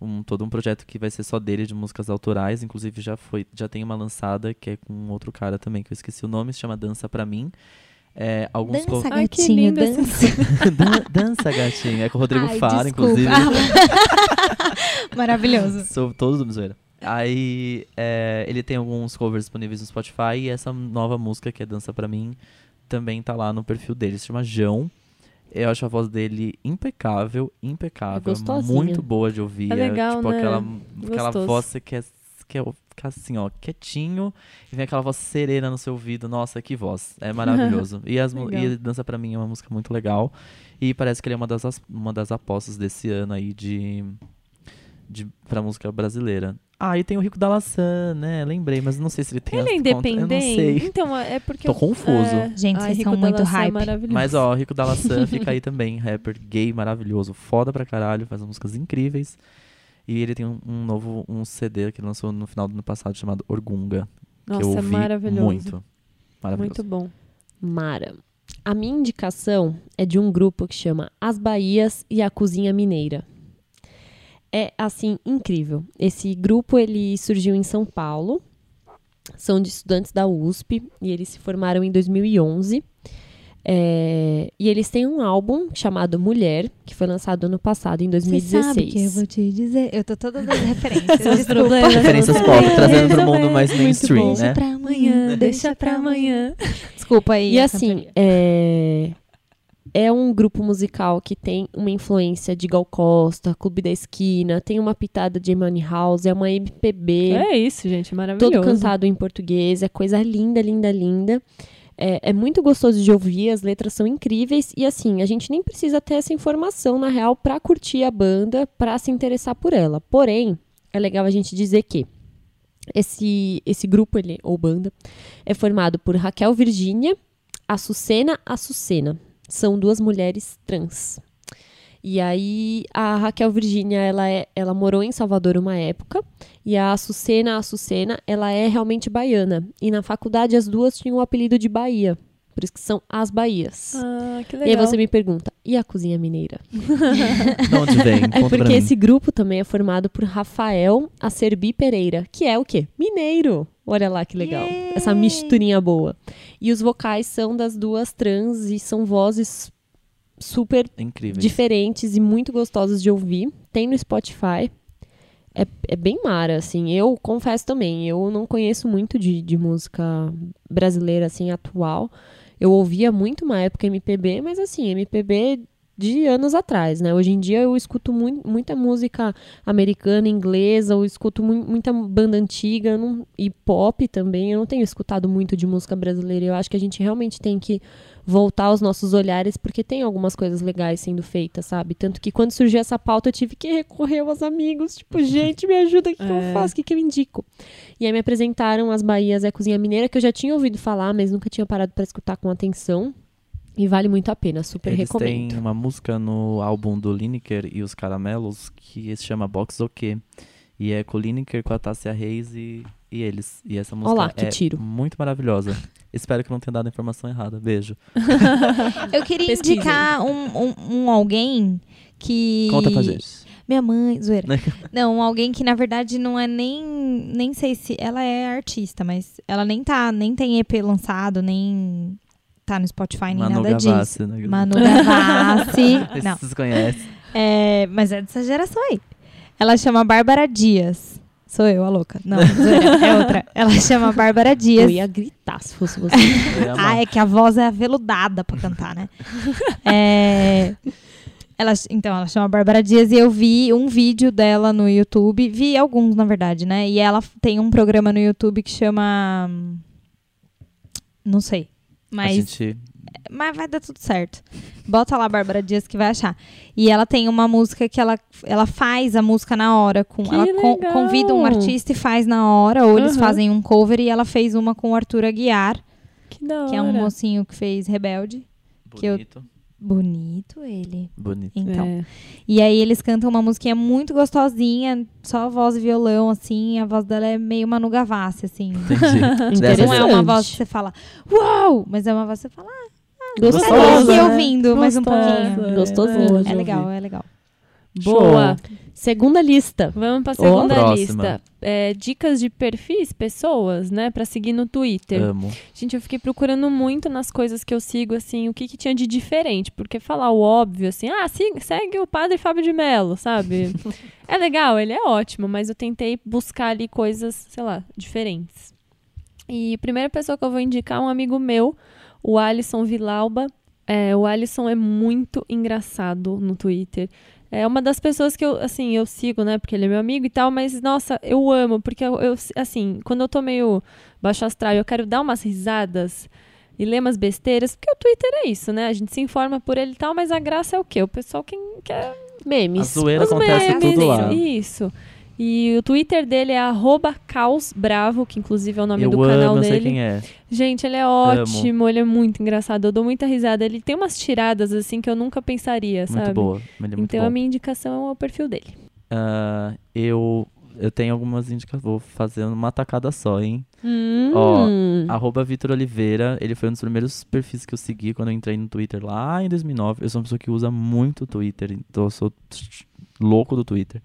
S3: um, todo um projeto que vai ser só dele, de músicas autorais. Inclusive, já foi, já tem uma lançada que é com outro cara também, que eu esqueci o nome, se chama Dança Pra Mim. É, alguns
S4: Dança,
S1: Ai, que
S4: gatinho,
S1: lindo esse
S4: dança.
S3: co- Dan- Dança, gatinho. É com o Rodrigo
S4: Ai,
S3: Faro,
S4: desculpa.
S3: inclusive.
S4: Ah, Maravilhoso.
S3: Sobre todos do zoeira. Aí é, ele tem alguns covers disponíveis no Spotify e essa nova música que é Dança Pra Mim também tá lá no perfil dele, se chama Jão. Eu acho a voz dele impecável, impecável,
S2: É gostosinha.
S3: muito boa de ouvir.
S1: É legal,
S3: tipo
S1: né?
S3: aquela, aquela
S1: Gostoso.
S3: voz que você quer, quer ficar assim, ó, quietinho e vem aquela voz serena no seu ouvido. Nossa, que voz. É maravilhoso. e, as, mu-
S1: Legal.
S3: e Dança Pra Mim é uma música muito legal. E parece que ele é uma das, as- uma das apostas desse ano aí de, de, pra música brasileira. Ah, e tem o Rico da Laçã, né? Lembrei, mas não sei se ele tem
S1: Ele é
S3: as contas-
S1: independente?
S3: Eu não sei.
S1: Então, é porque.
S3: Tô
S1: eu-
S3: confuso.
S1: é.
S4: Gente,
S1: Ai,
S4: vocês
S1: Rico
S4: são
S1: da
S4: muito
S1: Laçã é
S4: hype.
S1: maravilhoso.
S3: Mas ó, o Rico da Laçã fica aí também, rapper gay maravilhoso, foda pra caralho, faz músicas incríveis. E ele tem um, um novo um CD que ele lançou no final do ano passado chamado Orgunga,
S1: Nossa,
S3: que eu
S1: é
S3: ouvi
S1: maravilhoso.
S3: muito. Maravilhoso.
S1: Muito bom.
S2: Mara. A minha indicação é de um grupo que chama As Bahias e a Cozinha Mineira. É assim incrível. Esse grupo ele surgiu em São Paulo. São de estudantes da USP e eles se formaram em 2011. É, e eles têm um álbum chamado Mulher que foi lançado ano passado em
S4: Você
S2: 2016.
S4: sabe que eu vou te dizer. Eu tô toda das referências. desculpa.
S3: Referências
S1: É,
S3: pop, trazendo pro mundo mais mainstream,
S4: Deixa
S3: né?
S4: pra amanhã, Uhum. deixa pra amanhã. Desculpa aí.
S2: E
S4: a
S2: assim,
S4: cantoria.
S2: é... é um grupo musical que tem uma influência de Gal Costa, Clube da Esquina, tem uma pitada de Money House, é uma MPB,
S1: É isso, gente. Maravilhoso.
S2: todo cantado em português, é coisa linda, linda, linda. É, é muito gostoso de ouvir, as letras são incríveis e assim, a gente nem precisa ter essa informação na real pra curtir a banda, pra se interessar por ela. Porém, é legal a gente dizer que esse, esse grupo, ele, ou banda, é formado por Raquel Virgínia, Açucena Açucena. São duas mulheres trans. E aí, a Raquel Virgínia, ela, é, ela morou em Salvador uma época, e a Açucena Açucena, ela é realmente baiana. E na faculdade, as duas tinham o apelido de Bahia, por isso que são as Bahias.
S1: Ah, que
S2: e aí
S1: legal.
S2: você me pergunta, e a cozinha mineira?
S3: De onde vem? Conta
S2: É
S3: pra
S2: porque
S3: mim.
S2: esse grupo também é formado por Rafael Acerbi Pereira, que é o quê? Mineiro. Olha lá que legal. Essa misturinha boa. E os vocais são das duas trans e são vozes super
S3: Incrível.
S2: diferentes e muito gostosas de ouvir. Tem no Spotify. É, é bem mara, assim. Eu confesso também, eu não conheço muito de, de música brasileira, assim, atual. Eu ouvia muito uma época MPB, mas assim, MPB de anos atrás, né? Hoje em dia eu escuto mui- muita música americana, inglesa, eu escuto mui- muita banda antiga eu não- e pop também. Eu não tenho escutado muito de música brasileira. Eu acho que a gente realmente tem que voltar aos nossos olhares, porque tem algumas coisas legais sendo feitas, sabe? Tanto que quando surgiu essa pauta, eu tive que recorrer aos amigos. Tipo, gente, me ajuda, o que, que eu
S1: É.
S2: faço? O que, que eu indico? E aí me apresentaram as Bahias e a Cozinha Mineira, que eu já tinha ouvido falar, mas nunca tinha parado pra escutar com atenção. E vale muito a pena, super
S3: Eles
S2: recomendo.
S3: têm uma música no álbum do Lineker e os Caramelos que se chama Box O Quê? E é com o Lineker, com a Tássia Reis e, e eles. E essa música
S2: Olá, que
S3: é
S2: tiro.
S3: muito maravilhosa. Espero que não tenha dado a informação errada. Beijo.
S4: Eu queria
S2: Pesquisem.
S4: indicar um, um, um alguém que.
S3: Conta pra gente.
S4: Minha mãe, zoeira. não, alguém que na verdade não é nem. Nem sei se. Ela é artista, mas ela nem tá. Nem tem EP lançado, nem tá no Spotify, nem
S3: Manu
S4: nada disso.
S3: Gavassi, né?
S4: Manu Gavassi. não.
S3: Vocês conhecem.
S4: É, mas é dessa geração aí. Ela chama Bárbara Dias. Sou eu, a louca. Não, zoeira, é outra. Ela chama Bárbara Dias.
S2: Eu ia gritar se fosse você.
S3: Eu ia amar.
S4: Ah, é que a voz é aveludada pra cantar, né? É, Ela, então, ela chama Bárbara Dias e eu vi um vídeo dela no YouTube. Vi alguns, na verdade, né? E ela f- tem um programa no YouTube que chama. hum, Não sei. Mas,
S3: A gente
S4: mas vai dar tudo certo. Bota lá Bárbara Dias que vai achar. E ela tem uma música que ela, ela faz a música na hora. Com,
S1: Que
S4: ela con-
S1: legal!
S4: convida um artista e faz na hora, ou eles
S1: Aham.
S4: fazem um cover e ela fez uma com o Arthur Aguiar.
S1: Que da hora.
S4: Que é um mocinho que fez Rebelde. que eu-
S3: Bonito.
S4: Bonito ele.
S3: Bonito.
S4: Então.
S1: É.
S4: E aí eles cantam uma musiquinha muito gostosinha, só voz e violão, assim. A voz dela é meio Manu Gavassi, assim.
S3: Entendi.
S2: Interessante.
S4: Não é uma voz que você fala, uau! Mas é uma voz que você fala, ah,
S3: Gostosa,
S4: eu tô aqui
S2: né?
S4: ouvindo mais um
S1: Gostosa,
S4: pouquinho.
S1: né?
S2: Gostosinho.
S4: É
S2: de
S4: legal, é legal.
S1: Boa.
S2: Segunda lista.
S1: Vamos pra
S3: Ou a
S1: segunda
S3: próxima.
S1: lista. É, dicas de perfis, pessoas, né? Pra seguir no Twitter.
S3: Amo.
S1: Gente, eu fiquei procurando muito nas coisas que eu sigo, assim, o que, que tinha de diferente. Porque falar o óbvio, assim, ah, siga- segue o padre Fábio de Mello, sabe? é legal, ele é ótimo, mas eu tentei buscar ali coisas, sei lá, diferentes. E a primeira pessoa que eu vou indicar é um amigo meu, o Alisson Vilauba. É, o Alisson é muito engraçado no Twitter. É uma das pessoas que eu, assim, eu sigo, né? Porque ele é meu amigo e tal, mas, nossa, eu amo, porque eu, eu, assim, quando eu tô meio baixo astral e eu quero dar umas risadas e ler umas besteiras, porque o Twitter é isso, né? A gente se informa por ele e tal, mas a graça é o quê? O pessoal quem quer
S3: A
S2: Memes.
S3: zoeira
S1: os
S3: acontece
S1: memes,
S3: tudo lá.
S1: Isso. E o Twitter dele é arroba caosbravo, que inclusive é o nome
S3: eu
S1: do
S3: amo,
S1: canal
S3: eu
S1: dele.
S3: sei quem é.
S1: Gente, ele é ótimo, ele é muito engraçado, eu dou muita risada. Ele tem umas tiradas assim que eu nunca pensaria, sabe?
S3: Muito boa. Ele é muito
S1: então
S3: bom.
S1: a minha indicação é o perfil dele.
S3: Ah, eu, eu tenho algumas indicações. Vou fazer uma tacada só, hein?
S2: Hum.
S3: Ó, Arroba Vitor Oliveira, ele foi um dos primeiros perfis que eu segui quando eu entrei no Twitter lá em 2009. Eu sou uma pessoa que usa muito o Twitter, então eu sou louco do Twitter.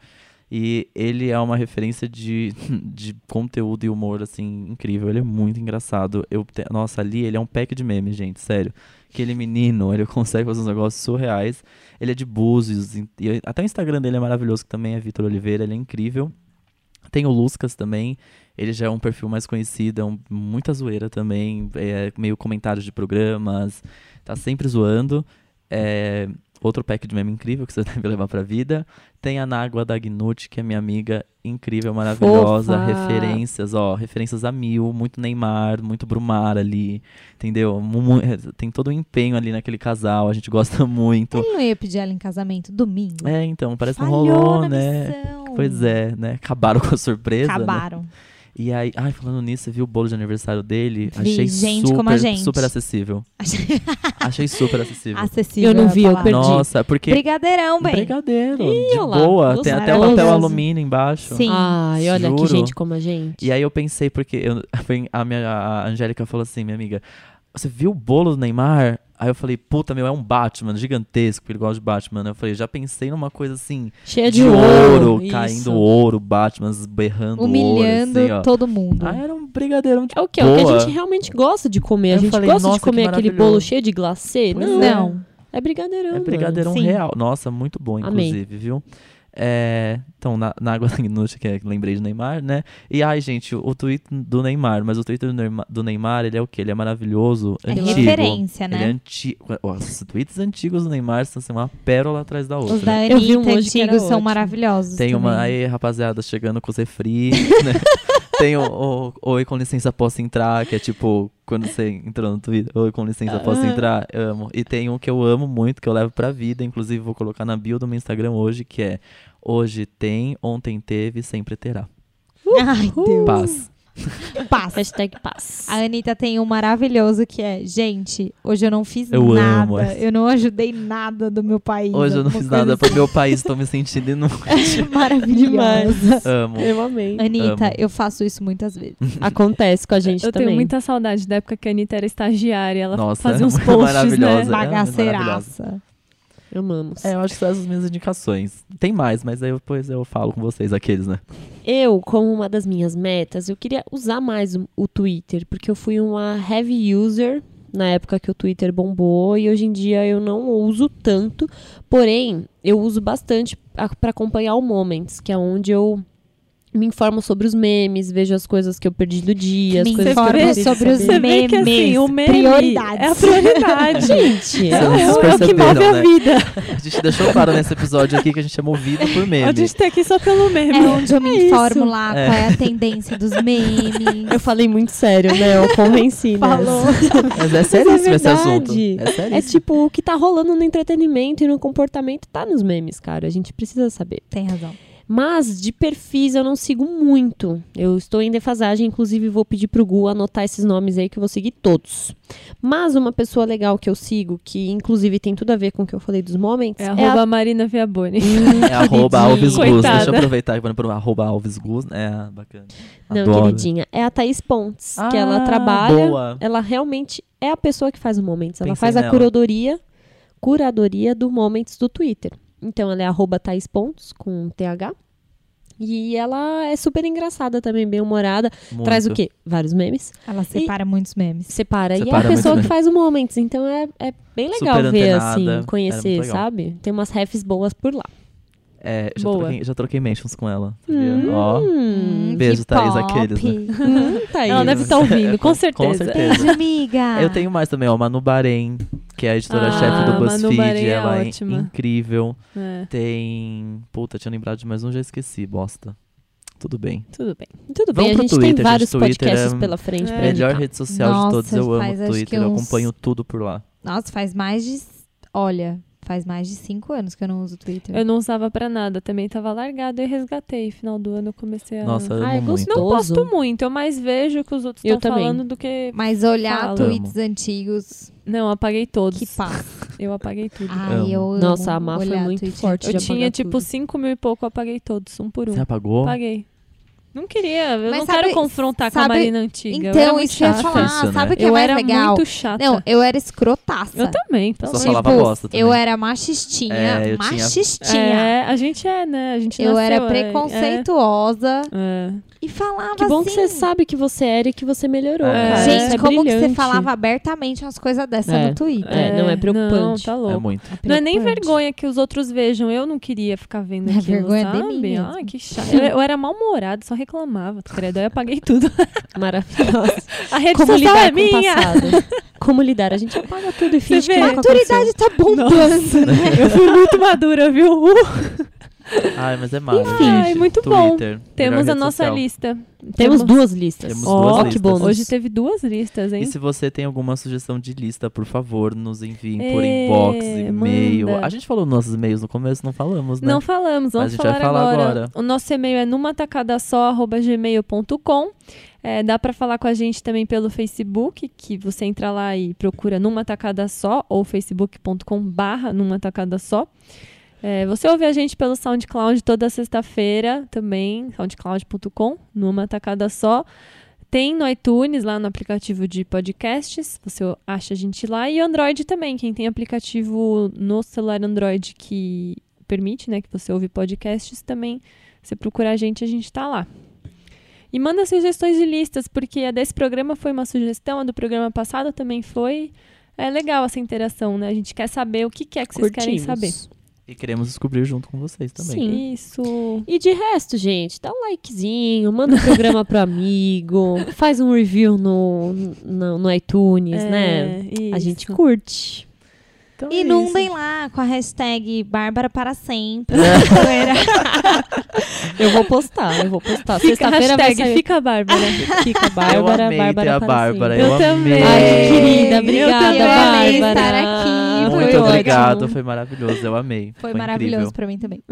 S3: E ele é uma referência de, de conteúdo e humor, assim, incrível. Ele é muito engraçado. Eu te- Nossa, ali ele é um pack de memes, gente, sério. Aquele menino, ele consegue fazer uns negócios surreais. Ele é de Búzios, e- e até o Instagram dele é maravilhoso, que também é Vitor Oliveira, ele é incrível. Tem o Lucas também, ele já é um perfil mais conhecido, é um- muita zoeira também, é meio comentários de programas, tá sempre zoando. É, outro pack de meme incrível que você deve levar pra vida. Tem a Nágua da Gnut, que é minha amiga incrível, maravilhosa.
S2: Fofa.
S3: Referências, ó, referências a mil, muito Neymar, muito Brumar ali, entendeu? Mu- mu- é, Tem todo o empenho ali naquele casal, a gente gosta muito.
S4: Ele não ia pedir ela em casamento domingo.
S3: É, então, parece que não
S4: Falhou
S3: rolou,
S4: na
S3: né?
S4: missão.
S3: Pois é, né? Acabaram com a surpresa. né?
S4: Acabaram.
S3: E aí, ai, falando nisso, você viu o bolo de aniversário dele?
S4: Vi,
S3: Achei
S4: gente
S3: super,
S4: como a gente.
S3: super acessível. Achei super acessível.
S4: Acessível.
S2: Eu não
S4: é a
S2: vi, eu
S4: palavra.
S2: perdi.
S3: Nossa, porque
S4: Brigadeirão, bem.
S3: brigadeiro,
S2: Ih,
S3: de
S2: olha lá,
S3: boa,
S2: dos
S3: tem até o
S2: maravilhosos.
S3: papel alumínio embaixo.
S4: Sim.
S2: Ai, olha que
S3: Juro.
S2: gente como a gente.
S3: E aí eu pensei porque eu- foi a minha a Angélica falou assim, minha amiga, você viu o bolo do Neymar? Aí eu falei, puta, meu, é um Batman gigantesco, porque ele gosta de Batman. Eu falei, já pensei numa coisa assim,
S2: Cheia É de,
S3: de ouro,
S2: isso.
S3: caindo ouro, Batman berrando
S4: Humilhando
S3: ouro, assim, ó.
S4: todo mundo.
S3: Ah, era um brigadeirão de
S2: É o que? É o que a
S3: boa.
S2: gente realmente gosta de comer. a
S3: Eu
S2: gente
S3: falei,
S2: gosta de
S3: nossa, que
S2: comer aquele
S3: maravilhoso.
S2: bolo cheio de glacê.
S3: Pois
S2: Não.
S4: não.
S2: É brigadeirão.
S3: É
S2: mano.
S3: brigadeirão
S4: Sim.
S3: real. Nossa, muito bom,
S2: Amei.
S3: inclusive, viu? É, então, na, na água da Gnute, que é, lembrei de Neymar, né? E ai, gente, o, o tweet do Neymar, mas o Twitter do Neymar, do Neymar, ele é o quê? Ele é maravilhoso,
S4: É
S3: antigo.
S4: referência,
S3: Ele é
S4: né?
S3: antigo. Os tweets antigos do Neymar são assim, uma pérola atrás da outra.
S4: Os da
S2: Eu vi um
S4: Anitta
S2: hoje que era
S4: antigos são
S2: ótimo.
S4: maravilhosos.
S3: né? Tem uma.
S4: também.
S3: Aí, rapaziada, chegando com os refri, né? Tem o, o Oi, com licença, posso entrar? Que é tipo, quando você entrou no Twitter, Oi, com licença, posso entrar? Amo. E tem um que eu amo muito, que eu levo pra vida. Inclusive, vou colocar na bio do meu Instagram hoje, que é Hoje tem, ontem teve, sempre terá.
S2: Ai,
S3: Paz.
S4: Passa.
S2: Hashtag paz.
S4: A Anitta tem um maravilhoso que é, gente, hoje eu não fiz
S3: Eu
S4: nada.
S3: amo essa.
S4: eu não ajudei nada do meu país.
S3: Hoje eu não
S4: Hum, alguma
S3: fiz
S4: coisa
S3: nada pro meu país, tô me sentindo
S4: assim.
S3: inútil.
S4: Maravilhosa.
S3: Amo.
S2: Eu amei.
S4: Anitta,
S3: Amo.
S4: eu faço isso muitas vezes.
S2: Acontece com a gente
S1: Eu
S2: também.
S1: tenho muita saudade da época que a Anitta era estagiária. Ela
S3: Nossa,
S1: fazia
S3: era
S1: uns
S3: muito
S1: posts,
S3: maravilhosa.
S1: né?
S3: Ela é
S4: Bagaceiraça.
S2: Amamos.
S3: É, eu acho que são essas minhas indicações. Tem mais, mas aí depois eu falo com vocês, aqueles, né?
S2: Eu, como uma das minhas metas, eu queria usar mais o, o Twitter, porque eu fui uma heavy user na época que o Twitter bombou e hoje em dia eu não uso tanto, porém eu uso bastante para acompanhar o Moments, que é onde eu me informo sobre os memes, vejo as coisas que eu perdi do dia, as
S4: Me
S2: coisas
S4: informo
S2: que eu preciso
S4: sobre os
S2: saber.
S1: Você vê que assim, o meme
S4: Prioridades.
S1: é a prioridade.
S2: Gente, é,
S3: Vocês
S2: é o- é o que
S3: perceberam,
S2: move a
S3: né?
S2: vida.
S3: A gente deixou claro nesse episódio aqui que a gente é movido por
S1: A
S3: meme.
S1: gente tá aqui só pelo meme.
S4: É onde eu me
S2: isso.
S4: informo lá
S3: É.
S4: qual é a tendência dos
S2: Eu
S4: memes.
S2: falei muito sério, né? Eu convenci, né?
S4: Falou.
S1: tá
S3: Mas é seríssimo esse
S2: verdade.
S3: assunto. É
S2: É
S3: seríssimo.
S2: tipo, o que tá rolando no entretenimento e no comportamento tá nos memes, cara. A gente precisa saber.
S4: Tem razão.
S2: Mas de perfis eu não sigo muito. Eu estou em defasagem, inclusive vou pedir pro Gu anotar esses nomes aí que eu vou seguir todos. Mas uma pessoa legal que eu sigo, que inclusive tem tudo a ver com o que eu falei dos momentos,
S1: É
S2: é,
S1: arroba
S2: a
S1: Marina Viaboni.
S3: É arroba Alves Gus.
S1: Coitada.
S3: Deixa eu aproveitar para pro um arroba Alves Gus. É bacana.
S2: Não,
S3: Adoro.
S2: queridinha, é a Thaís Pontes, que ela
S3: Ah,
S2: trabalha.
S3: boa.
S2: Ela realmente é a pessoa que faz o Moments. Ela
S3: Pensei
S2: faz a
S3: nela.
S2: curadoria, curadoria do Moments do Twitter. Então ela é arroba Thaís Pontes com TH. E ela é super engraçada também, bem humorada.
S3: Muito.
S2: Traz o quê? Vários memes.
S4: Ela separa muitos memes.
S2: Separa. e é
S3: Separa
S2: a
S3: muito
S2: pessoa que
S3: bem.
S2: faz o Moments. Então é, é bem legal
S3: Super
S2: ver, assim,
S3: antenada. Era
S2: conhecer,
S3: muito legal.
S2: sabe? Tem umas refs boas por lá.
S3: É, já,
S1: Boa. Hum,
S3: troquei, já troquei mentions com ela. sabia?
S4: Hum.
S3: Ó.
S2: Hum,
S3: Beijo,
S4: que
S3: Thaís,
S4: pop.
S3: aqueles, né?
S2: hum, Thaís.
S1: Ela deve estar ouvindo, com certeza.
S3: Com certeza.
S4: Beijo, amiga.
S3: Eu tenho mais também, ó. Manu Bahrein, que é a editora-chefe
S1: Ah,
S3: do
S1: Manu Bahrein
S3: BuzzFeed.
S1: é
S3: Ela é
S1: ótima.
S3: incrível.
S1: É,
S3: Tem. Puta, tinha lembrado de mais um, já esqueci, bosta. Tudo bem.
S1: tudo bem.
S2: Tudo
S3: Vamos
S2: bem,
S3: pro
S2: a gente
S3: Twitter,
S2: tem
S3: gente.
S2: vários
S3: Twitter
S2: podcasts
S3: é
S2: pela frente pra
S3: Melhor
S1: tá-
S2: indicar.
S3: rede social
S4: Nossa,
S3: de todos, eu amo
S4: faz
S3: o
S4: acho que
S3: Twitter, eu
S4: uns-
S3: acompanho tudo por lá.
S4: Nossa, faz mais de. Olha, faz mais de cinco anos que eu não uso o Twitter.
S1: Eu não usava pra nada, também tava largado e resgatei. Final do ano eu comecei a.
S3: Nossa, eu
S1: é
S2: Ai,
S3: amo
S2: gosto-
S3: muito.
S1: não
S2: gostoso.
S1: posto muito, eu mais vejo o que os outros
S2: Eu
S1: estão
S2: também.
S1: falando do que.
S4: Mas olhar
S1: Fala.
S4: tweets antigos,
S1: Não, apaguei todos.
S4: que Ah, passa.
S1: Eu apaguei tudo.
S4: Ai,
S3: Amo.
S4: eu amo
S2: Nossa, a Má foi
S4: olhar
S2: muito
S4: tweet
S2: forte.
S1: eu
S2: de
S1: tinha
S2: apagar
S1: tipo
S2: tudo.
S1: 5 mil e pouco, eu apaguei todos, um por um.
S3: Você apagou?
S1: Apaguei. Não queria, eu
S4: Mas
S1: não
S4: sabe-
S1: quero confrontar com a
S4: sabe-
S1: Marina antiga. eu era
S4: Então,
S1: é muito
S4: isso que eu ia
S1: chata.
S4: falar.
S3: Isso, né?
S4: Sabe o que
S1: eu
S4: é mais
S1: era
S4: legal?
S1: muito chata.
S4: Não, eu era escrotaça.
S1: eu também, pelo
S3: Só
S1: amor de
S3: falava
S4: Tipo,
S3: bosta também.
S4: Eu era machistinha.
S3: É, eu tinha-
S4: machistinha.
S1: É, a gente é, né? A gente
S4: Eu
S1: nasceu,
S4: era
S1: é,
S4: preconceituosa
S1: É, é.
S4: e falava
S2: Que bom
S4: assim.
S2: que você sabe que você era e que você melhorou.
S3: É.
S2: cara.
S1: sabe,
S4: Gente,
S2: Isso é
S4: como que você
S2: brilhante.
S4: falava abertamente umas coisas dessa
S2: É.
S4: no Twitter?
S2: É, não, é preocupante.
S1: Não, tá
S3: É
S1: louco.
S3: muito.
S1: Não é nem
S4: Preocupante.
S1: vergonha que os outros vejam. Eu não queria ficar vendo
S4: É
S1: aquilo,
S4: vergonha de
S1: sabe?
S4: mim mesmo.
S1: Ai, que chato. Eu, eu era mal-humorada, só reclamava. tá Credo, aí eu apaguei tudo.
S2: Maravilhosa.
S1: A rede
S2: Como
S1: social
S2: lidar
S1: é
S2: com o
S1: minha.
S2: passado. Como lidar? A gente apaga tudo e finge que
S1: vê?
S2: nunca
S4: Maturidade tá bombando, né?
S1: Eu fui muito madura, viu? Uh,
S3: Ai, mas é maravilhoso.
S1: Enfim, Ai, muito bom.
S3: Twitter, melhor
S1: temos a
S3: rede
S1: nossa
S3: social.
S1: lista.
S2: aconteceu. Temos duas listas.
S3: Temos
S1: duas
S2: Ó, que
S3: listas.
S2: bônus.
S1: Hoje teve duas listas, hein?
S3: E se você tem alguma sugestão de lista, por favor, nos enviem por
S1: É,
S3: inbox, e-mail.
S1: manda.
S3: A gente falou nossos e-mails no começo, não falamos, né?
S1: Não falamos,
S3: Mas a
S1: vamos
S3: gente vai
S1: falar,
S3: falar
S1: agora.
S3: agora.
S1: O nosso e-mail é numatacadasó.gmail.com. É, dá pra falar com a gente também pelo Facebook, que você entra lá e procura Numa Tacada Só ou facebook.com barra Numa Tacada Só. É, você ouve a gente pelo SoundCloud toda sexta-feira também, soundcloud.com, Numa Tacada Só. Tem no iTunes, lá no aplicativo de podcasts, você acha a gente lá. E Android também, quem tem aplicativo no celular Android que permite, né, que você ouve podcasts também, você procura a gente, a gente tá lá. E manda sugestões de listas, porque a desse programa foi uma sugestão, a do programa passado também foi. É legal essa interação, né? A gente quer saber o que que é que vocês querem
S2: Curtimos.
S1: saber.
S3: E queremos descobrir junto com vocês também.
S2: Sim.
S1: Isso.
S2: E de resto, gente, dá um likezinho, manda o programa pro amigo, faz um review no, no, no iTunes,
S1: É,
S2: né? A gente curte.
S3: Então é
S4: Inundem
S3: isso.
S4: lá com a hashtag Bárbara para sempre.
S2: É. Eu vou postar, eu vou postar.
S1: Fica
S2: Sexta-feira vai sair.
S1: fica a Bárbara.
S2: Fica
S3: Eu
S2: Bárbara,
S3: amei
S2: Bárbara. assim.
S3: ter a
S2: para
S3: Bárbara.
S2: sempre.
S3: Eu,
S1: Eu
S3: amei.
S1: também.
S2: Ai,
S1: É.
S2: querida,
S4: Eu
S2: obrigada,
S4: também amei
S2: Bárbara.
S4: estar aqui, foi
S3: Muito
S4: ótimo.
S3: obrigado, foi maravilhoso. Eu amei.
S4: Foi,
S3: incrível.
S4: maravilhoso pra mim também.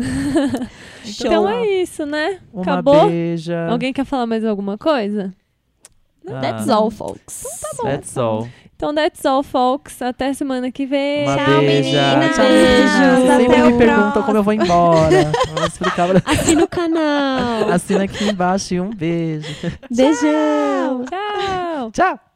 S2: Show.
S1: Então é isso, né?
S3: Uma
S1: Acabou?
S3: beija.
S1: Alguém quer falar mais alguma coisa?
S3: Ah,
S2: That's all, folks.
S3: That's all.
S1: Então, that's all, folks. Até semana que vem.
S3: Uma
S4: Tchau,
S3: beija.
S4: meninas.
S3: Tchau,
S2: Beijos,
S3: meninas. Sempre
S2: até
S3: me
S2: o
S3: perguntam como eu vou embora. Vou explicar pra...
S2: Assina o canal.
S3: Assina aqui embaixo e um beijo.
S2: Beijão.
S1: Tchau.
S3: Tchau.